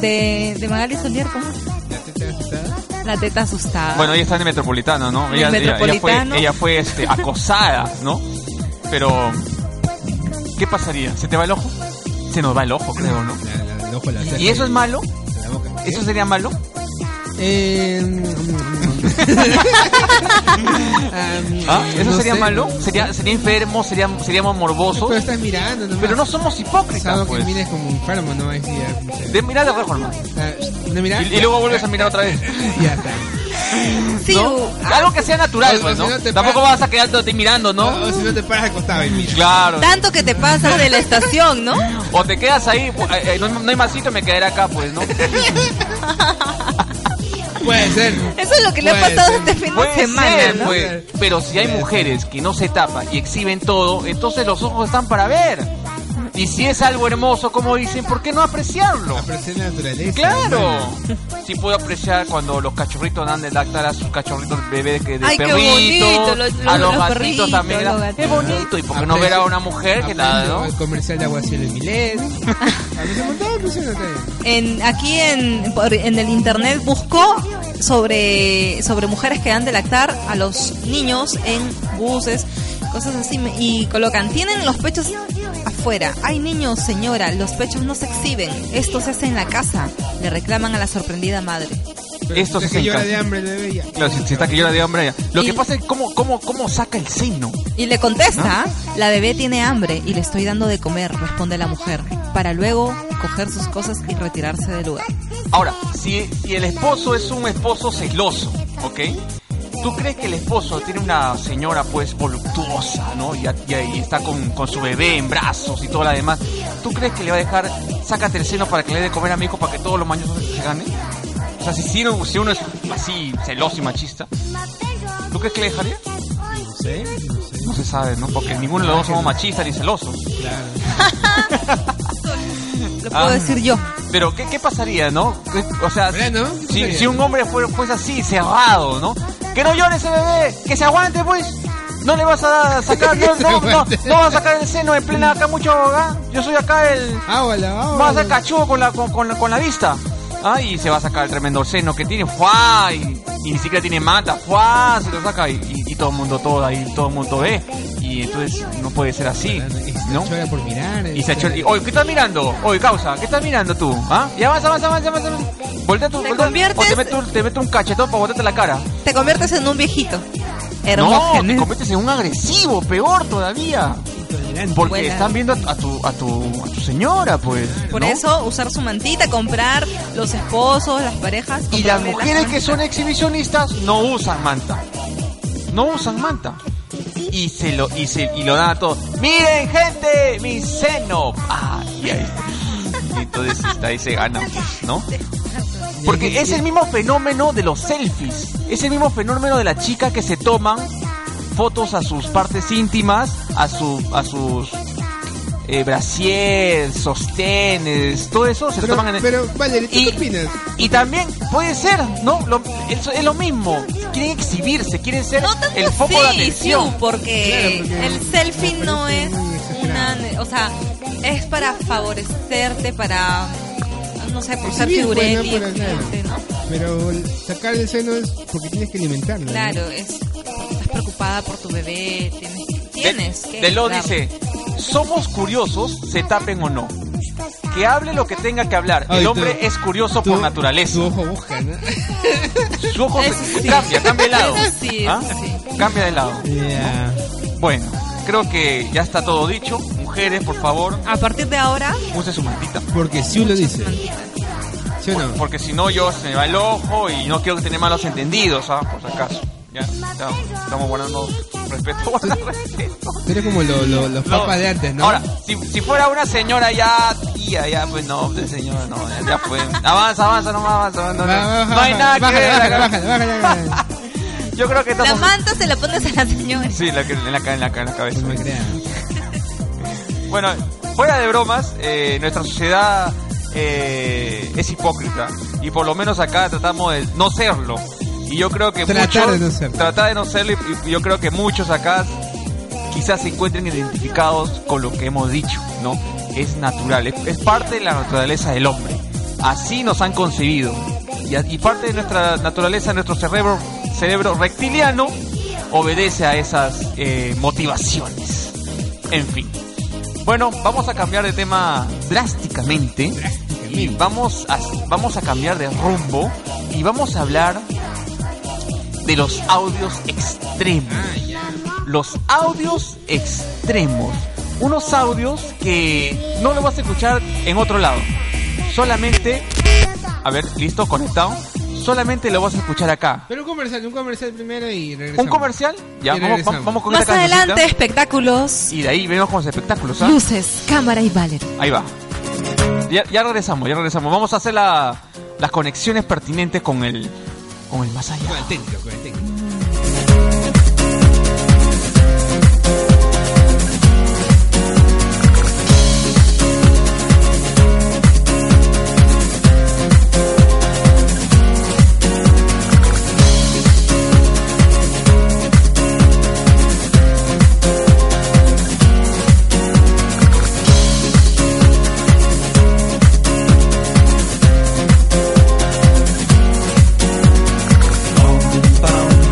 Speaker 4: de, de Magali Solier, ¿cómo?
Speaker 5: Ya te- te has asustado.
Speaker 4: La teta asustada.
Speaker 6: Bueno, ella está Ah. en el Metropolitano, ¿no?
Speaker 4: En
Speaker 6: Ella,
Speaker 4: el
Speaker 6: ella- ella
Speaker 4: Metropolitano.
Speaker 6: fue, ella fue este, acosada, ¿no? Pero, ¿qué pasaría? ¿Se te va el ojo? Se nos va el ojo, creo, ¿no?
Speaker 5: La- la- el ojo, la ceja
Speaker 6: ¿Y eso es malo?
Speaker 5: la boca.
Speaker 6: ¿Eso sería malo?
Speaker 5: Eh, mm, mm, mm.
Speaker 6: ¿Ah? ¿Eso
Speaker 5: No
Speaker 6: sería
Speaker 5: sé.
Speaker 6: malo? ¿Sería, sería enfermo? ¿Sería, ¿Seríamos morbosos?
Speaker 5: Pero estás mirando, nomás.
Speaker 6: Pero no somos hipócritas,
Speaker 5: Salvo que
Speaker 6: pues.
Speaker 5: mires como enfermo, ¿no? Ahí sí ya, no sé.
Speaker 6: De mirar de reojo, hermano.
Speaker 5: Ah, ¿No mirar?
Speaker 6: Y, y luego vuelves a mirar otra vez.
Speaker 5: Ya está.
Speaker 4: sí,
Speaker 6: ¿no?
Speaker 4: u-
Speaker 6: Algo que sea natural,
Speaker 5: O-
Speaker 6: pues,
Speaker 5: o si
Speaker 6: ¿no?
Speaker 5: no te
Speaker 6: Tampoco
Speaker 5: paras.
Speaker 6: vas a quedarte mirando,
Speaker 5: No,
Speaker 6: ¿no?
Speaker 5: o si no te paras al costado y mira.
Speaker 6: Claro.
Speaker 4: tanto que te pasas de la estación, ¿no?
Speaker 6: O te quedas ahí, pues, eh, eh, no, hay- no hay masito, me quedaré acá, pues, ¿no?
Speaker 5: Puede ser.
Speaker 4: Eso es lo que le ha
Speaker 5: Puede
Speaker 4: pasado
Speaker 5: ser.
Speaker 4: este fin de
Speaker 6: Puede
Speaker 4: semana,
Speaker 6: ser,
Speaker 4: ¿no?
Speaker 6: pues, pero si hay mujeres que no se tapan y exhiben todo, entonces los ojos están para ver. Y si es algo hermoso, como dicen, ¿por qué no apreciarlo?
Speaker 5: Aparece la naturaleza.
Speaker 6: ¡Claro! Sí puedo apreciar cuando los cachorritos dan de lactar a sus cachorritos bebés que de
Speaker 4: Ay, qué
Speaker 6: perrito,
Speaker 4: bonito, los- los-
Speaker 6: a los,
Speaker 4: los
Speaker 6: gatitos
Speaker 4: perritos,
Speaker 6: también.
Speaker 4: los
Speaker 6: ¿no? es
Speaker 4: gatitos.
Speaker 6: bonito, y por qué no ver a una mujer que nada, ¿no?
Speaker 5: El comercial de Aguacil en Milet. A veces un montón, pues, no te-
Speaker 4: En, aquí en, por- en el internet buscó sobre, sobre mujeres que dan de lactar a los niños en buses, cosas así, me- y colocan, tienen los pechos afuera. Hay niños, señora, los pechos no se exhiben. Esto se hace en la casa, le reclaman a la sorprendida madre.
Speaker 5: Pero
Speaker 6: Esto
Speaker 5: si
Speaker 6: sí
Speaker 5: te que
Speaker 6: se
Speaker 5: llora
Speaker 6: encanta.
Speaker 5: de hambre, le veía.
Speaker 6: Claro, si, si está que llora de hambre. ya. Lo
Speaker 4: Y-
Speaker 6: que pasa es cómo, cómo, cómo saca el seno.
Speaker 4: Y le contesta, "Ah, la bebé tiene hambre y le estoy dando de comer, responde la mujer, para luego coger sus cosas y retirarse del lugar.
Speaker 6: Ahora, si, si el esposo es un esposo celoso, ¿ok? ¿Tú crees que el esposo tiene una señora pues voluptuosa, ¿no? Y, a- y ahí está con, con su bebé en brazos y todo lo demás. ¿Tú crees que le va a dejar, sácate el seno para que le dé de comer a mi hijo para que todos los maños se gane? O sea, si, si uno, si uno es así celoso y machista, ¿tú crees que le dejaría?
Speaker 5: No sé, no sé.
Speaker 6: No se sabe, ¿no? Porque ninguno de los dos somos machistas ni celosos.
Speaker 5: Claro.
Speaker 4: Lo puedo
Speaker 6: Ah.
Speaker 4: decir yo.
Speaker 6: Pero, ¿qué, qué pasaría, no? ¿Qué- O sea,
Speaker 5: ¿Verdad, no?
Speaker 6: si, si un hombre fuera pues así, cerrado, ¿no? Que no llore ese bebé, que se aguante, pues. No le vas a sacar, no, no, no, no vas a sacar el seno en plena acá mucho, ¿ah? Yo soy acá el...
Speaker 5: Ábala, ábala.
Speaker 6: Vas a ser cachudo con la, con, con la, con la vista. Ah, y se va a sacar el tremendo seno que tiene, ¡fua! Y, y ni siquiera tiene mata, ¡fua! Se lo saca y, y- y todo el mundo, todo ahí, todo el mundo ve. Y entonces no puede ser así,
Speaker 5: Y se
Speaker 6: ¿no?
Speaker 5: chora por mirar. este.
Speaker 6: Y se achora. y, Oye, ¿qué estás mirando? Oye, causa, ¿qué estás mirando tú? ¿Ah? Y avanza, avanza, avanza, avanza. Voltea tu,
Speaker 4: Te
Speaker 6: voltea-
Speaker 4: conviertes-
Speaker 6: O te meto, te meto un cachetón para botarte la cara.
Speaker 4: Te conviertes en un viejito.
Speaker 6: No, te
Speaker 4: Hermógenes.
Speaker 6: conviertes en un agresivo, peor todavía. Porque
Speaker 4: Buena.
Speaker 6: están viendo a, a tu, a, tu, a tu señora, pues.
Speaker 4: Por
Speaker 6: ¿no?
Speaker 4: eso, usar su mantita, comprar los esposos, las parejas.
Speaker 6: Y las
Speaker 4: comprarle
Speaker 6: mujeres que
Speaker 4: mantas.
Speaker 6: son exhibicionistas no usan manta. No usan manta. Y se lo, y se, y lo dan a todos. ¡Miren, gente! ¡Mi seno! Ah, y ahí y entonces está, ahí se gana, pues, ¿no? Porque es el mismo fenómeno de los selfies. Es el mismo fenómeno de la chica que se toman fotos a sus partes íntimas, a, su, a sus eh, brasier, sostenes, todo eso se
Speaker 5: Pero,
Speaker 6: toman en el...
Speaker 5: pero Valerie, ¿tú
Speaker 6: Y-
Speaker 5: qué opinas?
Speaker 6: Y también puede ser, ¿no? Lo- es, es lo mismo. Quieren exhibirse, quieren ser
Speaker 4: No tanto
Speaker 6: el foco
Speaker 4: sí,
Speaker 6: de atención.
Speaker 4: sí, porque,
Speaker 5: Claro, porque
Speaker 4: el selfie
Speaker 5: me
Speaker 4: no
Speaker 5: parece
Speaker 4: es
Speaker 5: muy
Speaker 4: una,
Speaker 5: exagerado.
Speaker 4: ne- o sea, es para favorecerte, para no sé, por ser
Speaker 5: Exhibir, pues, ¿no?
Speaker 4: figuretti,
Speaker 5: Para- claro.
Speaker 4: exigente, ¿no?
Speaker 5: Pero el- sacar el seno es porque tienes que alimentarlo. ¿no?
Speaker 4: Claro, es estás preocupada por tu bebé, tienes, tienes que
Speaker 6: De lo
Speaker 4: ayudarlo.
Speaker 6: dice, somos curiosos, se tapen o no. Que hable lo que tenga que hablar.
Speaker 5: Ay,
Speaker 6: el
Speaker 5: tú-
Speaker 6: hombre es curioso
Speaker 5: Tu-
Speaker 6: por naturaleza.
Speaker 5: Tu ojo busca, ¿no?
Speaker 6: Su ojo
Speaker 4: Eso
Speaker 6: se-
Speaker 4: sí.
Speaker 6: cambia, cambia de lado.
Speaker 4: Eso sí, eso
Speaker 6: ¿Ah?
Speaker 4: sí.
Speaker 6: Cambia de lado.
Speaker 5: Ya.
Speaker 6: Bueno, creo que ya está todo dicho. Mujeres, por favor,
Speaker 4: A partir de ahora,
Speaker 6: use su mantita.
Speaker 5: Porque si lo dice. ¿Sí o no?
Speaker 6: Porque si no, yo se me va el ojo y no quiero tener malos entendidos, ¿ah? Por si acaso. Ya, ya, estamos guardando respeto. guardando respeto.
Speaker 5: Tú eres como lo- lo- los
Speaker 6: No.
Speaker 5: papas de antes, ¿no?
Speaker 6: Ahora, si, si fuera una señora ya tía, ya pues no, pues, señora no, ya, ya, pues. Avanza, avanza, no avanza, avanza, no,
Speaker 5: Va, va,
Speaker 6: no,
Speaker 5: va,
Speaker 6: no hay
Speaker 5: va,
Speaker 6: nada que
Speaker 5: bájale,
Speaker 6: ver.
Speaker 5: bájale,
Speaker 6: acá.
Speaker 5: bájale, bájale, bájale.
Speaker 6: Yo creo que
Speaker 4: la
Speaker 6: estamos.
Speaker 4: manta se la pones a la señora.
Speaker 6: Sí, la, que- en, la, ca- en, la, ca- en la cabeza.
Speaker 5: No me crean.
Speaker 6: Bueno, fuera de bromas, eh, nuestra sociedad eh, es hipócrita y por lo menos acá tratamos de no serlo. Y yo creo que
Speaker 5: Tratar
Speaker 6: muchos
Speaker 5: de no serlo.
Speaker 6: tratar de no serlo y- y yo creo que muchos acá quizás se encuentren identificados con lo que hemos dicho, ¿no? Es natural, es, es parte de la naturaleza del hombre. Así nos han concebido. Y, a- y parte de nuestra naturaleza, nuestro cerebro, cerebro reptiliano, obedece a esas eh, motivaciones. En fin. Bueno, vamos a cambiar de tema drásticamente. Y vamos a, vamos a cambiar de rumbo y vamos a hablar de los audios extremos. Los audios extremos. Unos audios que no lo vas a escuchar en otro lado. Solamente... A ver, listo, conectado. Solamente lo vas a escuchar acá.
Speaker 5: Pero un comercial, un comercial primero y regresamos.
Speaker 6: ¿Un comercial? Ya,
Speaker 5: Y
Speaker 6: vamos,
Speaker 5: regresamos.
Speaker 6: vamos con
Speaker 4: Más
Speaker 6: esta cancioncita.
Speaker 4: adelante, espectáculos,
Speaker 6: Y de ahí venimos con los espectáculos. ¿ah?
Speaker 4: luces, cámara y ballet.
Speaker 6: Ahí va. Ya, ya regresamos, ya regresamos. Vamos a hacer la- las conexiones pertinentes con el, con el más allá.
Speaker 5: Con el técnico, con el técnico.
Speaker 2: Homebound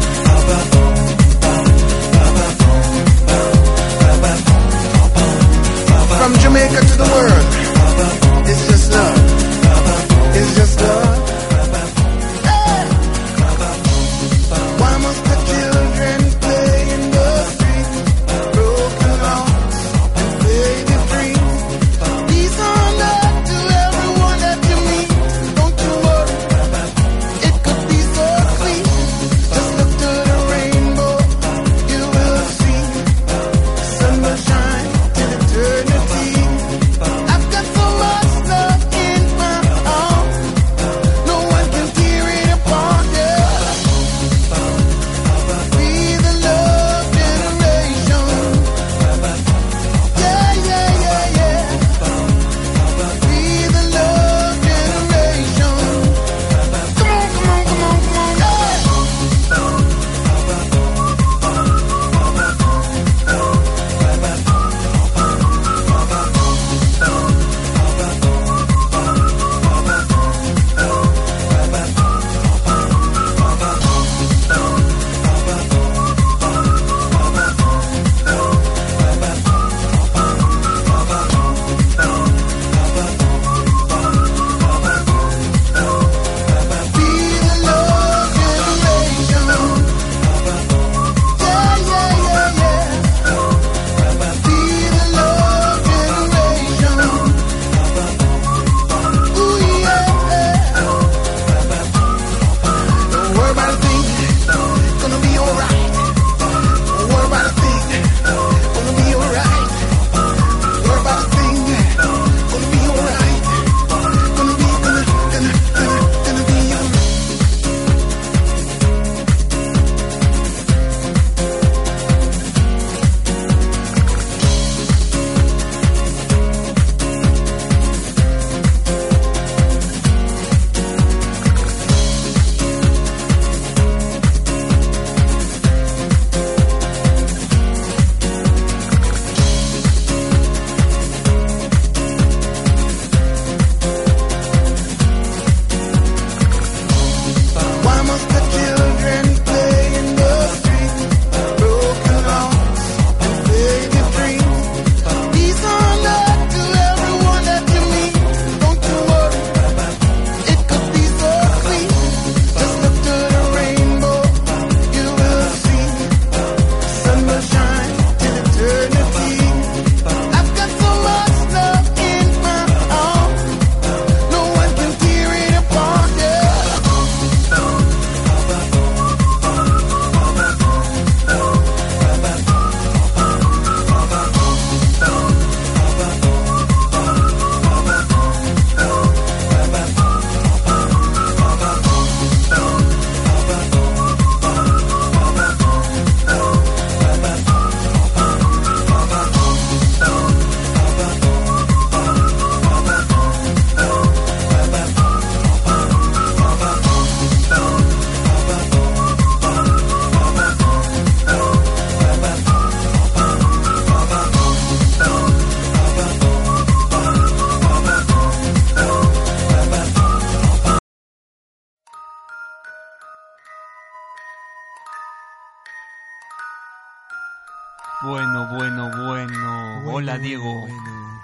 Speaker 6: Bueno, bueno, bueno. Hola,
Speaker 5: Bueno,
Speaker 6: Diego.
Speaker 5: bueno.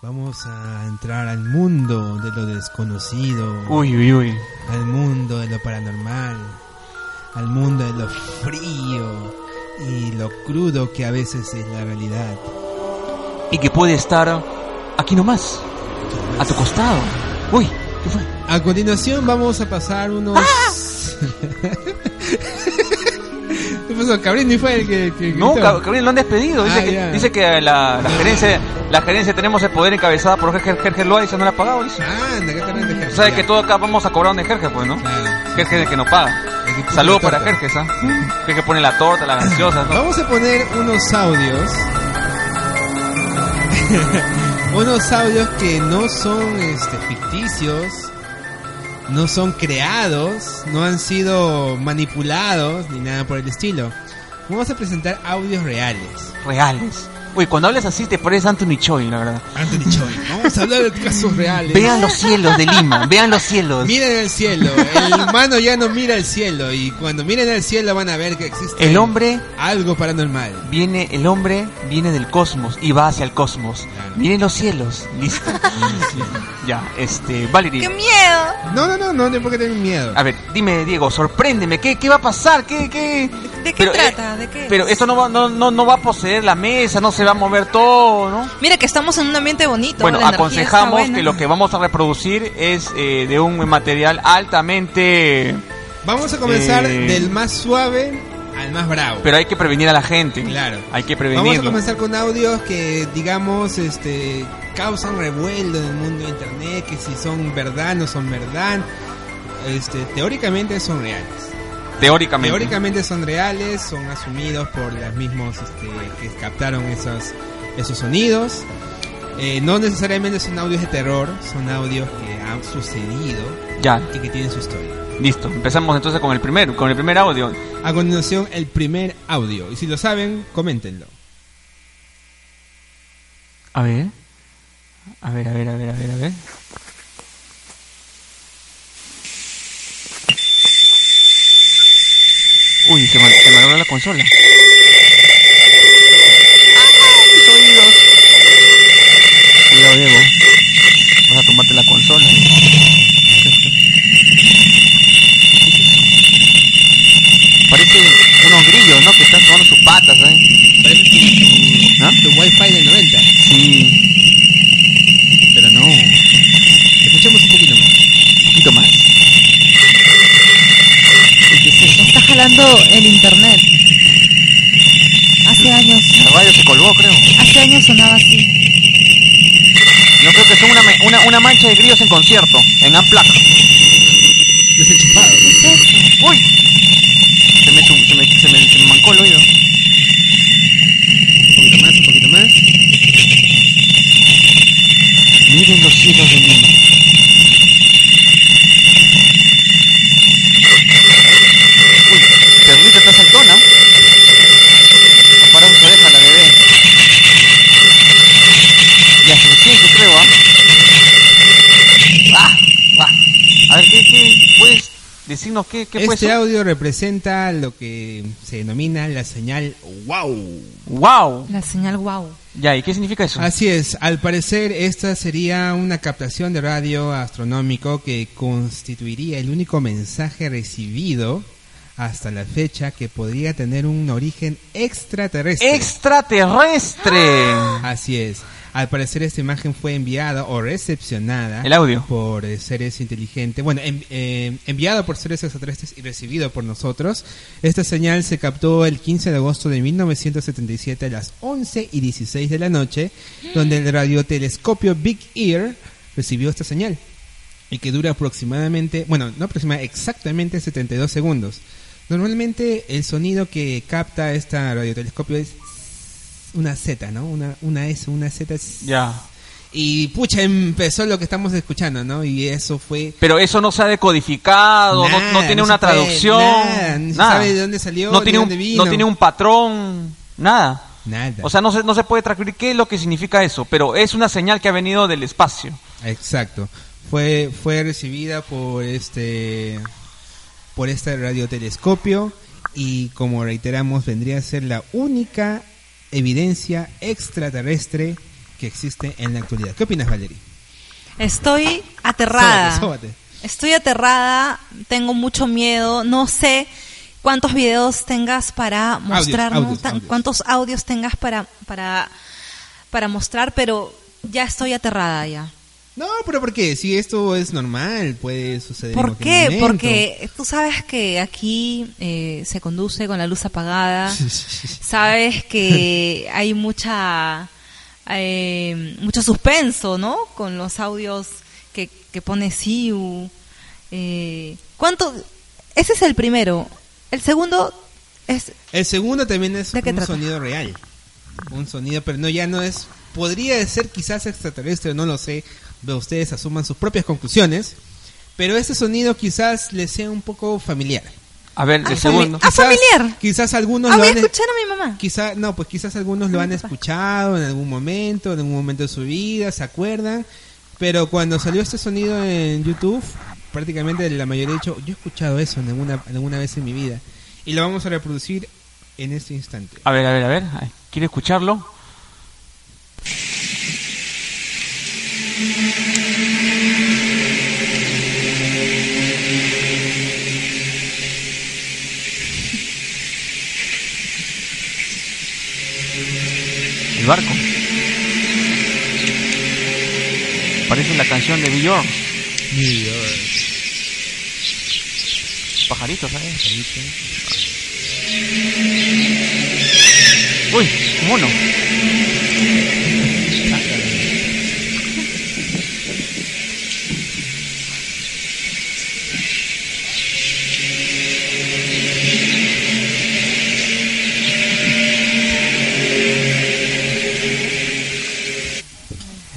Speaker 5: Vamos a entrar al mundo de lo desconocido.
Speaker 6: Uy, uy, uy.
Speaker 5: al mundo de lo paranormal, al mundo de lo frío y lo crudo que a veces es la realidad.
Speaker 6: Y que puede estar aquí nomás. A tu costado. Uy, ¿qué fue?
Speaker 5: A continuación vamos a pasar unos...
Speaker 6: ¡Ah!
Speaker 5: ¿Qué pasó? Cabrini fue el que... que
Speaker 6: No,
Speaker 5: gritó.
Speaker 6: Cab- Gabriel, lo han despedido. Dice,
Speaker 5: Ah,
Speaker 6: que,
Speaker 5: ya.
Speaker 6: dice que la, la gerencia la gerencia tenemos el poder encabezada por Gerger, Gerger Loaiza, no la ha pagado. Dice.
Speaker 5: Anda, ¿qué tal de
Speaker 6: Sabe que
Speaker 5: Ah, Ya.
Speaker 6: todo acá vamos a cobrar donde Gerger, pues, ¿no?
Speaker 5: Claro.
Speaker 6: Gerger es el que nos paga.
Speaker 5: El que puso
Speaker 6: Saludos
Speaker 5: la
Speaker 6: para
Speaker 5: torta.
Speaker 6: Gerges, ¿ah? Gerges pone la torta, las gaseosas, ¿no?
Speaker 5: Vamos a poner unos audios. unos audios que no son este, ficticios, no son creados, no han sido manipulados ni nada por el estilo. Vamos a presentar audios reales.
Speaker 6: Reales. Uy, cuando hablas así te pareces Anthony Choi, la verdad.
Speaker 5: Anthony Choi, vamos a hablar de casos reales.
Speaker 6: Vean los cielos de Lima, vean los cielos.
Speaker 5: Miren al cielo, el humano ya no mira al cielo y cuando miren al cielo van a ver que existe
Speaker 6: El hombre
Speaker 5: algo paranormal.
Speaker 6: viene, el hombre viene del cosmos y va hacia el cosmos.
Speaker 5: Claro.
Speaker 6: Miren los cielos, listo. ya, este, Valerie.
Speaker 4: ¡Qué miedo!
Speaker 5: No, no, no, no, no porque tengo miedo.
Speaker 6: A ver, dime, Diego, sorpréndeme, ¿qué, qué va a pasar? ¿Qué, qué?
Speaker 4: ¿De qué trata? ¿De qué
Speaker 6: Pero
Speaker 4: es?
Speaker 6: esto no va, no, no, no va a poseer la mesa, no se va a mover todo, ¿no?
Speaker 4: Mira que estamos en un ambiente bonito.
Speaker 6: Bueno,
Speaker 4: la energía está
Speaker 6: aconsejamos
Speaker 4: buena.
Speaker 6: que lo que vamos a reproducir es eh, de un material altamente...
Speaker 5: Vamos a comenzar
Speaker 6: Eh.
Speaker 5: del más suave al más bravo.
Speaker 6: Pero hay que prevenir a la gente.
Speaker 5: Claro.
Speaker 6: Hay que
Speaker 5: Vamos a
Speaker 6: prevenirlo.
Speaker 5: comenzar con audios que, digamos, este, causan revuelo en el mundo de internet, que si son verdad, no son verdad. Este, teóricamente son reales.
Speaker 6: Teóricamente.
Speaker 5: Teóricamente son reales, son asumidos por los mismos este, que captaron esos, esos sonidos. Eh, no necesariamente son audios de terror, son audios que han sucedido
Speaker 6: Ya,
Speaker 5: y que tienen su historia.
Speaker 6: listo. Empezamos entonces con el primer, con el primer audio.
Speaker 5: A continuación, el primer audio. Y si lo saben, coméntenlo.
Speaker 6: A ver. A ver, a ver, a ver, a ver, a ver. Uy, se mal- se malogró la consola. Mis oídos. Cuidado, Diego. Vas a tomarte la consola. Parece unos grillos, ¿no? Que están tomando sus patas, ¿eh?
Speaker 5: Parece tu,
Speaker 6: ¿No?
Speaker 5: tu wifi del 90.
Speaker 6: Sí.
Speaker 5: Pero no. Escuchemos un poquito más.
Speaker 6: Un poquito más. Uy, ¿qué es eso?
Speaker 4: Está jalando el internet. Hace años,
Speaker 6: La radio se colgó, creo.
Speaker 4: hace años sonaba así.
Speaker 6: Yo creo que son una, me- una, una mancha de grillos en concierto, en Amplac.
Speaker 5: Desenchufado.
Speaker 4: ¿Qué es eso?
Speaker 6: ¡Uy! Se me, chu- se me, se me, se me mancó el oído.
Speaker 5: Un poquito más, un poquito más.
Speaker 6: Miren los cielos de Lima. Uy, Perlita está saltona. Para su oreja la bebé. Ya se siente, creo, ¿ah? ¡Ah! ¡Ah! A ver, ¿qué, qué? Pues, ¿Puedes decirnos qué, qué fue
Speaker 5: Este
Speaker 6: eso?
Speaker 5: audio representa lo que se denomina la señal wow.
Speaker 6: ¡Wow!
Speaker 4: La señal wow.
Speaker 6: Ya, ¿y qué significa eso?
Speaker 5: Así es, al parecer esta sería una captación de radio astronómico que constituiría el único mensaje recibido hasta la fecha que podría tener un origen extraterrestre. Ah,
Speaker 6: ¡Extraterrestre!
Speaker 5: Así es. Al parecer esta imagen fue enviada o recepcionada
Speaker 6: El audio.
Speaker 5: por eh, seres inteligentes. Bueno, en- eh, enviada por seres extraterrestres y recibido por nosotros. Esta señal se captó el 15 de agosto de 1977 a las 11 y 16 de la noche, donde el radiotelescopio Big Ear recibió esta señal y que dura aproximadamente, bueno, no aproximadamente, exactamente 72 segundos. Normalmente el sonido que capta esta radiotelescopio es una Z, ¿no? Una, una S, una Z.
Speaker 6: Ya.
Speaker 5: Y pucha, empezó lo que estamos escuchando, ¿no? Y eso fue...
Speaker 6: Pero eso no se ha decodificado, no-
Speaker 5: Nada,
Speaker 6: no, tiene
Speaker 5: no
Speaker 6: una
Speaker 5: se puede,
Speaker 6: traducción.
Speaker 5: nada, no se
Speaker 6: nada.
Speaker 5: sabe de dónde salió,
Speaker 6: No
Speaker 5: ni
Speaker 6: tiene,
Speaker 5: dónde
Speaker 6: un,
Speaker 5: vino.
Speaker 6: no tiene un patrón, nada.
Speaker 5: Nada.
Speaker 6: O sea, no se, no se puede transcribir qué es lo que significa eso, pero es una señal que ha venido del espacio.
Speaker 5: Exacto. Fue, fue recibida por este por este radiotelescopio y como reiteramos vendría a ser la única evidencia extraterrestre que existe en la actualidad. ¿Qué opinas, Valerie?
Speaker 4: Estoy aterrada.
Speaker 5: Sóbate, sóbate.
Speaker 4: Estoy aterrada, tengo mucho miedo, no sé cuántos videos tengas para mostrarnos,
Speaker 5: audios,
Speaker 4: tan-
Speaker 5: audios.
Speaker 4: cuántos audios tengas para, para, para mostrar, pero ya estoy aterrada ya.
Speaker 5: No, pero ¿por qué? Si esto es normal, puede suceder. en
Speaker 4: ¿Por
Speaker 5: cualquier
Speaker 4: qué?
Speaker 5: momento.
Speaker 4: Porque tú sabes que aquí eh, se conduce con la luz apagada, sabes que hay mucha eh, mucho suspenso, ¿no? Con los audios que, que pone Siu. Eh, ¿Cuánto? Ese es el primero. El segundo es
Speaker 5: El segundo también es
Speaker 4: ¿De
Speaker 5: un
Speaker 4: qué trata?
Speaker 5: sonido real. Un sonido, pero no, ya no es. Podría ser quizás extraterrestre, no lo sé. Ve, Ustedes asuman sus propias conclusiones. Pero este sonido quizás les sea un poco familiar.
Speaker 6: A ver,
Speaker 4: Ah,
Speaker 6: el segundo.
Speaker 4: Ah, familiar.
Speaker 5: Quizás algunos
Speaker 4: Ah,
Speaker 5: lo
Speaker 4: voy a
Speaker 5: han e-,
Speaker 4: escuchar a mi mamá.
Speaker 5: Quizá, no, pues quizás algunos lo han escuchado en algún momento, en algún momento de su vida, se acuerdan. Pero cuando salió este sonido en YouTube, prácticamente la mayoría ha dicho, yo he escuchado eso en alguna, en alguna vez en mi vida. Y lo vamos a reproducir en este instante.
Speaker 6: A ver, a ver, a ver. Ay, ¿Quiere escucharlo? El barco. Parece la canción de Billor. Pajaritos, ¿sabes? Uy, un mono.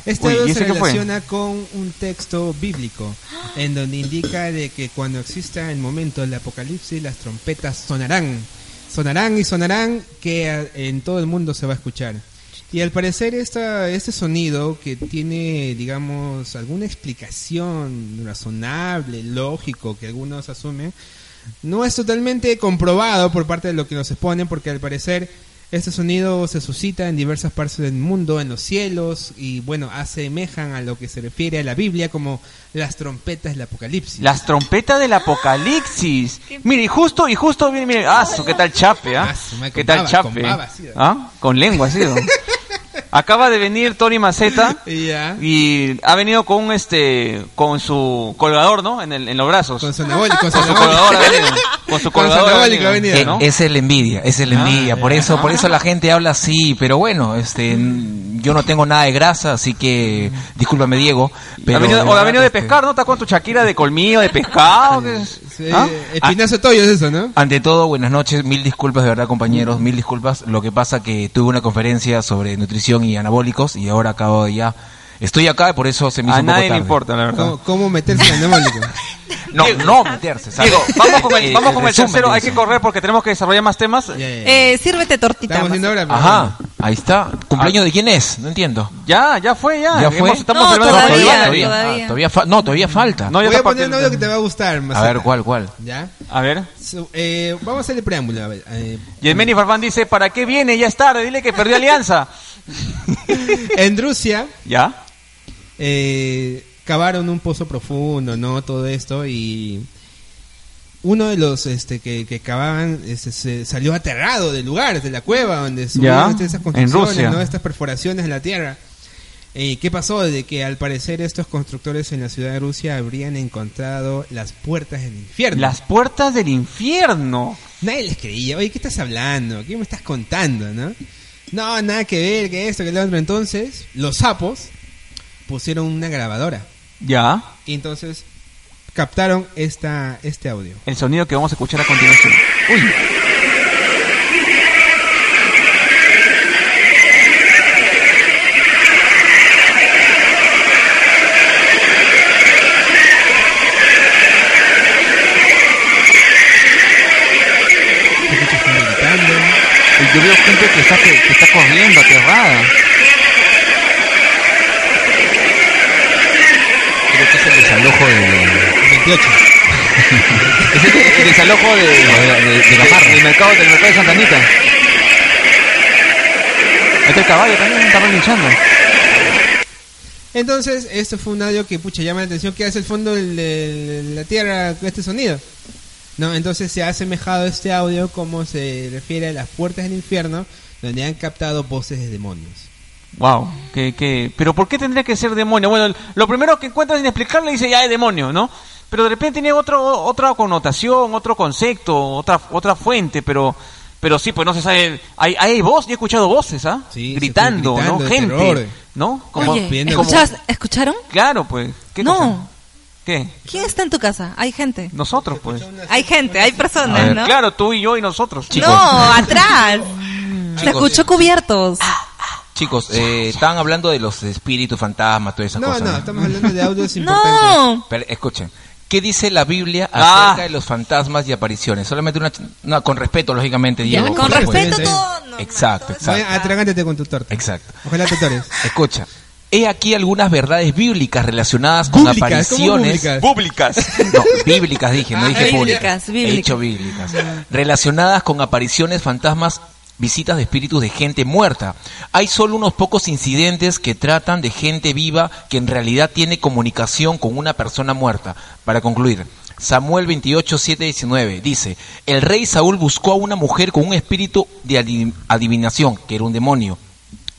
Speaker 5: Este
Speaker 6: Uy, ¿y
Speaker 5: audio se
Speaker 6: ese qué fue?
Speaker 5: relaciona con un texto bíblico en donde indica de que cuando exista el momento del apocalipsis las trompetas sonarán, sonarán y sonarán que a- en todo el mundo se va a escuchar. Y al parecer esta, este sonido que tiene, digamos, alguna explicación razonable, lógico, que algunos asumen, no es totalmente comprobado por parte de lo que nos exponen, porque al parecer este sonido se suscita en diversas partes del mundo, en los cielos, y bueno, asemejan a lo que se refiere a la Biblia como las trompetas del apocalipsis.
Speaker 6: Las trompetas del apocalipsis. Mire, y justo, y justo, mire, mire. Ah, su, qué tal chape, ¿ah?
Speaker 5: Ah, su madre,
Speaker 6: Qué
Speaker 5: con
Speaker 6: tal
Speaker 5: baba,
Speaker 6: chape.
Speaker 5: con baba ha sido.
Speaker 6: ¿Ah? Con lengua ha sido. Acaba de venir Tony Maceta
Speaker 5: Y ya,
Speaker 6: y ha venido con un, este, con su colgador, ¿no? En, el, en los brazos.
Speaker 5: con su anabólico, con su
Speaker 6: Con su
Speaker 5: anabólico.
Speaker 6: colgador ha venido. Con su
Speaker 5: Con su
Speaker 6: colgador ha
Speaker 5: anabólico ha
Speaker 6: venido,
Speaker 5: venido, ¿no?
Speaker 6: ¿no?
Speaker 10: Eh, Es la envidia, es
Speaker 6: Ah,
Speaker 10: la envidia. por eso, por eso la gente habla así. Pero bueno, este, n- yo no tengo nada de grasa, así que discúlpame Diego. Pero pues,
Speaker 6: Ha venido- o ha venido de
Speaker 10: este,
Speaker 6: pescar, ¿no? Está con tu chaquira de colmillo, de pescado. ¿qué es?
Speaker 5: Sí,
Speaker 6: ¿Ah?
Speaker 5: Espinazo Toyo es eso, ¿no?
Speaker 10: Ante todo, buenas noches, mil disculpas de verdad compañeros, mil disculpas. Lo que pasa que tuve una conferencia sobre nutrición y anabólicos y ahora acabo de ya... Estoy acá, por eso se me hizo
Speaker 6: A
Speaker 10: un poco
Speaker 6: nadie le
Speaker 10: tarde.
Speaker 6: importa, la verdad.
Speaker 5: ¿Cómo, cómo meterse en anabólico?
Speaker 10: No, no meterse, ¿sabes?
Speaker 6: Diego, vamos con
Speaker 10: Eh,
Speaker 6: el, vamos con el
Speaker 10: resumen de
Speaker 6: tercero. Hay que
Speaker 10: eso.
Speaker 6: correr porque tenemos que desarrollar más temas.
Speaker 5: Ya, ya, ya.
Speaker 4: Eh, sírvete tortita.
Speaker 5: Estamos haciendo
Speaker 4: más.
Speaker 5: ahora. pero
Speaker 10: Ajá, ahí está. ¿Cumpleaños de quién es? No entiendo.
Speaker 6: Ya, ya fue, ya.
Speaker 10: ¿Ya fue?
Speaker 6: Hemos- estamos
Speaker 4: No,
Speaker 6: celebrando
Speaker 4: Todavía,
Speaker 6: la
Speaker 10: Ah,
Speaker 6: Navidad.
Speaker 10: todavía.
Speaker 4: todavía.
Speaker 10: Ah, todavía fa- no, todavía falta.
Speaker 6: No, ya
Speaker 5: Voy
Speaker 6: está
Speaker 5: a poner un
Speaker 6: parte-
Speaker 5: audio que te va a gustar.
Speaker 10: a
Speaker 5: Maceta.
Speaker 10: ver, ¿cuál, cuál?
Speaker 5: ¿Ya?
Speaker 6: A ver.
Speaker 5: Su- eh, vamos a hacer el preámbulo. a ver, eh,
Speaker 6: Yemeni Farfán dice, ¿para qué viene? Ya es tarde, dile que perdió alianza.
Speaker 5: en Rusia,
Speaker 6: ¿Ya?
Speaker 5: eh, cavaron un pozo profundo, ¿no? Todo esto y uno de los este, que, que cavaban este, se salió aterrado del lugar, de la cueva donde
Speaker 6: Ya,
Speaker 5: subieron estas
Speaker 6: en
Speaker 5: construcciones,
Speaker 6: Rusia.
Speaker 5: ¿no? Estas perforaciones en la tierra. Eh, ¿Qué pasó? De que al parecer estos constructores en la ciudad de Rusia habrían encontrado las puertas del infierno.
Speaker 6: Las puertas del infierno.
Speaker 5: Nadie les creía. Oye, ¿qué estás hablando? ¿Qué me estás contando, no? No, nada que ver, que esto, que lo otro. Entonces, los sapos pusieron una grabadora.
Speaker 6: ¿Ya?
Speaker 5: Y entonces captaron esta, este audio.
Speaker 6: El sonido que vamos a escuchar a continuación. Uy.
Speaker 5: Escuchas gente gritando.
Speaker 6: Yo veo gente que está, que, que está corriendo, aterrada.
Speaker 10: Creo que es el desalojo de, de,
Speaker 5: 28.
Speaker 6: El desalojo de,
Speaker 10: de- de- de la
Speaker 6: de-
Speaker 10: barra.
Speaker 6: del mercado, del mercado de Santa Anita. Este caballo también está linchando.
Speaker 5: Entonces, esto fue un audio que pucha llama la atención que hace el fondo del- de la tierra con este sonido. No, entonces se ha asemejado este audio como se refiere a las puertas del infierno, donde han captado voces de demonios.
Speaker 6: Wow, que, que, pero ¿por qué tendría que ser demonio? Bueno, lo primero que encuentras sin explicarle dice ya es demonio, ¿no? Pero de repente tiene otro, otra connotación, otro concepto, otra, otra fuente, pero, pero sí, pues no se sabe. Hay, hay voz, yo he escuchado voces, ¿ah?
Speaker 5: Sí, se
Speaker 6: gritando,
Speaker 5: escucha gritando
Speaker 6: ¿no?
Speaker 5: de
Speaker 6: Gente,
Speaker 5: terror.
Speaker 6: ¿no?
Speaker 4: Oye,
Speaker 5: viendo-
Speaker 4: ¿escuchas- ¿escucharon?
Speaker 6: claro, pues. ¿qué
Speaker 4: no.
Speaker 6: cosa? ¿Qué?
Speaker 4: ¿Quién está en tu casa? Hay gente.
Speaker 6: Nosotros, pues.
Speaker 4: Hay gente, hay
Speaker 6: A
Speaker 4: personas,
Speaker 6: ver,
Speaker 4: ¿no?
Speaker 6: Claro, tú y yo y nosotros.
Speaker 4: No, atrás. Se
Speaker 10: Chicos.
Speaker 4: escuchó cubiertos.
Speaker 10: Chicos, eh, estaban hablando de los espíritus, fantasmas, todas esas
Speaker 5: No,
Speaker 10: cosas.
Speaker 5: no, estamos hablando de audios importantes.
Speaker 4: No.
Speaker 10: Pero, escuchen, ¿qué dice la Biblia
Speaker 6: Ah.
Speaker 10: acerca de los fantasmas y apariciones? Solamente una, una- con respeto, lógicamente,
Speaker 4: Ya,
Speaker 10: Diego.
Speaker 4: con
Speaker 10: por supuesto.
Speaker 4: respeto
Speaker 5: sí.
Speaker 4: todo. normal,
Speaker 10: Exacto,
Speaker 4: todo
Speaker 10: exacto.
Speaker 5: Oye, atragántate con tu torta.
Speaker 10: Exacto.
Speaker 5: Ojalá te tores.
Speaker 10: Escucha. He aquí algunas verdades bíblicas relacionadas con
Speaker 5: Bíblicas, ¿cómo
Speaker 10: apariciones.
Speaker 5: bíblicas?
Speaker 6: Públicas.
Speaker 10: No, bíblicas dije, no dije
Speaker 4: Ah, Bíblicas,
Speaker 10: públicas.
Speaker 4: bíblicas.
Speaker 10: He dicho bíblicas. Relacionadas con apariciones, fantasmas, visitas de espíritus de gente muerta. Hay solo unos pocos incidentes que tratan de gente viva que en realidad tiene comunicación con una persona muerta. Para concluir. Samuel 28, 7, 19 dice, el rey Saúl buscó a una mujer con un espíritu de adi- adivinación, que era un demonio,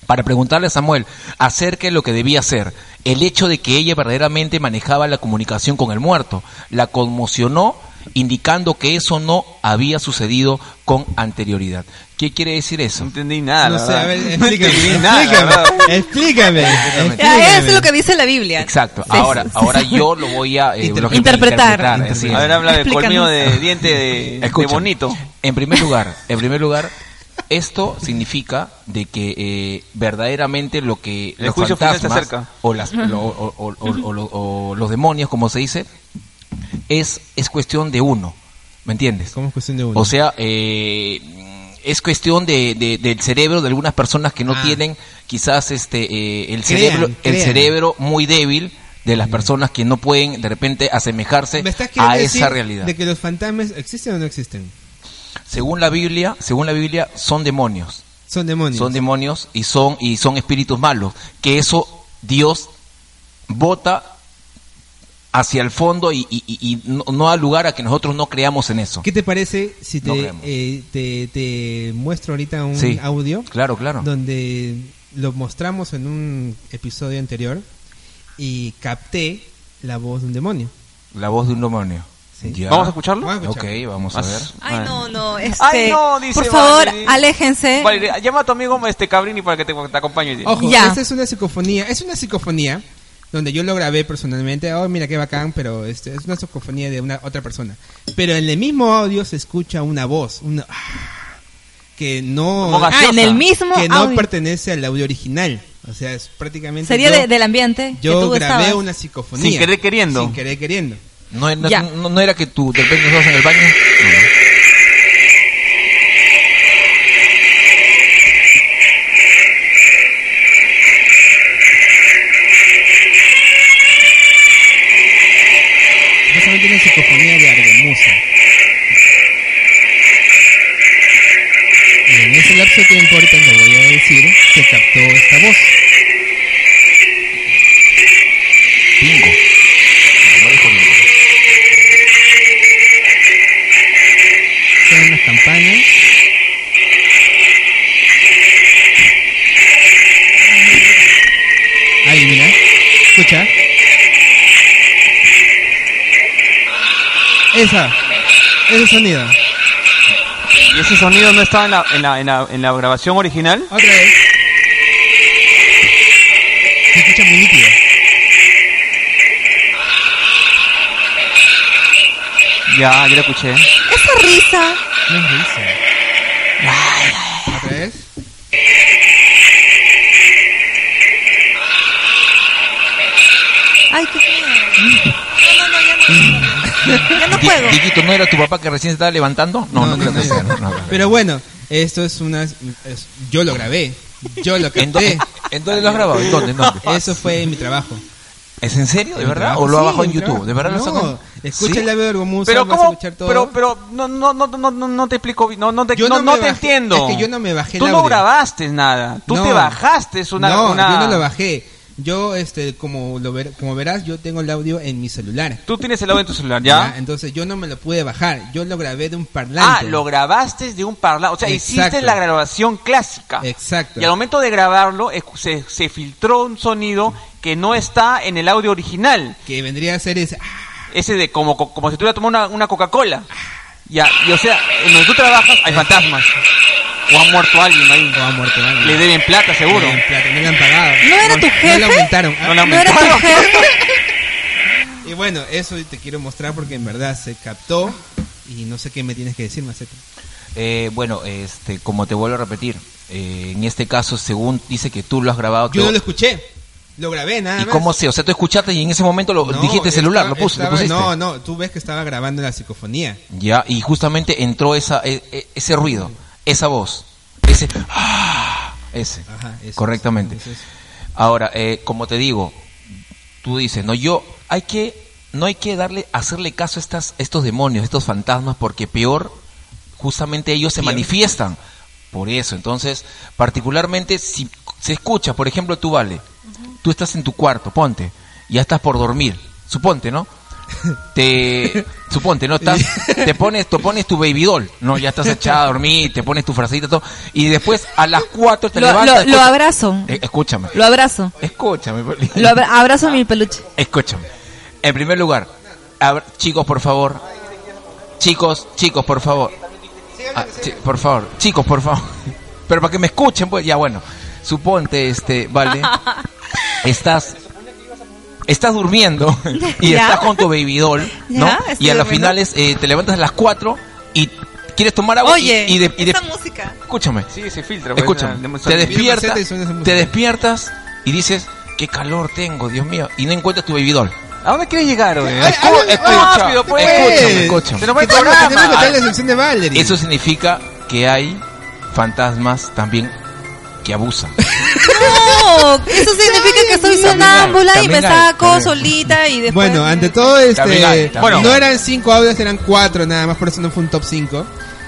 Speaker 10: para preguntarle a Samuel acerca de lo que debía hacer. El hecho de que ella verdaderamente manejaba la comunicación con el muerto la conmocionó, indicando que eso no había sucedido con anterioridad. ¿Qué quiere decir
Speaker 6: No
Speaker 10: eso?
Speaker 6: entendí nada.
Speaker 5: No
Speaker 6: la
Speaker 5: sé, a
Speaker 6: verdad.
Speaker 5: ver,
Speaker 6: No
Speaker 5: explícame.
Speaker 6: entendí nada, la
Speaker 5: Explícame.
Speaker 6: verdad.
Speaker 5: Explícame.
Speaker 4: Ya, Ah, eso es
Speaker 5: explícame.
Speaker 4: lo que dice la Biblia.
Speaker 10: Exacto. Ah.
Speaker 4: Sí,
Speaker 10: Ahora,
Speaker 4: sí, sí.
Speaker 10: ahora yo lo voy a eh,
Speaker 5: Interpretar.
Speaker 10: lo que-
Speaker 4: Interpretar.
Speaker 10: así es.
Speaker 6: A ver, habla de
Speaker 4: Explícanos.
Speaker 6: colmillo de diente Eh, de, de
Speaker 10: Escucha,
Speaker 6: bonito.
Speaker 10: En primer lugar, en primer lugar, esto significa de que eh, verdaderamente lo que
Speaker 6: El
Speaker 10: los
Speaker 6: juicio final se
Speaker 10: fantasmas
Speaker 6: acerca.
Speaker 10: o las lo- o- o- o- o- o- o los demonios, como se dice, es es cuestión de uno, ¿me entiendes?
Speaker 5: ¿Cómo es cuestión de uno?
Speaker 10: O sea, eh, es cuestión de, de- del cerebro de algunas personas que no
Speaker 5: Ah.
Speaker 10: tienen quizás este eh, el
Speaker 5: Crean,
Speaker 10: cerebro el
Speaker 5: crean.
Speaker 10: cerebro muy débil de
Speaker 5: Mm.
Speaker 10: las personas que no pueden de repente asemejarse
Speaker 5: ¿Me estás queriendo
Speaker 10: a esa
Speaker 5: decir
Speaker 10: realidad.
Speaker 5: de que los fantasmas existen o no existen?
Speaker 10: Según la Biblia, según la Biblia son demonios,
Speaker 5: Son demonios.
Speaker 10: son demonios y son y son espíritus malos, que eso Dios bota hacia el fondo y, y- y- y no, no da lugar a que nosotros no creamos en eso.
Speaker 5: ¿Qué te parece si te,
Speaker 10: No creemos.
Speaker 5: eh, te, te muestro ahorita un
Speaker 10: Sí.
Speaker 5: audio
Speaker 10: Claro, claro.
Speaker 5: donde lo mostramos en un episodio anterior y capté la voz de un demonio?
Speaker 10: La voz de un demonio.
Speaker 5: Sí.
Speaker 10: Ya.
Speaker 6: ¿Vamos a escucharlo?
Speaker 5: Vamos a
Speaker 10: Ok,
Speaker 5: escuchar.
Speaker 10: vamos a
Speaker 6: Ah,
Speaker 10: ver.
Speaker 4: Ay, no, no. Este,
Speaker 6: Ay, no, dice
Speaker 4: por favor,
Speaker 6: Valerie.
Speaker 4: aléjense.
Speaker 6: Vale, llama a tu amigo este Cabrini para que te, te acompañe.
Speaker 5: Ojo,
Speaker 4: Ya.
Speaker 5: esta es una psicofonía. Es una psicofonía donde yo lo grabé personalmente. Oh, mira qué bacán, pero este, es una psicofonía de una otra persona. Pero en el mismo audio se escucha una voz, una ah, que no
Speaker 6: Como
Speaker 4: Ah, en el mismo
Speaker 5: que no
Speaker 4: audio.
Speaker 5: pertenece al audio original. O sea, es prácticamente
Speaker 4: Sería
Speaker 5: yo,
Speaker 4: de- del ambiente que
Speaker 5: yo
Speaker 4: tú
Speaker 5: grabé
Speaker 4: estabas.
Speaker 5: una psicofonía
Speaker 6: Sin querer queriendo.
Speaker 5: Sin querer queriendo.
Speaker 10: No, era-
Speaker 4: Ya.
Speaker 10: no- no era que tú de repente estabas en el baño.
Speaker 5: Justamente una psicofonía de Argemusa. Y en ese lapso de tiempo, ahorita lo voy a decir, se captó esta voz.
Speaker 10: Bingo. No, no dijo bingo.
Speaker 5: Son unas campanas. Ahí, mira. Escucha. Esa. Ese sonido.
Speaker 6: ¿Y ese sonido no estaba en la, en la, en la, en la grabación original?
Speaker 5: Otra vez. Se escucha muy nítido.
Speaker 6: Ya, yo lo escuché.
Speaker 4: Esa risa.
Speaker 5: No es risa. Otra vez.
Speaker 4: Ay, qué miedo. No, no, no, ya no. Ya no
Speaker 10: Di-
Speaker 4: puedo.
Speaker 10: Dieguito, ¿no era tu papá que recién se estaba levantando? Ah, No, no, creo que sea. no, no.
Speaker 5: Pero bueno, esto es una... es- yo lo grabé. Yo lo
Speaker 10: ¿En, dónde-
Speaker 5: capté.
Speaker 10: en dónde lo has grabado? ¿En dónde? ¿En dónde?
Speaker 5: Eso fue mi trabajo.
Speaker 10: ¿Es en serio? ¿De
Speaker 5: Mi
Speaker 10: verdad?
Speaker 5: trabajo,
Speaker 10: ¿O lo has
Speaker 5: sí,
Speaker 10: bajado en
Speaker 5: mi
Speaker 10: YouTube?
Speaker 5: trabajo.
Speaker 10: ¿De verdad lo
Speaker 5: No,
Speaker 10: sacó?
Speaker 5: Escucha
Speaker 6: ¿Sí?
Speaker 5: el labio de Orgomuz,
Speaker 6: Pero
Speaker 5: vas a
Speaker 6: cómo,
Speaker 5: escuchar todo.
Speaker 6: pero, pero no, no, no, no, no- no te explico, bien, no, no
Speaker 10: eh,
Speaker 6: te,
Speaker 5: Yo
Speaker 6: no,
Speaker 5: no
Speaker 6: no
Speaker 5: me
Speaker 6: te
Speaker 5: bajé-
Speaker 6: entiendo.
Speaker 5: es que yo no me bajé el
Speaker 6: Tú no
Speaker 5: audio.
Speaker 6: grabaste nada, tú
Speaker 5: No.
Speaker 6: te bajaste una,
Speaker 5: No,
Speaker 6: una-
Speaker 5: yo no lo bajé. Yo, este, como, lo ver- como verás, yo tengo el audio en mi celular.
Speaker 6: Tú tienes el audio en tu celular, ¿ya?
Speaker 5: Ya, Entonces yo no me lo pude bajar. Yo lo grabé de un
Speaker 6: Ah,
Speaker 5: parlante.
Speaker 6: lo grabaste de un parlado, o sea, hiciste
Speaker 5: Exacto.
Speaker 6: la grabación clásica.
Speaker 5: Exacto.
Speaker 6: Y al momento de grabarlo escu- se, se filtró un sonido que no está en el audio original.
Speaker 5: Que vendría a ser ese... ah,
Speaker 6: Ese de como, co- como si tú hubieras tomado una, una Coca-Cola. Ya, y o sea, en donde tú trabajas hay fantasmas. O ha muerto alguien ahí.
Speaker 5: o ha muerto alguien.
Speaker 6: Le deben plata, seguro.
Speaker 5: No le han plata, no le han pagado.
Speaker 4: ¿No era tu
Speaker 5: No le
Speaker 4: jefe?
Speaker 5: aumentaron.
Speaker 6: No le
Speaker 4: ¿No era tu jefe?
Speaker 5: Y bueno, eso te quiero mostrar porque en verdad se captó. Y no sé qué me tienes que decir, Maceta.
Speaker 10: Eh, bueno, este, como te vuelvo a repetir, eh, en este caso, según dice que tú lo has grabado,
Speaker 5: Yo
Speaker 10: tú-
Speaker 5: no lo escuché. Lo grabé, nada
Speaker 10: ¿y
Speaker 5: más.
Speaker 10: cómo sé? O sea, tú escuchaste y en ese momento lo
Speaker 5: Pues, No,
Speaker 10: dijiste celular,
Speaker 5: estaba-
Speaker 10: lo, pus- lo
Speaker 5: estaba-
Speaker 10: pusiste.
Speaker 5: No, no, tú ves que estaba grabando la psicofonía.
Speaker 10: Ya, y justamente entró esa, e- e- ese ruido, esa voz, ese... ah, ese,
Speaker 5: Ajá, eso,
Speaker 10: correctamente.
Speaker 5: eso, eso.
Speaker 10: Ahora, eh, como te digo, tú dices, no, yo, hay que, no hay que darle, hacerle caso a estas, estos demonios, estos fantasmas, porque peor, justamente ellos se manifiestan. Por eso, entonces, particularmente si se escucha, por ejemplo, tú vale, tú estás en tu cuarto, ponte, ya estás por dormir, suponte, ¿no? Te, suponte, ¿no? Estás, te pones, te pones tu baby doll, ¿no? Ya estás echada a dormir, te pones tu frasita, todo, y después a las 4 te
Speaker 4: Lo-
Speaker 10: levantas.
Speaker 4: lo- lo
Speaker 10: escucha-
Speaker 4: abrazo.
Speaker 10: Eh, escúchame.
Speaker 4: Lo abrazo.
Speaker 10: Escúchame, pues. Poli.
Speaker 4: Lo abra- abrazo a mi peluche.
Speaker 10: escúchame. En primer lugar, abra- chicos, por favor. Chicos, chicos, por favor. Ah, sí, por favor, chicos, por favor. Pero para que me escuchen, pues ya bueno. Suponte, este, vale. Estás estás durmiendo y
Speaker 4: Ya.
Speaker 10: estás con tu baby doll, ¿no?
Speaker 4: Ya, estoy
Speaker 10: y a las
Speaker 4: durmiendo.
Speaker 10: finales eh, te levantas a las 4 y quieres tomar agua y-
Speaker 4: Oye,
Speaker 10: y, de- y de-
Speaker 4: esa música.
Speaker 10: escúchame.
Speaker 6: Sí, se filtra. pues,
Speaker 10: Escúchame,
Speaker 6: una- una-
Speaker 10: te despiertas,
Speaker 5: Maceta y suena esa música.
Speaker 10: te despiertas y dices, qué calor tengo, Dios mío, y no encuentras tu bebidol.
Speaker 6: ¿A dónde quieres llegar, güey?
Speaker 5: Ay,
Speaker 10: Escu-
Speaker 5: háblame,
Speaker 10: escucha,
Speaker 6: rápido, pues. Este
Speaker 10: escúchame, escúchame.
Speaker 6: Se nos va el
Speaker 5: Que tenemos- que tenemos que
Speaker 6: programa.
Speaker 5: traer la sección de Valerie.
Speaker 10: Eso significa que hay fantasmas también que abusan.
Speaker 4: No, eso significa que soy sonámbula y
Speaker 10: También
Speaker 4: me
Speaker 10: hay,
Speaker 4: saco
Speaker 10: también.
Speaker 4: solita y después.
Speaker 5: Bueno, ante todo, este,
Speaker 10: Caminante,
Speaker 6: Bueno.
Speaker 5: no eran cinco audios, eran cuatro nada más, por eso no fue un top 5.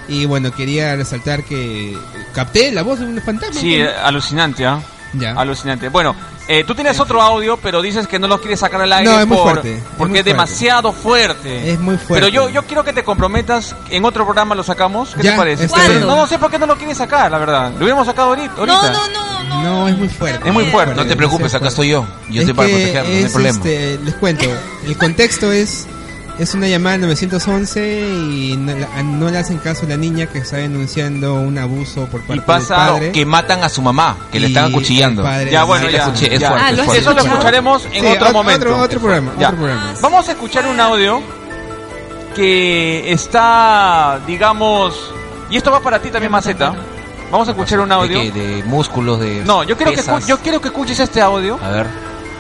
Speaker 5: Y bueno, quería resaltar que capté la voz de un fantasma.
Speaker 6: Sí, eh, alucinante, ¿ah?
Speaker 5: Ya.
Speaker 6: Alucinante. Bueno, eh, tú tienes otro audio, pero dices que no los quieres sacar al aire
Speaker 5: No, es muy
Speaker 6: por-
Speaker 5: fuerte, es
Speaker 6: porque
Speaker 5: muy
Speaker 6: es demasiado fuerte.
Speaker 5: Es muy fuerte.
Speaker 6: Pero yo, yo quiero que te comprometas, en otro programa lo sacamos, ¿qué te
Speaker 5: Ya,
Speaker 6: parece?
Speaker 5: está
Speaker 4: ¿Cuándo?
Speaker 6: Pero
Speaker 4: bien.
Speaker 6: no, no sé por qué no lo quieres sacar, la verdad. Lo hubiéramos sacado ahorita.
Speaker 4: no,
Speaker 6: ahorita.
Speaker 4: no, no, no.
Speaker 5: No, es muy fuerte.
Speaker 6: Es muy fuerte.
Speaker 10: No te preocupes, acá estoy yo. Yo
Speaker 5: Es
Speaker 10: estoy para
Speaker 5: que
Speaker 10: protegerte, no hay
Speaker 5: es,
Speaker 10: problema.
Speaker 5: este, les cuento, el contexto es es una llamada al 911 y no, la- no le hacen caso a la niña que está denunciando un abuso por parte
Speaker 6: pasa
Speaker 5: del padre.
Speaker 10: Que matan a su mamá, que le
Speaker 5: Y
Speaker 10: están acuchillando.
Speaker 5: el padre-
Speaker 6: Ya, bueno,
Speaker 10: Sí,
Speaker 6: ya.
Speaker 10: la escuché, es
Speaker 6: ya.
Speaker 10: fuerte,
Speaker 4: Ah, lo
Speaker 10: es fuerte.
Speaker 6: Eso lo
Speaker 4: escuché.
Speaker 6: escucharemos en
Speaker 5: Sí,
Speaker 6: otro
Speaker 5: ot-
Speaker 6: momento.
Speaker 5: Otro, otro programa,
Speaker 6: Ya.
Speaker 5: otro programa.
Speaker 6: Vamos a escuchar un audio que está, digamos, y esto va para ti también, Maceta. Vamos a escuchar un
Speaker 10: ¿De
Speaker 6: audio.
Speaker 10: qué? ¿De músculos, de
Speaker 6: No, yo quiero, que
Speaker 10: pesas?
Speaker 6: escu- yo quiero que escuches este audio
Speaker 10: A ver.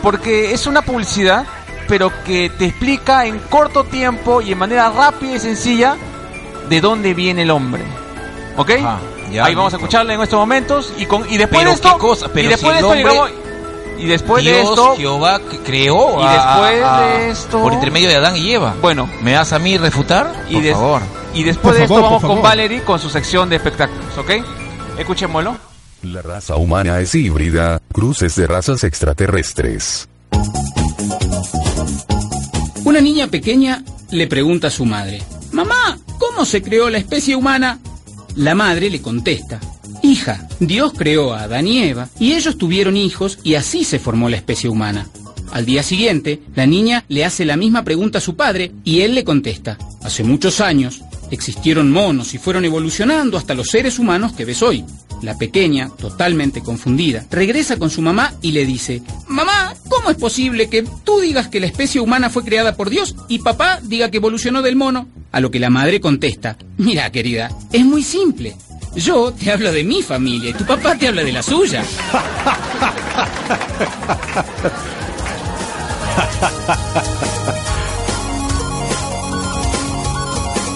Speaker 6: porque es una publicidad, pero que te explica en corto tiempo y en manera rápida y sencilla de dónde viene el hombre. ¿Ok?
Speaker 10: Ajá, ya,
Speaker 6: Ahí vamos a
Speaker 10: listo.
Speaker 6: escucharla en estos momentos y, con, y después
Speaker 10: Pero
Speaker 6: de esto...
Speaker 10: qué cosa, pero
Speaker 6: y después
Speaker 10: si
Speaker 6: de
Speaker 10: el
Speaker 6: esto
Speaker 10: hombre-
Speaker 6: llegamos- Y después de
Speaker 10: Dios,
Speaker 6: esto...
Speaker 10: Jehová c- creó
Speaker 6: Y
Speaker 10: a-
Speaker 6: después
Speaker 10: a-
Speaker 6: de esto-
Speaker 10: por intermedio de Adán y Eva.
Speaker 6: Bueno,
Speaker 10: ¿Me vas a mí refutar?
Speaker 6: y,
Speaker 10: por
Speaker 6: des-
Speaker 10: favor.
Speaker 6: y después
Speaker 5: Por
Speaker 6: de esto
Speaker 5: favor, por
Speaker 6: vamos con
Speaker 5: favor.
Speaker 6: Valerie con su sección de espectáculos, ¿ok? Escuchémoslo.
Speaker 11: La raza humana es híbrida, cruces de razas extraterrestres.
Speaker 12: Una niña pequeña le pregunta a su madre, Mamá, ¿cómo se creó la especie humana? La madre le contesta, Hija, Dios creó a Adán y Eva y ellos tuvieron hijos y así se formó la especie humana. Al día siguiente, la niña le hace la misma pregunta a su padre y él le contesta, Hace muchos años existieron monos y fueron evolucionando hasta los seres humanos que ves hoy. La pequeña, totalmente confundida, regresa con su mamá y le dice, Mamá, ¿cómo es posible que tú digas que la especie humana fue creada por Dios y papá diga que evolucionó del mono? A lo que la madre contesta, Mira querida, es muy simple. Yo te hablo de mi familia y tu papá te habla de la suya.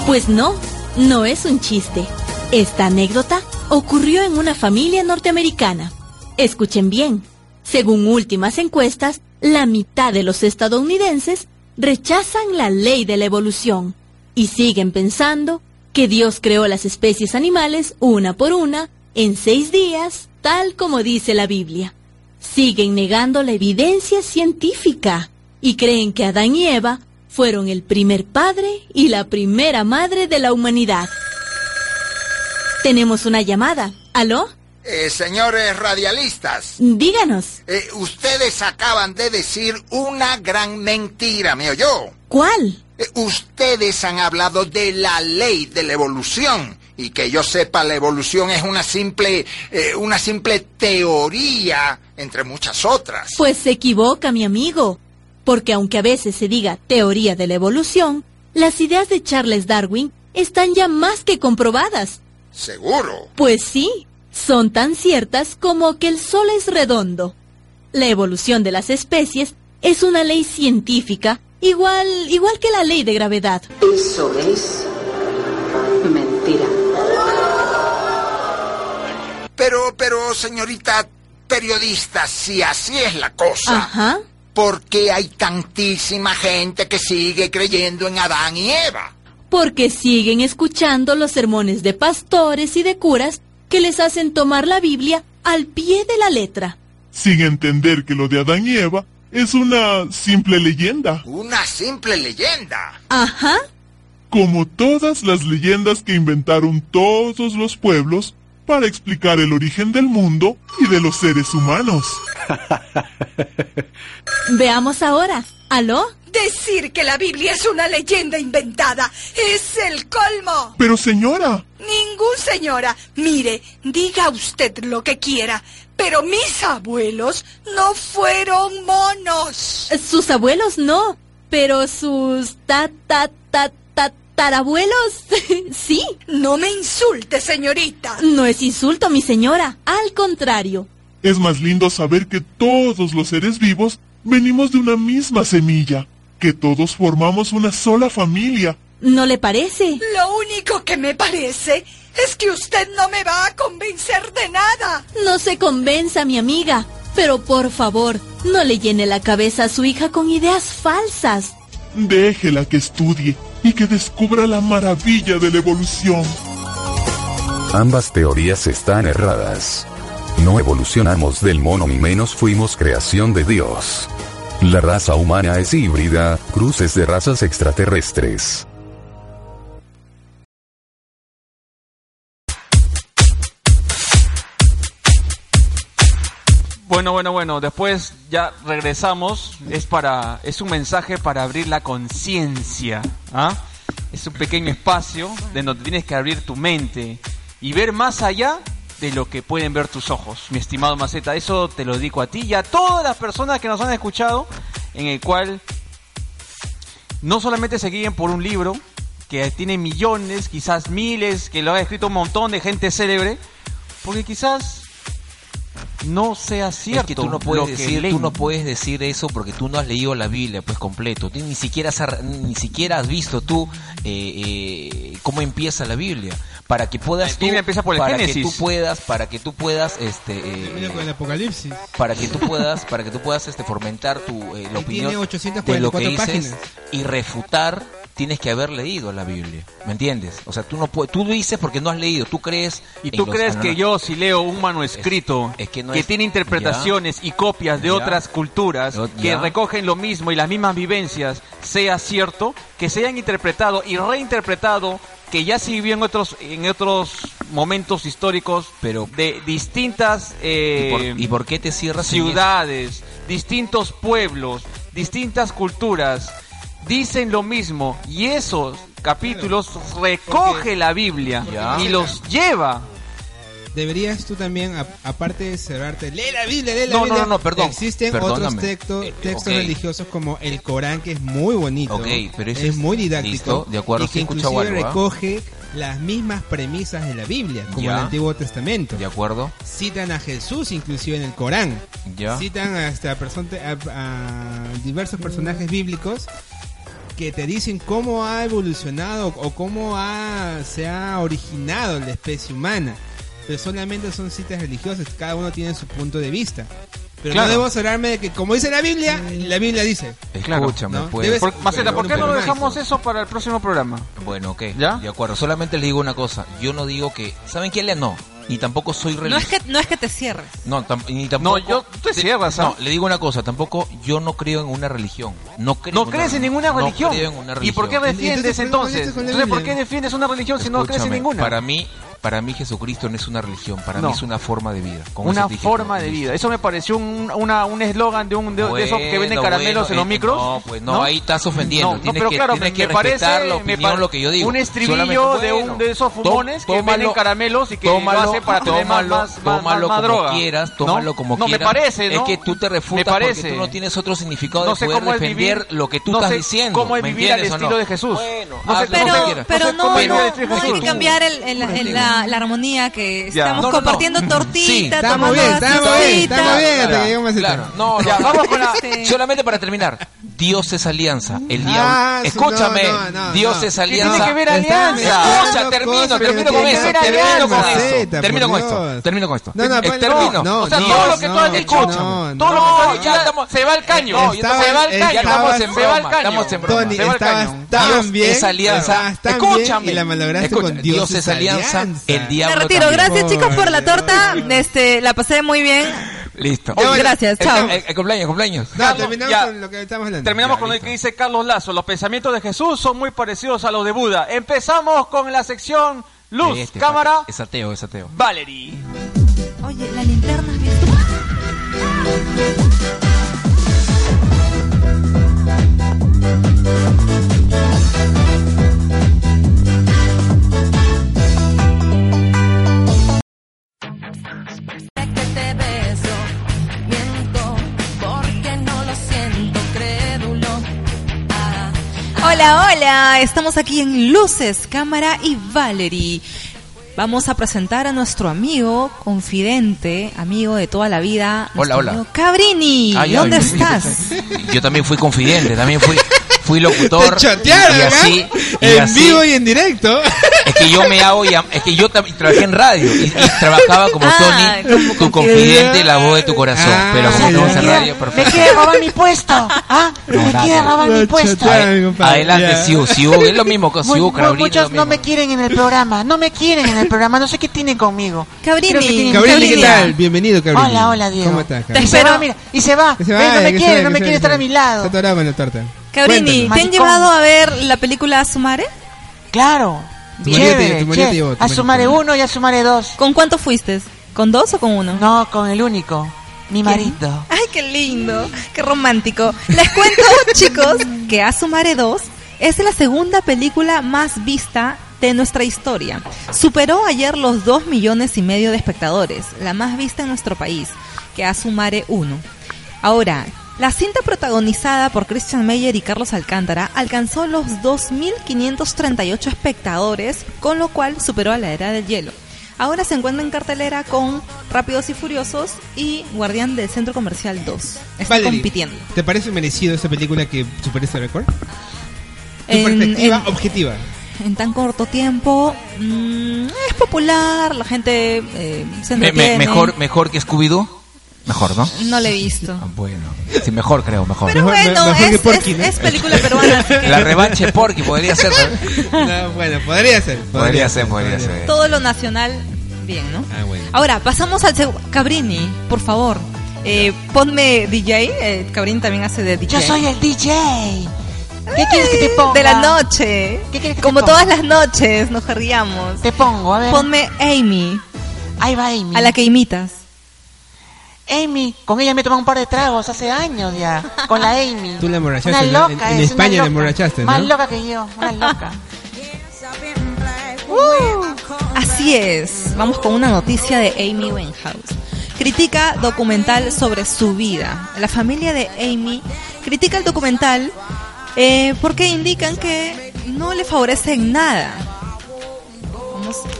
Speaker 13: Pues no, no es un chiste. Esta anécdota ocurrió en una familia norteamericana. Escuchen bien. Según últimas encuestas, la mitad de los estadounidenses rechazan la ley de la evolución y siguen pensando que Dios creó las especies animales una por una en seis días, tal como dice la Biblia. Siguen negando la evidencia científica y creen que Adán y Eva fueron el primer padre y la primera madre de la humanidad. Tenemos una llamada. ¿Aló?
Speaker 14: Eh, señores radialistas,
Speaker 13: Díganos.
Speaker 14: eh, ustedes acaban de decir una gran mentira, me oyó.
Speaker 13: ¿Cuál?
Speaker 14: Eh, ustedes han hablado de la ley de la evolución. Y que yo sepa, la evolución es una simple, eh, una simple teoría, entre muchas otras.
Speaker 13: Pues se equivoca, mi amigo. Porque aunque a veces se diga teoría de la evolución, las ideas de Charles Darwin están ya más que comprobadas.
Speaker 14: Seguro.
Speaker 13: Pues sí, son tan ciertas como que el Sol es redondo. La evolución de las especies es una ley científica igual, igual que la ley de gravedad.
Speaker 15: Eso es mentira.
Speaker 14: Pero, pero, señorita periodista, si así es la cosa,
Speaker 13: Ajá.
Speaker 14: ¿por qué hay tantísima gente que sigue creyendo en Adán y Eva?
Speaker 13: Porque siguen escuchando los sermones de pastores y de curas que les hacen tomar la Biblia al pie de la letra.
Speaker 16: sin entender que lo de Adán y Eva es una simple leyenda.
Speaker 14: Una simple leyenda.
Speaker 13: Ajá.
Speaker 16: Como todas las leyendas que inventaron todos los pueblos para explicar el origen del mundo y de los seres humanos.
Speaker 13: Veamos ahora. ¿Aló?
Speaker 17: Decir que la Biblia es una leyenda inventada es el colmo.
Speaker 16: Pero señora,
Speaker 17: Ningún señora, mire, diga usted lo que quiera, pero mis abuelos no fueron monos.
Speaker 13: Sus abuelos no, pero sus ta ta ta ta tarabuelos sí.
Speaker 17: No me insulte, señorita.
Speaker 13: No es insulto, mi señora. Al contrario.
Speaker 16: es más lindo saber que todos los seres vivos venimos de una misma semilla, que todos formamos una sola familia.
Speaker 13: ¿No le parece?
Speaker 17: Lo único que me parece es que usted no me va a convencer de nada.
Speaker 13: No se convenza, mi amiga. Pero por favor, no le llene la cabeza a su hija con ideas falsas.
Speaker 16: Déjela que estudie y que descubra la maravilla de la evolución.
Speaker 11: Ambas teorías están erradas. No evolucionamos del mono ni menos fuimos creación de Dios. La raza humana es híbrida, cruces de razas extraterrestres.
Speaker 6: Bueno, bueno, bueno, después ya regresamos. Es para es un mensaje para abrir la conciencia, ¿ah? Es un pequeño espacio de donde tienes que abrir tu mente y ver más allá de lo que pueden ver tus ojos. Mi estimado Maceta, eso te lo digo a ti y a todas las personas que nos han escuchado en el cual no solamente se guíen por un libro que tiene millones, quizás miles, que lo ha escrito un montón de gente célebre, porque quizás no sea cierto.
Speaker 10: Es que tú no
Speaker 6: lo
Speaker 10: puedes
Speaker 6: que
Speaker 10: decir,
Speaker 6: leen.
Speaker 10: tú no puedes decir eso porque tú no has leído la Biblia pues completo. Tú ni siquiera has, ar- ni siquiera has visto tú eh, eh, cómo empieza la Biblia para que puedas
Speaker 6: La Biblia
Speaker 10: tú-
Speaker 6: empieza por el
Speaker 10: para que
Speaker 6: Génesis.
Speaker 10: tú puedas para que tú puedas este eh,
Speaker 5: Con el apocalipsis.
Speaker 10: para que tú puedas para que tú puedas este fomentar tu eh, la opinión
Speaker 5: tiene
Speaker 10: de lo que
Speaker 5: 844
Speaker 10: dices
Speaker 5: páginas.
Speaker 10: y refutar tienes que haber leído la Biblia, ¿me entiendes? O sea, tú no puedes, tú lo dices porque no has leído, tú crees
Speaker 6: ¿Y tú crees que yo si leo un manuscrito que,
Speaker 10: no es-
Speaker 6: tiene interpretaciones y copias de
Speaker 10: Ya.
Speaker 6: otras culturas que
Speaker 10: ya.
Speaker 6: recogen lo mismo y las mismas vivencias, sea cierto que se hayan interpretado y reinterpretado que ya se vivió en otros en otros momentos históricos pero de distintas eh,
Speaker 10: ¿Y por- y por qué te cierras en eso?
Speaker 6: ciudades, distintos pueblos, distintas culturas dicen lo mismo y esos capítulos recoge la Biblia y los lleva
Speaker 5: Deberías tú también, a- aparte de cerrarte, lee la Biblia, lee la
Speaker 10: No, no,
Speaker 5: Biblia.
Speaker 10: no, no, perdón,
Speaker 5: Existen otros
Speaker 10: perdóname.
Speaker 5: textos,
Speaker 10: Eh,
Speaker 5: textos
Speaker 10: ok.
Speaker 5: religiosos como el Corán, que es muy bonito.
Speaker 10: Ok, pero ese
Speaker 5: es
Speaker 10: es-
Speaker 5: muy didáctico.
Speaker 10: listo, de acuerdo,
Speaker 5: y
Speaker 10: sí
Speaker 5: que
Speaker 10: escucha
Speaker 5: inclusive
Speaker 10: algo, ¿ah?
Speaker 5: recoge las mismas premisas de la Biblia, como
Speaker 10: Ya.
Speaker 5: el Antiguo Testamento.
Speaker 10: de acuerdo,
Speaker 5: Citan a Jesús inclusive en el Corán.
Speaker 10: ya.
Speaker 5: Citan hasta person- a, a diversos personajes bíblicos que te dicen cómo ha evolucionado o cómo ha, se ha originado la especie humana. Pero solamente son citas religiosas, cada uno tiene su punto de vista. Pero
Speaker 6: Claro.
Speaker 5: no debo cerrarme de que, como dice la Biblia, la Biblia dice.
Speaker 10: Escúchame, pues. Por-
Speaker 6: Maceta, ¿por qué no
Speaker 10: Pero-
Speaker 6: dejamos eso para el próximo programa?
Speaker 10: Bueno, ok. De acuerdo. Solamente les digo una cosa. Yo no digo que. ¿Saben quién le no? Ni tampoco soy
Speaker 4: No es
Speaker 10: religioso.
Speaker 4: que, no es que te cierres.
Speaker 10: No, tam- ni tampoco. No, yo te
Speaker 6: ¿ah?
Speaker 10: cierras, No, le digo una cosa. Tampoco yo no creo en una religión. No creo.
Speaker 6: No
Speaker 10: una
Speaker 6: crees
Speaker 10: religión.
Speaker 6: en ninguna
Speaker 10: No
Speaker 6: religión.
Speaker 10: creo en una
Speaker 6: ¿Y
Speaker 10: religión.
Speaker 6: por qué defiendes entonces? Entonces, ¿por qué defiendes una religión si no crees en
Speaker 10: Escúchame,
Speaker 6: ninguna?
Speaker 10: Para mí, para mí Jesucristo no es una religión. Para
Speaker 6: No.
Speaker 10: mí es una forma de vida. Con
Speaker 6: una
Speaker 10: eso te dije
Speaker 6: forma
Speaker 10: todo.
Speaker 6: de vida. Eso me pareció un una- un eslogan de un de, de esos que venden
Speaker 10: Bueno,
Speaker 6: caramelos
Speaker 10: bueno,
Speaker 6: en los
Speaker 10: eh,
Speaker 6: micros.
Speaker 10: No, pues no, ahí estás ofendiendo.
Speaker 6: No, no,
Speaker 10: tienes
Speaker 6: pero
Speaker 10: que,
Speaker 6: claro,
Speaker 10: tienes
Speaker 6: me-
Speaker 10: que
Speaker 6: me parece-
Speaker 10: respetar la
Speaker 6: me
Speaker 10: opinión,
Speaker 6: pare-
Speaker 10: lo que yo digo.
Speaker 6: un estribillo de un- de esos
Speaker 10: to-
Speaker 6: fumones que venden caramelos y que lo hace para tener más-
Speaker 10: tómalo-
Speaker 6: más- más-
Speaker 10: tómalo
Speaker 6: más- más
Speaker 10: como
Speaker 6: droga.
Speaker 10: quieras,
Speaker 6: ¿No?
Speaker 10: tómalo como
Speaker 6: No, me
Speaker 10: quieras.
Speaker 6: parece, ¿no?
Speaker 10: Es que tú te
Speaker 6: Me
Speaker 10: refutas
Speaker 6: parece.
Speaker 10: porque tú no tienes otro significado
Speaker 6: No
Speaker 10: de
Speaker 6: sé
Speaker 10: poder
Speaker 6: cómo es
Speaker 10: defender
Speaker 6: vivir-
Speaker 10: lo que tú
Speaker 6: no
Speaker 10: estás
Speaker 6: sé
Speaker 10: diciendo.
Speaker 6: cómo es
Speaker 10: ¿me
Speaker 6: vivir al
Speaker 10: entiendes o no?
Speaker 6: estilo de Jesús.
Speaker 10: Bueno,
Speaker 6: No sé
Speaker 10: hazlo
Speaker 6: cómo
Speaker 10: como
Speaker 6: es-
Speaker 10: quieras.
Speaker 4: Pero no,
Speaker 10: cómo es
Speaker 4: no,
Speaker 10: vivir al estilo de
Speaker 4: no hay
Speaker 10: Jesús.
Speaker 4: que cambiar el- el- el- la, la armonía que estamos
Speaker 10: No, no, no.
Speaker 4: compartiendo
Speaker 10: Sí.
Speaker 4: tortita,
Speaker 10: Estamos
Speaker 4: tomando
Speaker 10: bien, estamos
Speaker 4: gaseosita.
Speaker 10: bien, estamos bien. Hasta que lleguemos
Speaker 5: a ese
Speaker 10: Claro.
Speaker 5: tema.
Speaker 10: No,
Speaker 5: Ya,
Speaker 10: no.
Speaker 5: vamos con
Speaker 4: la-
Speaker 10: Solamente para terminar. Dios es alianza. El diablo.
Speaker 5: Ah, su-
Speaker 10: Escúchame.
Speaker 5: no, no, no.
Speaker 10: Dios es
Speaker 5: ¿Qué tiene
Speaker 10: alianza.
Speaker 5: que ver alianza?
Speaker 10: Escucha,
Speaker 5: Está
Speaker 10: termino,
Speaker 5: mezclando
Speaker 10: termino
Speaker 5: cosas,
Speaker 10: con
Speaker 5: pero
Speaker 10: eso.
Speaker 5: tiene que ver
Speaker 10: Termino con
Speaker 5: alianza.
Speaker 10: esto.
Speaker 5: Zeta,
Speaker 10: Termino con
Speaker 5: por
Speaker 10: esto.
Speaker 5: Dios.
Speaker 10: Termino con esto.
Speaker 5: No, no,
Speaker 10: Eh,
Speaker 5: pues,
Speaker 10: Termino.
Speaker 5: no,
Speaker 10: O sea,
Speaker 5: no,
Speaker 10: todo lo que tú
Speaker 5: no,
Speaker 10: has dicho.
Speaker 5: no,
Speaker 10: Todo lo que tú has dicho.
Speaker 5: no.
Speaker 10: ya estamos-
Speaker 6: Se va al caño.
Speaker 10: No, ya estamos-
Speaker 6: Se va al
Speaker 10: ya
Speaker 6: caño.
Speaker 10: estamos en
Speaker 6: Se va al
Speaker 10: broma,
Speaker 6: caño.
Speaker 10: Estamos en broma.
Speaker 6: Tony,
Speaker 10: Se va al
Speaker 6: estabas
Speaker 10: caño.
Speaker 5: tan
Speaker 10: Dios
Speaker 5: bien,
Speaker 10: Es alianza.
Speaker 5: estabas tan bien
Speaker 10: Escúchame.
Speaker 5: y la malograste
Speaker 10: Escucha,
Speaker 5: con Dios
Speaker 10: es alianza. El
Speaker 4: Me
Speaker 10: diablo
Speaker 4: retiro,
Speaker 10: también.
Speaker 4: gracias chicos por la torta, este, la pasé muy bien.
Speaker 10: Listo.
Speaker 4: Oye, gracias,
Speaker 10: el-
Speaker 4: chao.
Speaker 10: el- el cumpleaños, cumpleaños.
Speaker 5: No,
Speaker 6: Carlos,
Speaker 5: terminamos
Speaker 6: ya.
Speaker 5: con lo que estamos hablando.
Speaker 6: Terminamos con lo que dice Carlos Lazo. Los pensamientos de Jesús son muy parecidos a los de Buda. Empezamos con la sección Luz,
Speaker 10: Este,
Speaker 6: Cámara,
Speaker 10: Es ateo, es ateo.
Speaker 6: Valerie.
Speaker 4: Oye, la linterna es bien-
Speaker 18: que te beso, miento, porque no lo siento, crédulo.
Speaker 4: Hola, hola, estamos aquí en Luces, Cámara y Valerie. Vamos a presentar a nuestro amigo, confidente, amigo de toda la vida. nuestro
Speaker 10: Hola, hola.
Speaker 4: amigo Cabrini,
Speaker 10: Ay,
Speaker 4: ¿dónde
Speaker 10: ay,
Speaker 4: estás?
Speaker 10: Yo también fui confidente, también fui, fui locutor.
Speaker 5: Te chotearon,
Speaker 10: y
Speaker 5: ¿verdad?
Speaker 10: así, y
Speaker 5: en
Speaker 10: así-
Speaker 5: vivo y en directo.
Speaker 10: Es que yo me hago, llam- es que yo tam- trabajé en radio y, y trabajaba como
Speaker 5: Ah,
Speaker 10: Tony, tu confidente, la voz de tu corazón. pero como estamos en radio, perfecto.
Speaker 18: robar mi puesto. Ah,
Speaker 10: No,
Speaker 18: me
Speaker 10: dale.
Speaker 18: quiere robar mi puesto.
Speaker 10: Ad- Adelante,
Speaker 5: ya.
Speaker 10: Siu, Siu, es lo mismo que
Speaker 18: Muy-
Speaker 10: Siu,
Speaker 18: muy-
Speaker 10: Carolina.
Speaker 18: muchos no me quieren en el programa, no me quieren en el programa, no sé qué tienen conmigo. Creo que tienen-
Speaker 5: Cabrini, ¿qué tal? Bienvenido, Cabrini.
Speaker 18: Hola, hola, Diego.
Speaker 5: ¿Cómo estás,
Speaker 18: Y
Speaker 5: Cabrini?
Speaker 18: se va, mira, y se va.
Speaker 5: Se va,
Speaker 18: Ven, no me
Speaker 5: que
Speaker 18: quiere,
Speaker 5: se
Speaker 18: no
Speaker 5: va,
Speaker 18: me
Speaker 5: que
Speaker 18: quiere
Speaker 5: se
Speaker 18: estar a mi lado.
Speaker 5: Está atorado con la torta.
Speaker 4: Cabrini, ¿te han
Speaker 18: Maricón.
Speaker 4: llevado a ver la película Sumare?
Speaker 18: Claro.
Speaker 5: Tu marido te-
Speaker 18: Chévere,
Speaker 5: tu marido te
Speaker 18: che.
Speaker 5: llevó, tu
Speaker 18: A
Speaker 5: marido
Speaker 18: sumaré uno y a sumaré dos.
Speaker 4: ¿Con cuánto fuiste? ¿Con dos o con uno?
Speaker 18: No, con el único, mi marido.
Speaker 4: Ay, qué lindo, qué romántico. Les cuento, chicos, que Asumare 2 es la segunda película más vista de nuestra historia. Superó ayer los 2 millones y medio de espectadores, la más vista en nuestro país, que Asumare 1. Ahora, la cinta protagonizada por Christian Meyer y Carlos Alcántara alcanzó los 2.538 espectadores, con lo cual superó a la era del hielo. Ahora se encuentra en cartelera con Rápidos y Furiosos y Guardián del Centro Comercial 2. Está
Speaker 5: Valerie,
Speaker 4: compitiendo.
Speaker 5: ¿Te parece merecido esa película que supere ese récord? Tu
Speaker 4: En-
Speaker 5: perspectiva
Speaker 4: en-
Speaker 5: objetiva.
Speaker 4: En tan corto tiempo, mm, es popular, la gente eh, se
Speaker 10: Me- me-
Speaker 4: entretiene.
Speaker 10: mejor, mejor que Scooby-Doo. Mejor, ¿no?
Speaker 4: No la he visto.
Speaker 10: Bueno, sí, mejor creo, mejor.
Speaker 4: Pero bueno, es, es- es película peruana, así que
Speaker 10: La revancha de Porky pues. podría ser.
Speaker 5: No, Ah, bueno, podría ser.
Speaker 10: Podría ser, podría ser.
Speaker 4: todo lo nacional, bien, ¿no?
Speaker 5: Ah, bueno.
Speaker 4: Ahora, pasamos al segundo. Cabrini, por favor. eh, ponme DJ. eh, Cabrini también hace de DJ.
Speaker 18: Yo soy el DJ.
Speaker 4: ¿Qué
Speaker 18: quieres que te ponga?
Speaker 4: De la noche. Como todas las noches nos jarriamos.
Speaker 18: Te pongo, a ver.
Speaker 4: Ponme Amy.
Speaker 18: Ahí va Amy.
Speaker 4: A la que imitas.
Speaker 18: Amy, con ella me he tomado un par de tragos hace años ya. Con la Amy.
Speaker 5: Tú
Speaker 18: Una
Speaker 5: la emborrachaste, ¿no?
Speaker 18: loca,
Speaker 5: En-
Speaker 18: es, una
Speaker 5: En, España la
Speaker 18: loca.
Speaker 5: emborrachaste,
Speaker 18: Más
Speaker 5: ¿no?
Speaker 18: loca que yo, una loca.
Speaker 4: ¡Uh! Así es. Vamos con una noticia de Amy Winehouse. Critica documental sobre su vida. La familia de Amy critica el documental eh, porque indican que no le favorece en nada.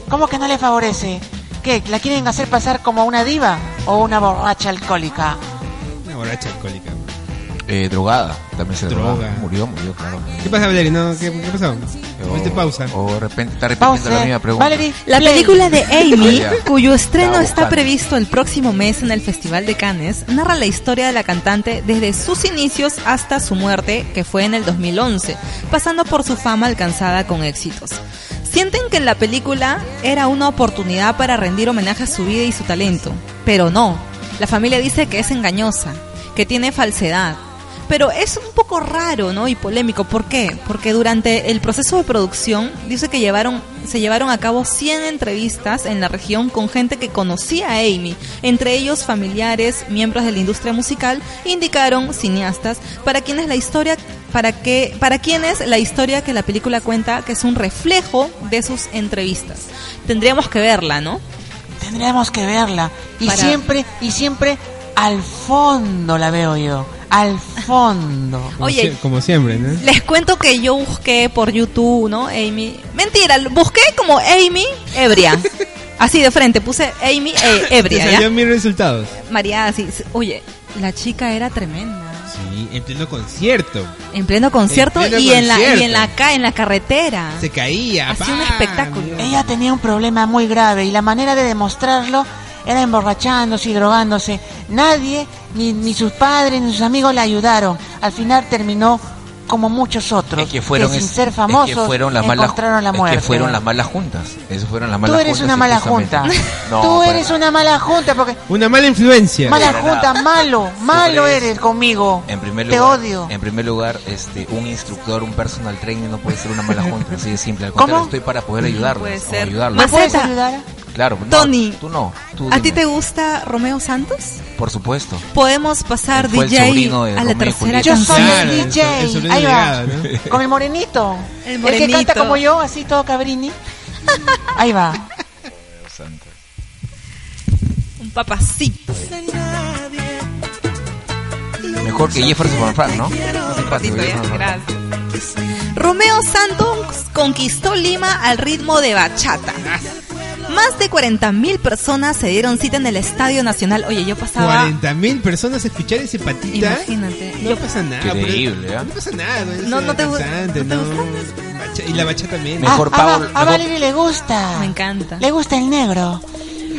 Speaker 18: ¿Cómo que no le favorece? ¿Qué? ¿La quieren hacer pasar como una diva o una borracha alcohólica?
Speaker 5: Una borracha alcohólica.
Speaker 10: eh, drogada. También se
Speaker 5: Droga.
Speaker 10: drogaba. Murió, murió, claro.
Speaker 5: ¿Qué pasa, Valeria? No, ¿qué, ¿Qué pasó? Ponte pausa.
Speaker 10: O de repente está repitiendo la misma pregunta.
Speaker 4: la película de Amy,
Speaker 10: Ya.
Speaker 4: cuyo estreno
Speaker 10: Estaba
Speaker 4: está
Speaker 10: buscando.
Speaker 4: previsto el próximo mes en el Festival de Cannes, narra la historia de la cantante desde sus inicios hasta su muerte, que fue en el 2011, pasando por su fama alcanzada con éxitos. Sienten que la película era una oportunidad para rendir homenaje a su vida y su talento, pero no. La familia dice que es engañosa, que tiene falsedad, pero es un poco raro, ¿no? Y polémico. ¿Por qué? Porque durante el proceso de producción dice que llevaron, se llevaron a cabo 100 entrevistas en la región con gente que conocía a Amy. Entre ellos familiares, miembros de la industria musical, indicaron cineastas para quienes la historia para que para quienes la historia que la película cuenta que es un reflejo de sus entrevistas. Tendríamos que verla, ¿no?
Speaker 19: Tendríamos que verla. Y
Speaker 4: Para-
Speaker 19: siempre, y siempre al fondo la veo yo. Al fondo.
Speaker 5: Como, sie- como siempre, ¿no?
Speaker 4: Les cuento que yo busqué por YouTube, ¿no? Amy. Mentira, lo- busqué como Amy ebria. Así de frente, puse Amy eh,
Speaker 5: Te
Speaker 4: ebria, ¿ya?
Speaker 5: salieron mis resultados.
Speaker 4: María, así. s- Oye, la chica era tremenda.
Speaker 5: Sí, en pleno concierto.
Speaker 4: En pleno concierto,
Speaker 5: En pleno
Speaker 4: y, En la, y en
Speaker 5: concierto.
Speaker 4: la ca- en la carretera.
Speaker 5: Se caía.
Speaker 4: Hacía un espectáculo.
Speaker 19: Ah, Ella tenía un problema muy grave y la manera de demostrarlo era emborrachándose y drogándose. Nadie, ni, ni sus padres, ni sus amigos la ayudaron. Al final terminó como muchos otros
Speaker 10: Es que fueron
Speaker 19: sin
Speaker 10: es-
Speaker 19: ser
Speaker 10: es
Speaker 19: famosos
Speaker 10: que fueron las malas,
Speaker 19: encontraron la
Speaker 10: es
Speaker 19: muerte.
Speaker 10: que fueron las malas juntas. Eso fueron las malas
Speaker 19: eres
Speaker 10: juntas,
Speaker 19: una mala
Speaker 10: justamente.
Speaker 19: junta.
Speaker 10: No,
Speaker 19: Tú
Speaker 10: para
Speaker 19: eres una mala junta porque
Speaker 5: Una mala influencia.
Speaker 19: mala
Speaker 10: Para
Speaker 19: junta,
Speaker 10: nada.
Speaker 19: malo, malo
Speaker 10: crees?
Speaker 19: eres conmigo.
Speaker 10: En primer
Speaker 19: Te
Speaker 10: lugar,
Speaker 19: odio.
Speaker 10: En primer lugar, este, un instructor, un personal trainer no puede ser una mala junta, así de simple. Al
Speaker 4: ¿Cómo?
Speaker 10: contrario, estoy para poder ayudarlo.
Speaker 4: Puede ser.
Speaker 10: Ayudarlo.
Speaker 4: ¿Me puedes
Speaker 19: ayudar?
Speaker 10: Claro. no,
Speaker 4: Tony,
Speaker 10: Tú no. Tú
Speaker 4: ¿A ti
Speaker 10: dime.
Speaker 4: te gusta Romeo Santos?
Speaker 10: Por supuesto.
Speaker 4: Podemos pasar
Speaker 10: Fue el
Speaker 4: DJ
Speaker 10: sobrino de
Speaker 4: a la
Speaker 10: Romeo y
Speaker 4: tercera
Speaker 10: Julieta. Yo
Speaker 4: canción.
Speaker 10: soy el Claro, el DJ. so- el sobrino
Speaker 19: Ahí va.
Speaker 10: delegado, ¿no?
Speaker 19: Con el morenito.
Speaker 4: El
Speaker 19: El, que
Speaker 4: morenito.
Speaker 19: canta como yo, así todo cabrini. Ahí va.
Speaker 4: Un papacito.
Speaker 10: Mejor que Jefferson Van Frank, ¿no? Simpático, Jefferson Van Frank.
Speaker 4: Romeo Santos conquistó Lima al ritmo de bachata. Más de 40.000 personas se dieron cita en el Estadio Nacional. Oye, yo pasaba...
Speaker 5: 40.000 personas escuchar ese patita.
Speaker 4: Imagínate.
Speaker 5: No pasa nada.
Speaker 10: Increíble,
Speaker 5: pero-
Speaker 10: ¿ah?
Speaker 5: No pasa nada.
Speaker 4: No, no te Ah, gusta.
Speaker 5: gusta. No. Bacha- Y la bachata también. ¿eh?
Speaker 10: Mejor
Speaker 19: A,
Speaker 10: Paul.
Speaker 19: a Valerie le gusta. Me
Speaker 4: encanta.
Speaker 19: Le gusta el negro.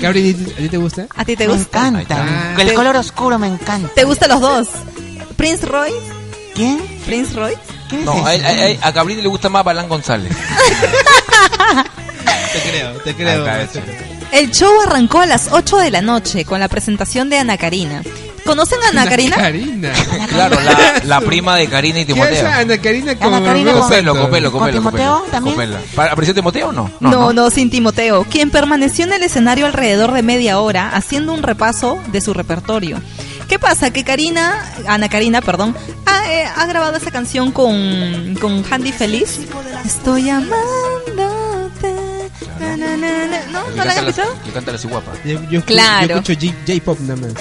Speaker 5: Cabri, ¿a ti te gusta?
Speaker 4: ¿A ti te
Speaker 19: me
Speaker 4: gusta?
Speaker 19: encanta. El color oscuro me encanta.
Speaker 4: ¿Te gustan los dos? ¿Prince Royce?
Speaker 19: ¿Quién?
Speaker 4: ¿Prince Royce?
Speaker 10: No, a, él- a él- a Gabriel le gusta más Balán González.
Speaker 5: Te creo, te creo.
Speaker 10: Acá,
Speaker 5: macho.
Speaker 4: El show arrancó a las 8 de la noche con la presentación de Ana Karina. ¿Conocen a Ana Karina?
Speaker 5: Karina.
Speaker 10: Claro, la, la prima de Karina y
Speaker 5: ¿Qué hace
Speaker 10: Timoteo.
Speaker 5: Ana Karina con
Speaker 4: Ana Karina
Speaker 5: Romeo
Speaker 4: con-
Speaker 10: Copelo,
Speaker 5: Santos?
Speaker 10: copelo, copelo.
Speaker 4: Timoteo
Speaker 10: copelo,
Speaker 4: también?
Speaker 10: copelo. Pa- ¿Apareció Timoteo o no?
Speaker 4: No no, sin Timoteo, quien permaneció en el escenario alrededor de media hora haciendo un repaso de su repertorio. ¿Qué pasa? Que Karina, Ana Karina, perdón, ha, eh, ha grabado esa canción con, con Handy Feliz. Estoy amándote. Na, na, na, na. ¿No?
Speaker 10: Que
Speaker 4: ¿No la
Speaker 10: canta
Speaker 4: han
Speaker 10: las-
Speaker 4: escuchado?
Speaker 10: Que canta la ciguapa.
Speaker 5: Yo, yo escu-
Speaker 4: Claro.
Speaker 5: Yo escucho J- J-pop nada más.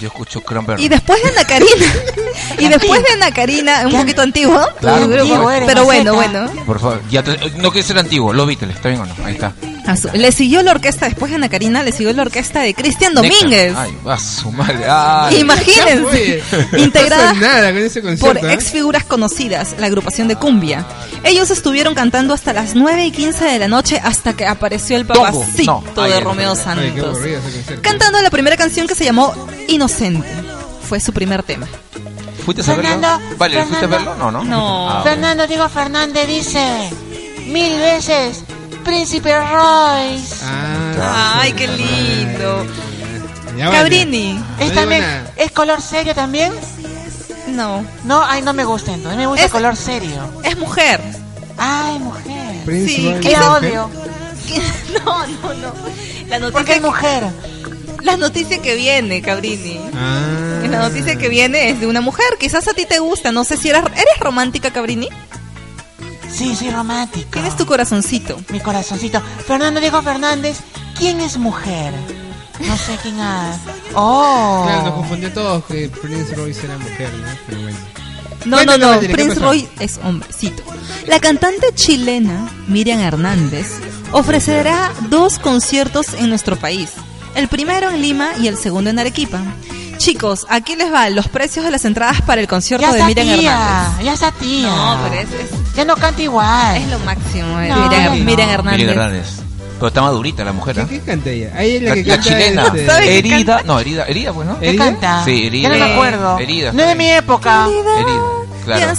Speaker 10: Yo escucho Cranberry.
Speaker 4: Y después de Ana Karina, y después de Ana Karina, un poquito antiguo, tu
Speaker 10: Claro,
Speaker 4: grupo,
Speaker 10: antiguo eres,
Speaker 4: pero bueno,
Speaker 10: maceta.
Speaker 4: bueno.
Speaker 10: Por favor, ya te- no que ser antiguo, los Beatles, ¿está bien o no? Ahí está.
Speaker 4: A su- Le siguió la orquesta, después de Ana Karina, le siguió la orquesta de Cristian Domínguez.
Speaker 10: Néctar. Ay, va a su madre. Ay.
Speaker 4: Imagínense,
Speaker 5: Oye,
Speaker 4: integrada
Speaker 5: No pasa nada con ese concierto.
Speaker 4: por
Speaker 5: ¿eh?
Speaker 4: ex figuras conocidas, la agrupación de cumbia. Ellos estuvieron cantando hasta las 9 y 15 de la noche hasta que apareció el
Speaker 5: Tongo.
Speaker 4: papacito
Speaker 5: No.
Speaker 4: de
Speaker 5: Ay,
Speaker 4: Romeo
Speaker 5: ay,
Speaker 4: Santos.
Speaker 5: qué aburrido ese concierto.
Speaker 4: cantando la primera canción que se llamó Inocente. Fue su primer tema.
Speaker 10: ¿Fuiste a verlo?
Speaker 19: Fernando,
Speaker 10: Vale, ¿fuiste a
Speaker 19: Fernando.
Speaker 10: verlo? No, no.
Speaker 4: No.
Speaker 10: Ah, bueno.
Speaker 19: Fernando Diego Fernández dice mil veces Príncipe Royce.
Speaker 6: Ah,
Speaker 4: Ay, qué lindo.
Speaker 5: Ya vale.
Speaker 19: Cabrini. ¿Es,
Speaker 5: No
Speaker 19: también,
Speaker 5: digo nada.
Speaker 19: ¿Es color serio también?
Speaker 4: No.
Speaker 19: No, ay, no me gusta entonces. Me gusta color serio. Ah,
Speaker 4: Es mujer.
Speaker 19: Ay, mujer.
Speaker 5: Prince
Speaker 19: sí,
Speaker 5: Royce,
Speaker 19: qué
Speaker 5: ¿es mujer?
Speaker 19: odio.
Speaker 4: No, no, no. La noticia
Speaker 19: Porque es
Speaker 4: que-
Speaker 19: mujer.
Speaker 4: La noticia que viene, Cabrini.
Speaker 5: Ah.
Speaker 4: La noticia que viene es de una mujer. Quizás a ti te gusta. No sé si eras, eres romántica, Cabrini.
Speaker 19: Sí, soy romántica.
Speaker 4: Tienes tu corazoncito.
Speaker 19: Mi corazoncito. Fernando Diego Fernández, ¿quién es mujer? No sé quién ha... Oh.
Speaker 5: Claro, nos confundió a todos que Prince Royce era mujer, ¿no? Pero bueno.
Speaker 4: No, no,
Speaker 5: Cuéntame,
Speaker 4: no,
Speaker 5: Valeria, ¿qué
Speaker 4: Prince
Speaker 5: pasó?
Speaker 4: Roy es hombrecito. La cantante chilena Miriam Hernández ofrecerá dos conciertos en nuestro país. El primero en Lima y el segundo en Arequipa. Chicos, aquí les va los precios de las entradas para el concierto
Speaker 19: Ya
Speaker 4: de
Speaker 19: está
Speaker 4: Miriam
Speaker 19: tía,
Speaker 4: Hernández.
Speaker 19: ya está tía.
Speaker 4: No, pero es,
Speaker 19: Ya no canta igual.
Speaker 4: Es lo máximo. eh,
Speaker 19: No,
Speaker 4: Miriam,
Speaker 19: no.
Speaker 4: Miriam Hernández.
Speaker 10: Miriam Hernández. Pero está madurita la mujer. ¿ah?
Speaker 5: ¿Qué canta ella? Ahí es la,
Speaker 10: La,
Speaker 5: que
Speaker 10: la
Speaker 5: canta
Speaker 10: chilena.
Speaker 5: este-
Speaker 10: Herida. No, herida, herida, pues, ¿no?
Speaker 19: ¿Qué canta?
Speaker 10: Sí, herida.
Speaker 19: Ya no me acuerdo.
Speaker 10: Herida.
Speaker 19: no es de mi época.
Speaker 10: Herida. Claro.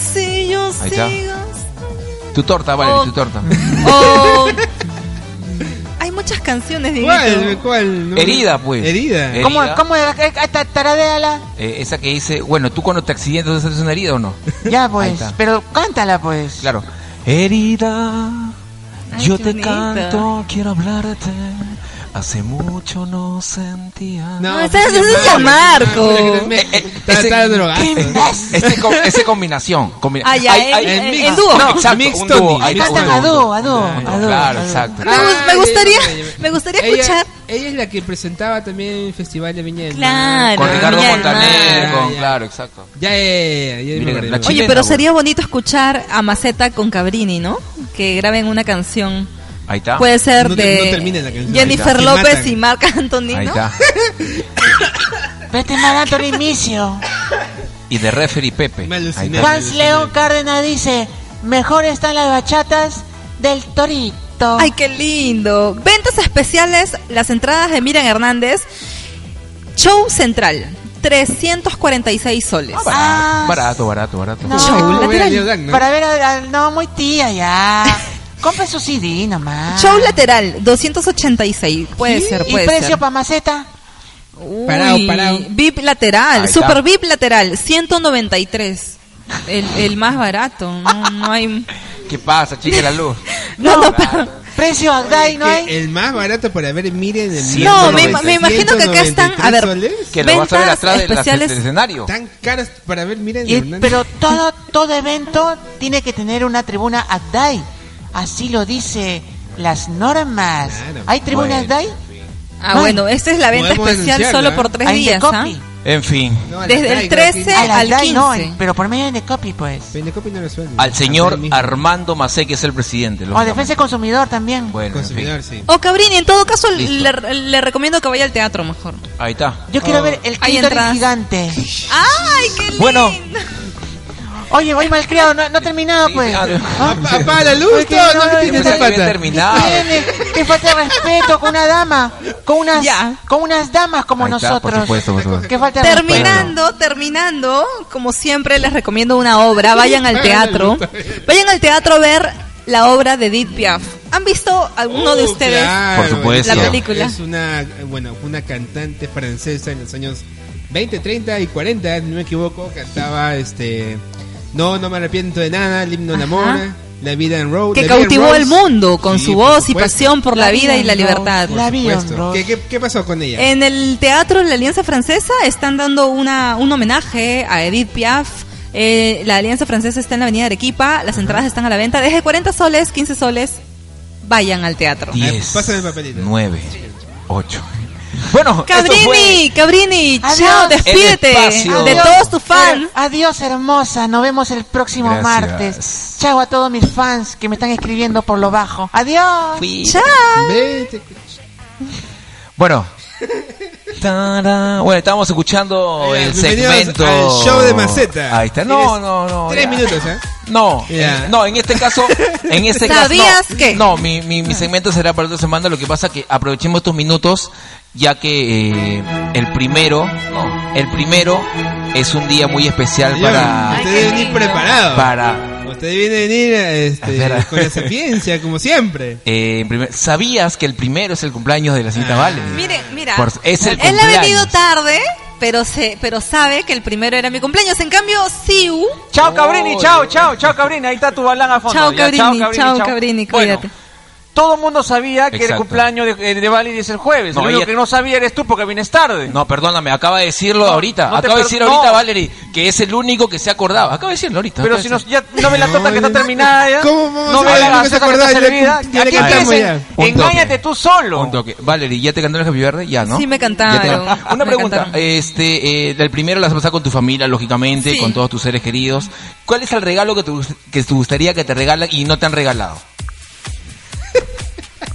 Speaker 10: Ahí está. Tu torta, vale,
Speaker 4: Oh.
Speaker 10: tu torta.
Speaker 4: Oh, hay muchas canciones, Dieguito.
Speaker 5: ¿Cuál? ¿Cuál? No.
Speaker 10: Herida, pues.
Speaker 5: Herida.
Speaker 19: ¿Cómo, cómo era? Eh, ta- taradeala?
Speaker 10: Eh, esa que dice, bueno, tú cuando te accidentas haces una herida o no?
Speaker 19: Ya pues,
Speaker 10: está.
Speaker 19: pero cántala pues.
Speaker 10: Claro. Herida, yo
Speaker 19: qué
Speaker 10: te
Speaker 19: bonita.
Speaker 10: canto, quiero hablarte. Hace mucho no sentía.
Speaker 4: No, ese- ese es ya Marco.
Speaker 19: Eh,
Speaker 10: Ese-
Speaker 5: drogado.
Speaker 10: ¿Qué más? Ese co- Ese combinación. combi-
Speaker 4: Ah, ya,
Speaker 10: Hay-
Speaker 4: el-
Speaker 10: hay-
Speaker 4: el-
Speaker 10: no,
Speaker 4: el dúo.
Speaker 10: exacto,
Speaker 4: Mixed
Speaker 10: un dúo.
Speaker 4: Tony.
Speaker 10: hay
Speaker 4: Ahí
Speaker 10: un
Speaker 4: cantan
Speaker 10: dúo,
Speaker 4: a
Speaker 10: un
Speaker 4: dúo,
Speaker 10: dúo.
Speaker 4: a dúo, a dúo.
Speaker 19: Ah,
Speaker 10: Claro, exacto.
Speaker 4: Me, gu- Oh, me gustaría, me gustaría
Speaker 5: Ella-
Speaker 4: escuchar.
Speaker 5: Ella es la que presentaba también el Festival de Viña del
Speaker 4: Claro,
Speaker 5: Mar.
Speaker 10: Con Ricardo Montaner, con, claro, exacto.
Speaker 5: Ya, ya, ya, ya, ya me
Speaker 10: Mira,
Speaker 5: acordé.
Speaker 10: la
Speaker 4: Ah. Oye, pero sería bonito escuchar a Maceta con Cabrini, ¿no? Que graben una canción.
Speaker 10: Ahí está.
Speaker 4: Puede ser
Speaker 10: No te- no
Speaker 4: de
Speaker 10: termina la canción. Ahí
Speaker 4: Jennifer
Speaker 10: está.
Speaker 4: López
Speaker 10: Te
Speaker 4: y Marc Anthony,
Speaker 10: Ahí
Speaker 4: ¿no?
Speaker 10: está.
Speaker 19: Vete mal Anthony Micio.
Speaker 10: Y de referee Pepe. Ahí está.
Speaker 19: Juan León Cárdenas dice, mejor están las bachatas del torito.
Speaker 4: Ay, qué lindo. Ventas especiales, las entradas de Miriam Hernández. Show central, 346 soles.
Speaker 10: Ah, Barato, barato, barato.
Speaker 19: No, Ah, Para ver, a- a- no, muy tía Ah. ya. Compre su CD nomás.
Speaker 4: Show lateral, 286. Puede ser,
Speaker 19: Ah. ¿Y
Speaker 4: puede
Speaker 19: precio
Speaker 4: ser.
Speaker 19: para maceta?
Speaker 4: Uy,
Speaker 19: Parado, parado.
Speaker 4: VIP lateral,
Speaker 19: Ahí está.
Speaker 4: super VIP lateral, 193. El, el más barato. No, no hay.
Speaker 10: ¿Qué pasa, chica, la luz?
Speaker 4: No, no,
Speaker 19: Precio Agday,
Speaker 5: no hay. El más barato para ver, miren. El
Speaker 4: No, me, me imagino que acá están. A ver,
Speaker 10: Que lo vas a ver atrás del-
Speaker 4: especiales.
Speaker 10: del escenario.
Speaker 5: Tan caras para ver, miren.
Speaker 19: Y- pero todo, todo evento tiene que tener una tribuna Agday. Así lo dice las normas. ¿Hay tribuna
Speaker 10: Bueno.
Speaker 19: Agday?
Speaker 4: Ah, bueno, esta es la venta Podemos especial denunciarla, solo ¿eh? por tres
Speaker 19: Hay de
Speaker 4: días, ¿ah?
Speaker 19: copy.
Speaker 10: En fin.
Speaker 4: Desde el 13
Speaker 19: Ah, A la
Speaker 4: al
Speaker 19: Agday no,
Speaker 4: 15.
Speaker 19: pero por medio de copy, pues.
Speaker 5: De copy no resuelve.
Speaker 10: Al señor Armando Macé, que es el presidente.
Speaker 4: Oh,
Speaker 19: O
Speaker 10: lógicamente.
Speaker 19: defensa del consumidor también.
Speaker 10: Bueno, en fin.
Speaker 4: O Oh, Cabrini, en todo caso,
Speaker 10: Listo.
Speaker 4: le, le recomiendo que vaya al teatro mejor.
Speaker 10: Ahí está.
Speaker 19: Yo
Speaker 5: Oh.
Speaker 19: quiero ver el
Speaker 4: Hay
Speaker 19: clítoris
Speaker 4: entradas.
Speaker 19: gigante.
Speaker 4: ¡Ay, qué
Speaker 10: Bueno.
Speaker 19: Oye, voy malcriado, no, no he terminado, pues. ¿Ah?
Speaker 5: Apaga la luz,
Speaker 19: Oye, que
Speaker 5: todo, no me
Speaker 10: tienes
Speaker 19: no,
Speaker 10: que haber terminado.
Speaker 19: Tiene, Te falta de respeto con una dama, con unas, con unas damas como
Speaker 10: Ahí está, por
Speaker 19: nosotros.
Speaker 10: supuesto, por supuesto.
Speaker 19: Que falta de
Speaker 4: Terminando, terminando, como siempre les recomiendo una obra, vayan al teatro. Vayan al teatro a ver la obra de Edith Piaf. ¿Han visto alguno de ustedes
Speaker 5: Claro,
Speaker 10: Por supuesto.
Speaker 4: la película?
Speaker 5: Es una, bueno, una cantante francesa en los años 20, 30 y 40, no me equivoco, cantaba este No, no me arrepiento de nada, el himno de amor, La vida en road.
Speaker 4: Que
Speaker 5: La Vida en
Speaker 4: cautivó
Speaker 5: Rose.
Speaker 4: el mundo con
Speaker 5: Sí,
Speaker 4: su
Speaker 5: por
Speaker 4: voz y
Speaker 5: supuesto.
Speaker 4: pasión por la vida y la libertad.
Speaker 5: Por supuesto. ¿Qué, qué, qué pasó con ella?
Speaker 4: En el Teatro de la Alianza Francesa están dando una, un homenaje a Edith Piaf. Eh, la Alianza Francesa está en la Avenida Arequipa. Las entradas están a la venta desde 40 soles, 15 soles. Vayan al teatro.
Speaker 10: 10,
Speaker 5: Pásame el papelito.
Speaker 10: 9, 8. Bueno, esto fue
Speaker 4: Cabrini, Cabrini,
Speaker 19: Adiós.
Speaker 4: chao, despídete
Speaker 10: El espacio.
Speaker 4: de todos tus fans.
Speaker 19: Her- Adiós, hermosa. Nos vemos el próximo
Speaker 10: Gracias.
Speaker 19: martes. Chao a todos mis fans que me están escribiendo por lo bajo. Adiós.
Speaker 10: Fui.
Speaker 19: Chao.
Speaker 5: Vete.
Speaker 10: Bueno. Tará. Bueno, estábamos escuchando el
Speaker 5: bienvenidos
Speaker 10: segmento.
Speaker 5: al show de Maceta.
Speaker 10: Ahí está. No,
Speaker 5: Tienes
Speaker 10: no, no.
Speaker 5: Tres
Speaker 10: ya.
Speaker 5: minutos, ¿eh?
Speaker 10: No, en- no, en este caso, en este
Speaker 4: ¿Sabías
Speaker 10: caso, no, no mi, mi, mi segmento será para otra semana. Lo que pasa que aprovechemos estos minutos, ya que eh, el primero, no, el primero es un día muy especial
Speaker 5: Señor,
Speaker 10: para,
Speaker 5: Usted debe venir preparado.
Speaker 10: para
Speaker 5: Usted debe venir este, con la sapiencia, como siempre.
Speaker 10: eh, primer- ¿Sabías que el primero es el cumpleaños de la señorita
Speaker 5: Ah.
Speaker 10: Vale?
Speaker 4: Mire, mira,
Speaker 10: Por- es el
Speaker 4: él ha
Speaker 10: cumpleaños.
Speaker 4: venido tarde, pero se, pero sabe que el primero era mi cumpleaños. En cambio, Siu.
Speaker 6: Chao, Cabrini, chao, chao, chao, Cabrini. Ahí está tu balán al fondo.
Speaker 4: Chao,
Speaker 6: Ya,
Speaker 4: Cabrini, chao,
Speaker 6: chao.
Speaker 4: Cabrini,
Speaker 6: Bueno,
Speaker 4: cuídate.
Speaker 6: todo el mundo sabía que el
Speaker 10: Exacto.
Speaker 6: cumpleaños de, eh, de Vali es el jueves.
Speaker 10: No,
Speaker 6: Lo único
Speaker 10: ella-
Speaker 6: que no sabía eres tú porque vienes tarde.
Speaker 10: No, perdóname, acaba de decirlo ahorita.
Speaker 6: no te
Speaker 10: acaba de
Speaker 6: per-
Speaker 10: decir ahorita,
Speaker 6: no.
Speaker 10: Valerie, que es el único que se acordaba. Acaba de decirlo ahorita.
Speaker 6: Pero
Speaker 10: acaba
Speaker 6: si
Speaker 10: de
Speaker 6: nos, ya no me la torta que está terminada ya.
Speaker 5: ¿Cómo vamos
Speaker 6: no
Speaker 5: a
Speaker 6: me
Speaker 5: hablar
Speaker 6: la
Speaker 5: de
Speaker 6: torta
Speaker 5: esa
Speaker 6: que está
Speaker 5: acordada? Ya-
Speaker 6: servida.
Speaker 5: ya
Speaker 6: ¿A
Speaker 5: le
Speaker 6: quién
Speaker 5: cantamos
Speaker 6: quieres?
Speaker 5: ya.
Speaker 10: Un toque.
Speaker 6: Engáñate tú solo.
Speaker 10: Un toque. Valerie, ¿ya te cantaron el Happy Verde? Ya, ¿no?
Speaker 4: Sí, me cantaron.
Speaker 10: Ya te- Una
Speaker 4: Me
Speaker 10: pregunta.
Speaker 4: cantaron.
Speaker 10: Este, eh, el primero la has pasado con tu familia, lógicamente, con todos tus seres queridos. ¿Cuál es el regalo que te, gust- que te gustaría que te regalen y no te han regalado?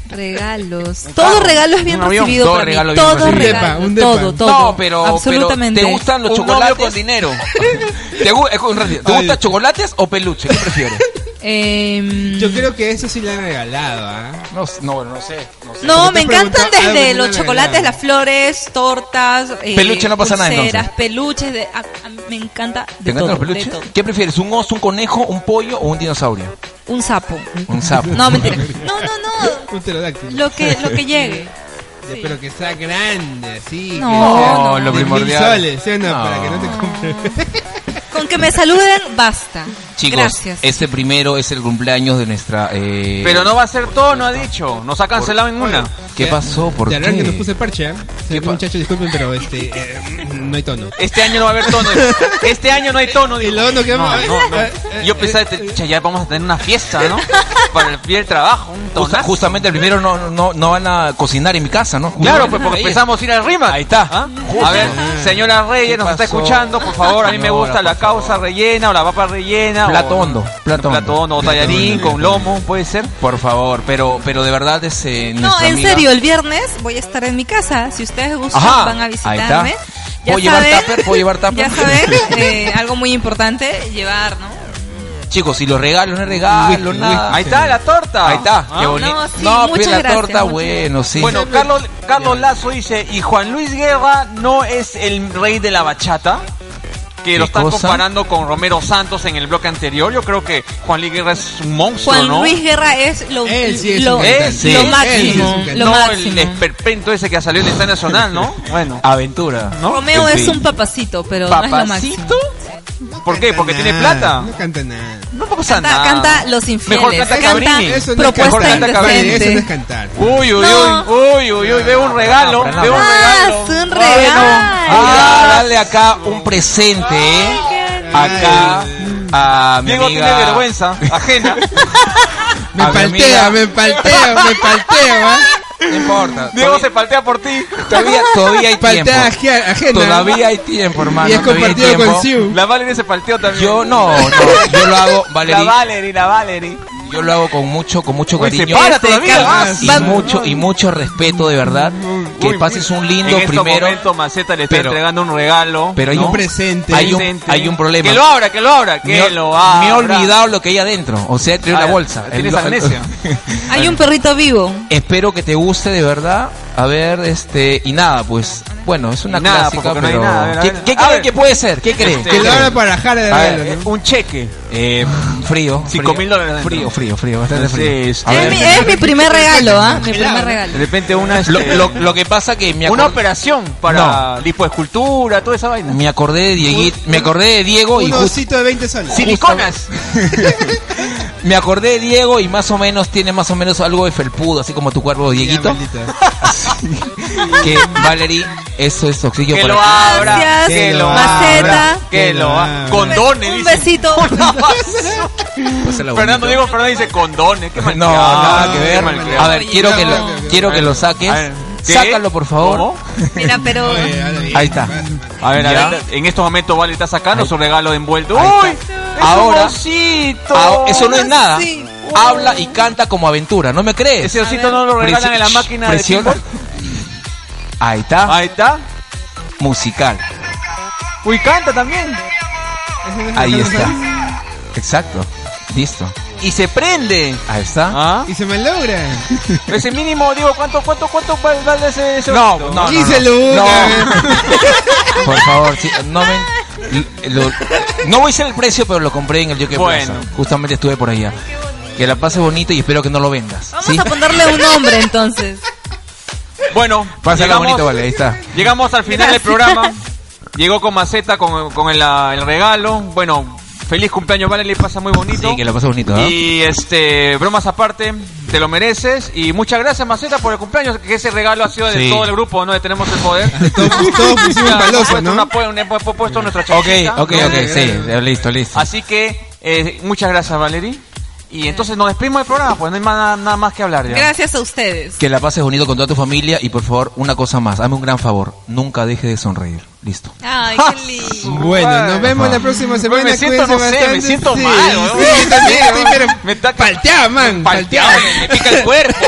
Speaker 4: Regalos. Todo regalo es bien
Speaker 10: Un avión.
Speaker 4: recibido.
Speaker 10: Todo
Speaker 4: para mí.
Speaker 10: regalo bien
Speaker 4: Todo
Speaker 10: recibido.
Speaker 4: regalo. Todo, todo.
Speaker 10: No, pero,
Speaker 4: Absolutamente.
Speaker 10: pero ¿te gustan los
Speaker 4: Un
Speaker 10: chocolates con dinero? ¿Te, gu- eh, un ratito, ¿te gustan chocolates o peluche? ¿Qué prefieres?
Speaker 4: Em,
Speaker 5: Yo creo que eso sí le han regalado, ¿ah?
Speaker 10: Mm. No, no, no sé. No,
Speaker 4: No, me encantan desde los chocolates, las flores, tortas, eh,
Speaker 10: Peluche no pasa nada,
Speaker 4: pulseras,
Speaker 10: entonces.
Speaker 4: peluches. de- a- a mí me encanta
Speaker 10: ¿Te
Speaker 4: de
Speaker 10: encantan
Speaker 4: todo,
Speaker 10: los peluches?
Speaker 4: de todo.
Speaker 10: ¿Qué prefieres? ¿Un oso, un conejo, un pollo o un dinosaurio?
Speaker 4: Un sapo.
Speaker 10: Un sapo.
Speaker 4: No, mentira. No, no, no.
Speaker 5: Un pterodáctilo.
Speaker 4: Lo que, lo que llegue.
Speaker 5: Ya, Pero que sea grande, así.
Speaker 4: No,
Speaker 5: que sea
Speaker 10: no.
Speaker 5: de
Speaker 10: lo
Speaker 5: mil
Speaker 10: primordial.
Speaker 5: soles, ¿sí o no? Para que no te
Speaker 4: No.
Speaker 5: compre.
Speaker 4: Con que me saluden, basta.
Speaker 10: Chicos,
Speaker 4: Gracias.
Speaker 6: eh,
Speaker 10: este primero es el cumpleaños de nuestra... eh,
Speaker 6: Pero no va a ser todo, no ha dicho. Nos ha cancelado en una.
Speaker 10: ¿Qué pasó? ¿Por
Speaker 5: De verdad que nos
Speaker 10: qué?
Speaker 5: puse parche, ¿eh? Sí, Muchachos, disculpen, pero este, eh, no hay tono.
Speaker 6: Este año no va a haber tono. Este año no hay tono. digo.
Speaker 5: luego nos quedamos-
Speaker 6: No, no, no. Yo pensaba, te- "Cha, ya vamos a tener una fiesta, ¿no? Para el día del trabajo, un
Speaker 10: Justa-
Speaker 6: tonazo.
Speaker 10: justamente el primero no, no, no van a cocinar en mi casa, ¿no?
Speaker 6: Claro, pues porque pensamos ir al RIMAC. Ahí
Speaker 10: está.
Speaker 6: A ver, señora Reyes,
Speaker 10: ¿Qué
Speaker 6: nos está
Speaker 10: pasó?
Speaker 6: escuchando, por favor. A mí me
Speaker 10: Señora,
Speaker 6: gusta la
Speaker 10: por
Speaker 6: causa rellena o la papa rellena.
Speaker 10: Plato
Speaker 6: o-
Speaker 10: hondo, plato hondo.
Speaker 6: Plato hondo, o tallarín con lomo, puede ser.
Speaker 10: Por favor, pero, pero de verdad es eh,
Speaker 4: No,
Speaker 10: nuestra
Speaker 4: en
Speaker 10: amiga-
Speaker 4: serio, el viernes voy a estar en mi casa. Si ustedes gustan,
Speaker 10: Ajá,
Speaker 4: van a
Speaker 10: ahí está.
Speaker 4: visitarme.
Speaker 10: ¿Puedo llevar tupper? ¿Puedo llevar tupper?
Speaker 4: Ya saben, eh, algo muy importante, llevar, ¿no?
Speaker 10: Chicos, si los regalos, no regalos, nada.
Speaker 6: Ahí está la torta.
Speaker 10: Ahí está, qué bonito.
Speaker 6: No, sí,
Speaker 10: No, pues
Speaker 6: muchas
Speaker 10: la
Speaker 6: gracias,
Speaker 10: torta,
Speaker 6: muchas
Speaker 10: bueno, sí.
Speaker 6: Bueno, Carlos, Carlos Lazo dice, y Juan Luis Guerra no es el rey de la bachata, que
Speaker 10: ¿Qué
Speaker 6: lo están
Speaker 10: cosa?
Speaker 6: comparando con Romero Santos en el bloque anterior. Yo creo que Juan Luis Guerra es un monstruo,
Speaker 4: Juan
Speaker 6: ¿no?
Speaker 4: Luis Guerra es lo, lo,
Speaker 6: Él sí
Speaker 4: lo
Speaker 6: es. Él
Speaker 4: máximo.
Speaker 6: sí es un
Speaker 4: lo
Speaker 6: no,
Speaker 4: máximo.
Speaker 6: el esperpento ese que salió en el Estadio Nacional, ¿no? Bueno.
Speaker 10: Aventura.
Speaker 4: Romeo
Speaker 6: En
Speaker 4: es
Speaker 6: fin.
Speaker 4: un papacito, pero no es lo
Speaker 6: ¿Papacito? ¿Por qué? ¿Porque tiene plata?
Speaker 5: No canta nada.
Speaker 6: No pasa
Speaker 4: Canta-
Speaker 6: nada.
Speaker 4: canta Los Infieles,
Speaker 6: Mejor canta
Speaker 4: canta
Speaker 6: Cabrini.
Speaker 4: Eso no es Propuesta
Speaker 6: Mejor canta
Speaker 4: Indecente.
Speaker 6: Cabrini.
Speaker 4: Eso no
Speaker 5: es cantar.
Speaker 6: Uy, uy, uy, uy, uy, uy, veo un regalo, veo un regalo.
Speaker 4: máximo. Es un
Speaker 10: Ah, bueno.
Speaker 4: regalo.
Speaker 10: Ah, dale acá un presente, ¿eh? Acá a mi
Speaker 6: Diego
Speaker 10: amiga-
Speaker 6: tiene vergüenza ajena.
Speaker 5: Me
Speaker 10: a mi
Speaker 5: paltea,
Speaker 10: amiga-
Speaker 5: me paltea, me paltea, ¿ah?
Speaker 10: No importa.
Speaker 6: Diego se paltea por ti.
Speaker 10: Todavía, todavía hay tiempo.
Speaker 5: Paltea ajena, ajena.
Speaker 10: Todavía hay tiempo, hermano.
Speaker 5: Y es
Speaker 10: todavía hay
Speaker 5: compartido con
Speaker 10: tiempo.
Speaker 5: Siu.
Speaker 6: La Valerie se palteó también.
Speaker 10: Yo no, no, yo lo hago, Valerie.
Speaker 6: La Valerie, la Valerie.
Speaker 10: Yo lo hago con mucho, con mucho
Speaker 6: Uy, se
Speaker 10: cariño.
Speaker 6: para todavía, Ah,
Speaker 10: calma,
Speaker 6: vas.
Speaker 10: y
Speaker 6: Vas.
Speaker 10: mucho, y mucho respeto, de verdad. Que pases un lindo
Speaker 6: en este
Speaker 10: primero.
Speaker 6: momento Maceta le está
Speaker 10: pero-
Speaker 6: entregando un regalo.
Speaker 10: Pero hay
Speaker 6: ¿no?
Speaker 10: un presente. Hay un,
Speaker 6: Presente.
Speaker 10: hay un problema.
Speaker 6: Que lo abra, que lo abra, que
Speaker 10: me,
Speaker 6: lo abra.
Speaker 10: me he olvidado lo que hay adentro. O sea, trae
Speaker 6: Ah,
Speaker 10: una bolsa.
Speaker 6: tienes
Speaker 10: El-
Speaker 6: amnesia.
Speaker 4: Hay un perrito vivo.
Speaker 10: Espero que te guste de verdad. A ver, este. Y nada, pues. Bueno, es una
Speaker 6: Y nada,
Speaker 10: clásica,
Speaker 6: Ah, porque no hay
Speaker 10: pero.
Speaker 6: nada. A ver, a
Speaker 10: ¿Qué,
Speaker 6: ver.
Speaker 10: qué
Speaker 6: A
Speaker 10: creen
Speaker 6: ver.
Speaker 10: que puede ser? ¿Qué creen?
Speaker 6: Este,
Speaker 10: ¿Qué
Speaker 6: que lo
Speaker 10: creen?
Speaker 5: abra para Jara de
Speaker 10: A ver,
Speaker 5: Bailo,
Speaker 6: Un cheque.
Speaker 10: eh, frío.
Speaker 6: Cinco
Speaker 10: frío.
Speaker 6: mil dólares adentro.
Speaker 10: Frío, frío, frío. Bastante frío.
Speaker 6: Entonces, eh,
Speaker 10: A ver.
Speaker 4: Es mi, es mi primer regalo, ¿ah? Mi primer regalo.
Speaker 6: De repente una
Speaker 10: Lo,
Speaker 6: este,
Speaker 10: lo- lo que pasa que me
Speaker 6: una
Speaker 10: acordé,
Speaker 6: operación pues, para lipoescultura, toda esa vaina.
Speaker 10: me acordé de Dieguito, me acordé de Diego y
Speaker 5: Un
Speaker 10: justo-
Speaker 5: osito de 20 soles.
Speaker 6: Siliconas.
Speaker 10: me acordé de Diego y más o menos tiene más o menos algo de felpudo, así como tu cuerpo Dieguito. que Valerie, eso es oxígeno
Speaker 6: Que
Speaker 10: para
Speaker 6: lo
Speaker 10: ti.
Speaker 6: abra.
Speaker 4: Gracias,
Speaker 6: Que lo
Speaker 4: Maceta.
Speaker 6: abra. Que lo abra.
Speaker 4: Un be-
Speaker 6: Condones.
Speaker 4: Un
Speaker 6: dice.
Speaker 4: besito.
Speaker 10: Pásala bonito.
Speaker 6: Fernando Diego Fernández dice condones. Qué
Speaker 10: No,
Speaker 6: malcriado, Ah,
Speaker 10: nada que
Speaker 6: qué
Speaker 10: ver.
Speaker 6: malcriado.
Speaker 10: A ver, quiero que
Speaker 6: No.
Speaker 10: lo, quiero que lo saques.
Speaker 6: A ver, ¿qué?
Speaker 10: Sácalo, por favor.
Speaker 6: ¿Cómo?
Speaker 4: Mira, pero.
Speaker 10: Ahí está.
Speaker 6: A ver, a
Speaker 10: Ya.
Speaker 6: ver, en estos momentos Vale está sacando su regalo envuelto.
Speaker 10: Ahí
Speaker 6: ¡Uy!
Speaker 10: está.
Speaker 6: Es un
Speaker 10: Ahora-
Speaker 6: osito.
Speaker 10: Ah, eso no es nada.
Speaker 4: Sí.
Speaker 10: Habla y canta como aventura, ¿no me crees?
Speaker 6: Ese osito no lo regalan en la máquina de
Speaker 10: Presiona.
Speaker 6: pinball.
Speaker 10: Ahí está,
Speaker 6: Ahí está.
Speaker 10: musical.
Speaker 6: Uy, canta también.
Speaker 10: Ahí está. Exacto. Listo.
Speaker 6: Y se prende.
Speaker 10: Ahí está.
Speaker 6: ¿Ah?
Speaker 5: Y se me logra.
Speaker 6: Ese mínimo, digo, ¿cuánto, cuánto, cuánto va- vale ese, ese
Speaker 10: No,
Speaker 6: osito?
Speaker 10: no, no,
Speaker 5: Y se
Speaker 10: no.
Speaker 5: logra.
Speaker 10: Por favor, sí, no me- lo- no voy a decir el precio, pero lo compré en el Jockey
Speaker 6: Bueno.
Speaker 10: Plaza. Justamente estuve por allá. Que la pases bonito y espero que no lo vendas.
Speaker 4: Vamos
Speaker 10: ¿sí?
Speaker 4: a ponerle un nombre entonces.
Speaker 6: Bueno,
Speaker 10: Pásala
Speaker 6: llegamos-
Speaker 10: bonito, vale, ahí está.
Speaker 6: Llegamos al final del
Speaker 4: Gracias.
Speaker 6: programa. Llegó con maceta, con, con el, ah, el regalo. Bueno, feliz cumpleaños, vale, le pasa muy bonito.
Speaker 10: Sí, que la pases bonito. ¿ah?
Speaker 6: Y este, bromas aparte, te lo mereces. Y muchas gracias, Maceta, por el cumpleaños. Que ese regalo ha sido de
Speaker 10: Sí.
Speaker 6: todo el grupo, ¿no? De Tenemos el Poder.
Speaker 5: Todos, todos pusimos
Speaker 6: Ya,
Speaker 5: palosa,
Speaker 6: puesto
Speaker 5: ¿no?
Speaker 6: una pu- una- pu- puesto nuestra
Speaker 10: Ok,
Speaker 6: chaqueta,
Speaker 10: ok,
Speaker 6: ¿no?
Speaker 10: ok, sí, ya, listo, listo.
Speaker 6: Así que, eh, muchas gracias, Valerie. Y entonces nos despedimos del programa, pues no hay más- nada más que hablar ya.
Speaker 4: Gracias a ustedes.
Speaker 10: Que la pases bonito con toda tu familia y por favor, una cosa más, hazme un gran favor, nunca deje de sonreír. Listo.
Speaker 4: Ay, qué lindo.
Speaker 5: Bueno, nos vemos
Speaker 10: Ajá.
Speaker 5: la próxima semana.
Speaker 6: Bueno, me siento,
Speaker 5: cuídense
Speaker 6: no sé,
Speaker 5: bastante.
Speaker 6: me siento
Speaker 5: Sí,
Speaker 6: mal,
Speaker 5: sí,
Speaker 6: weón.
Speaker 5: yo también
Speaker 6: Sí,
Speaker 5: estoy, pero
Speaker 6: Me
Speaker 5: palteado, man. Palteado.
Speaker 6: me pica el cuerpo.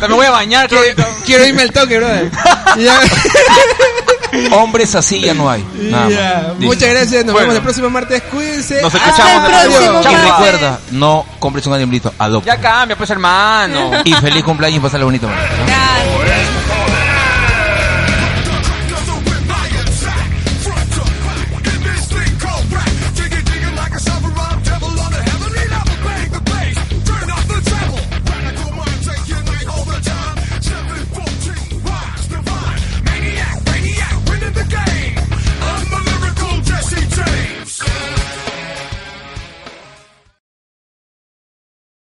Speaker 6: Me voy a bañar. Quiero,
Speaker 5: quiero irme al toque, brother. Ya,
Speaker 10: Hombres así ya no hay. Nada más.
Speaker 5: ya.
Speaker 10: Listo.
Speaker 5: Muchas gracias, nos
Speaker 10: Bueno.
Speaker 5: vemos el próximo martes. Cuídense.
Speaker 10: Nos
Speaker 5: Hasta
Speaker 10: escuchamos
Speaker 5: el
Speaker 10: en el
Speaker 5: próximo.
Speaker 10: próximo. Y recuerda, no compres un animalito, adopta.
Speaker 6: Ya cambia, pues hermano.
Speaker 10: Y feliz cumpleaños y pasarlo bonito. man.
Speaker 4: Gracias.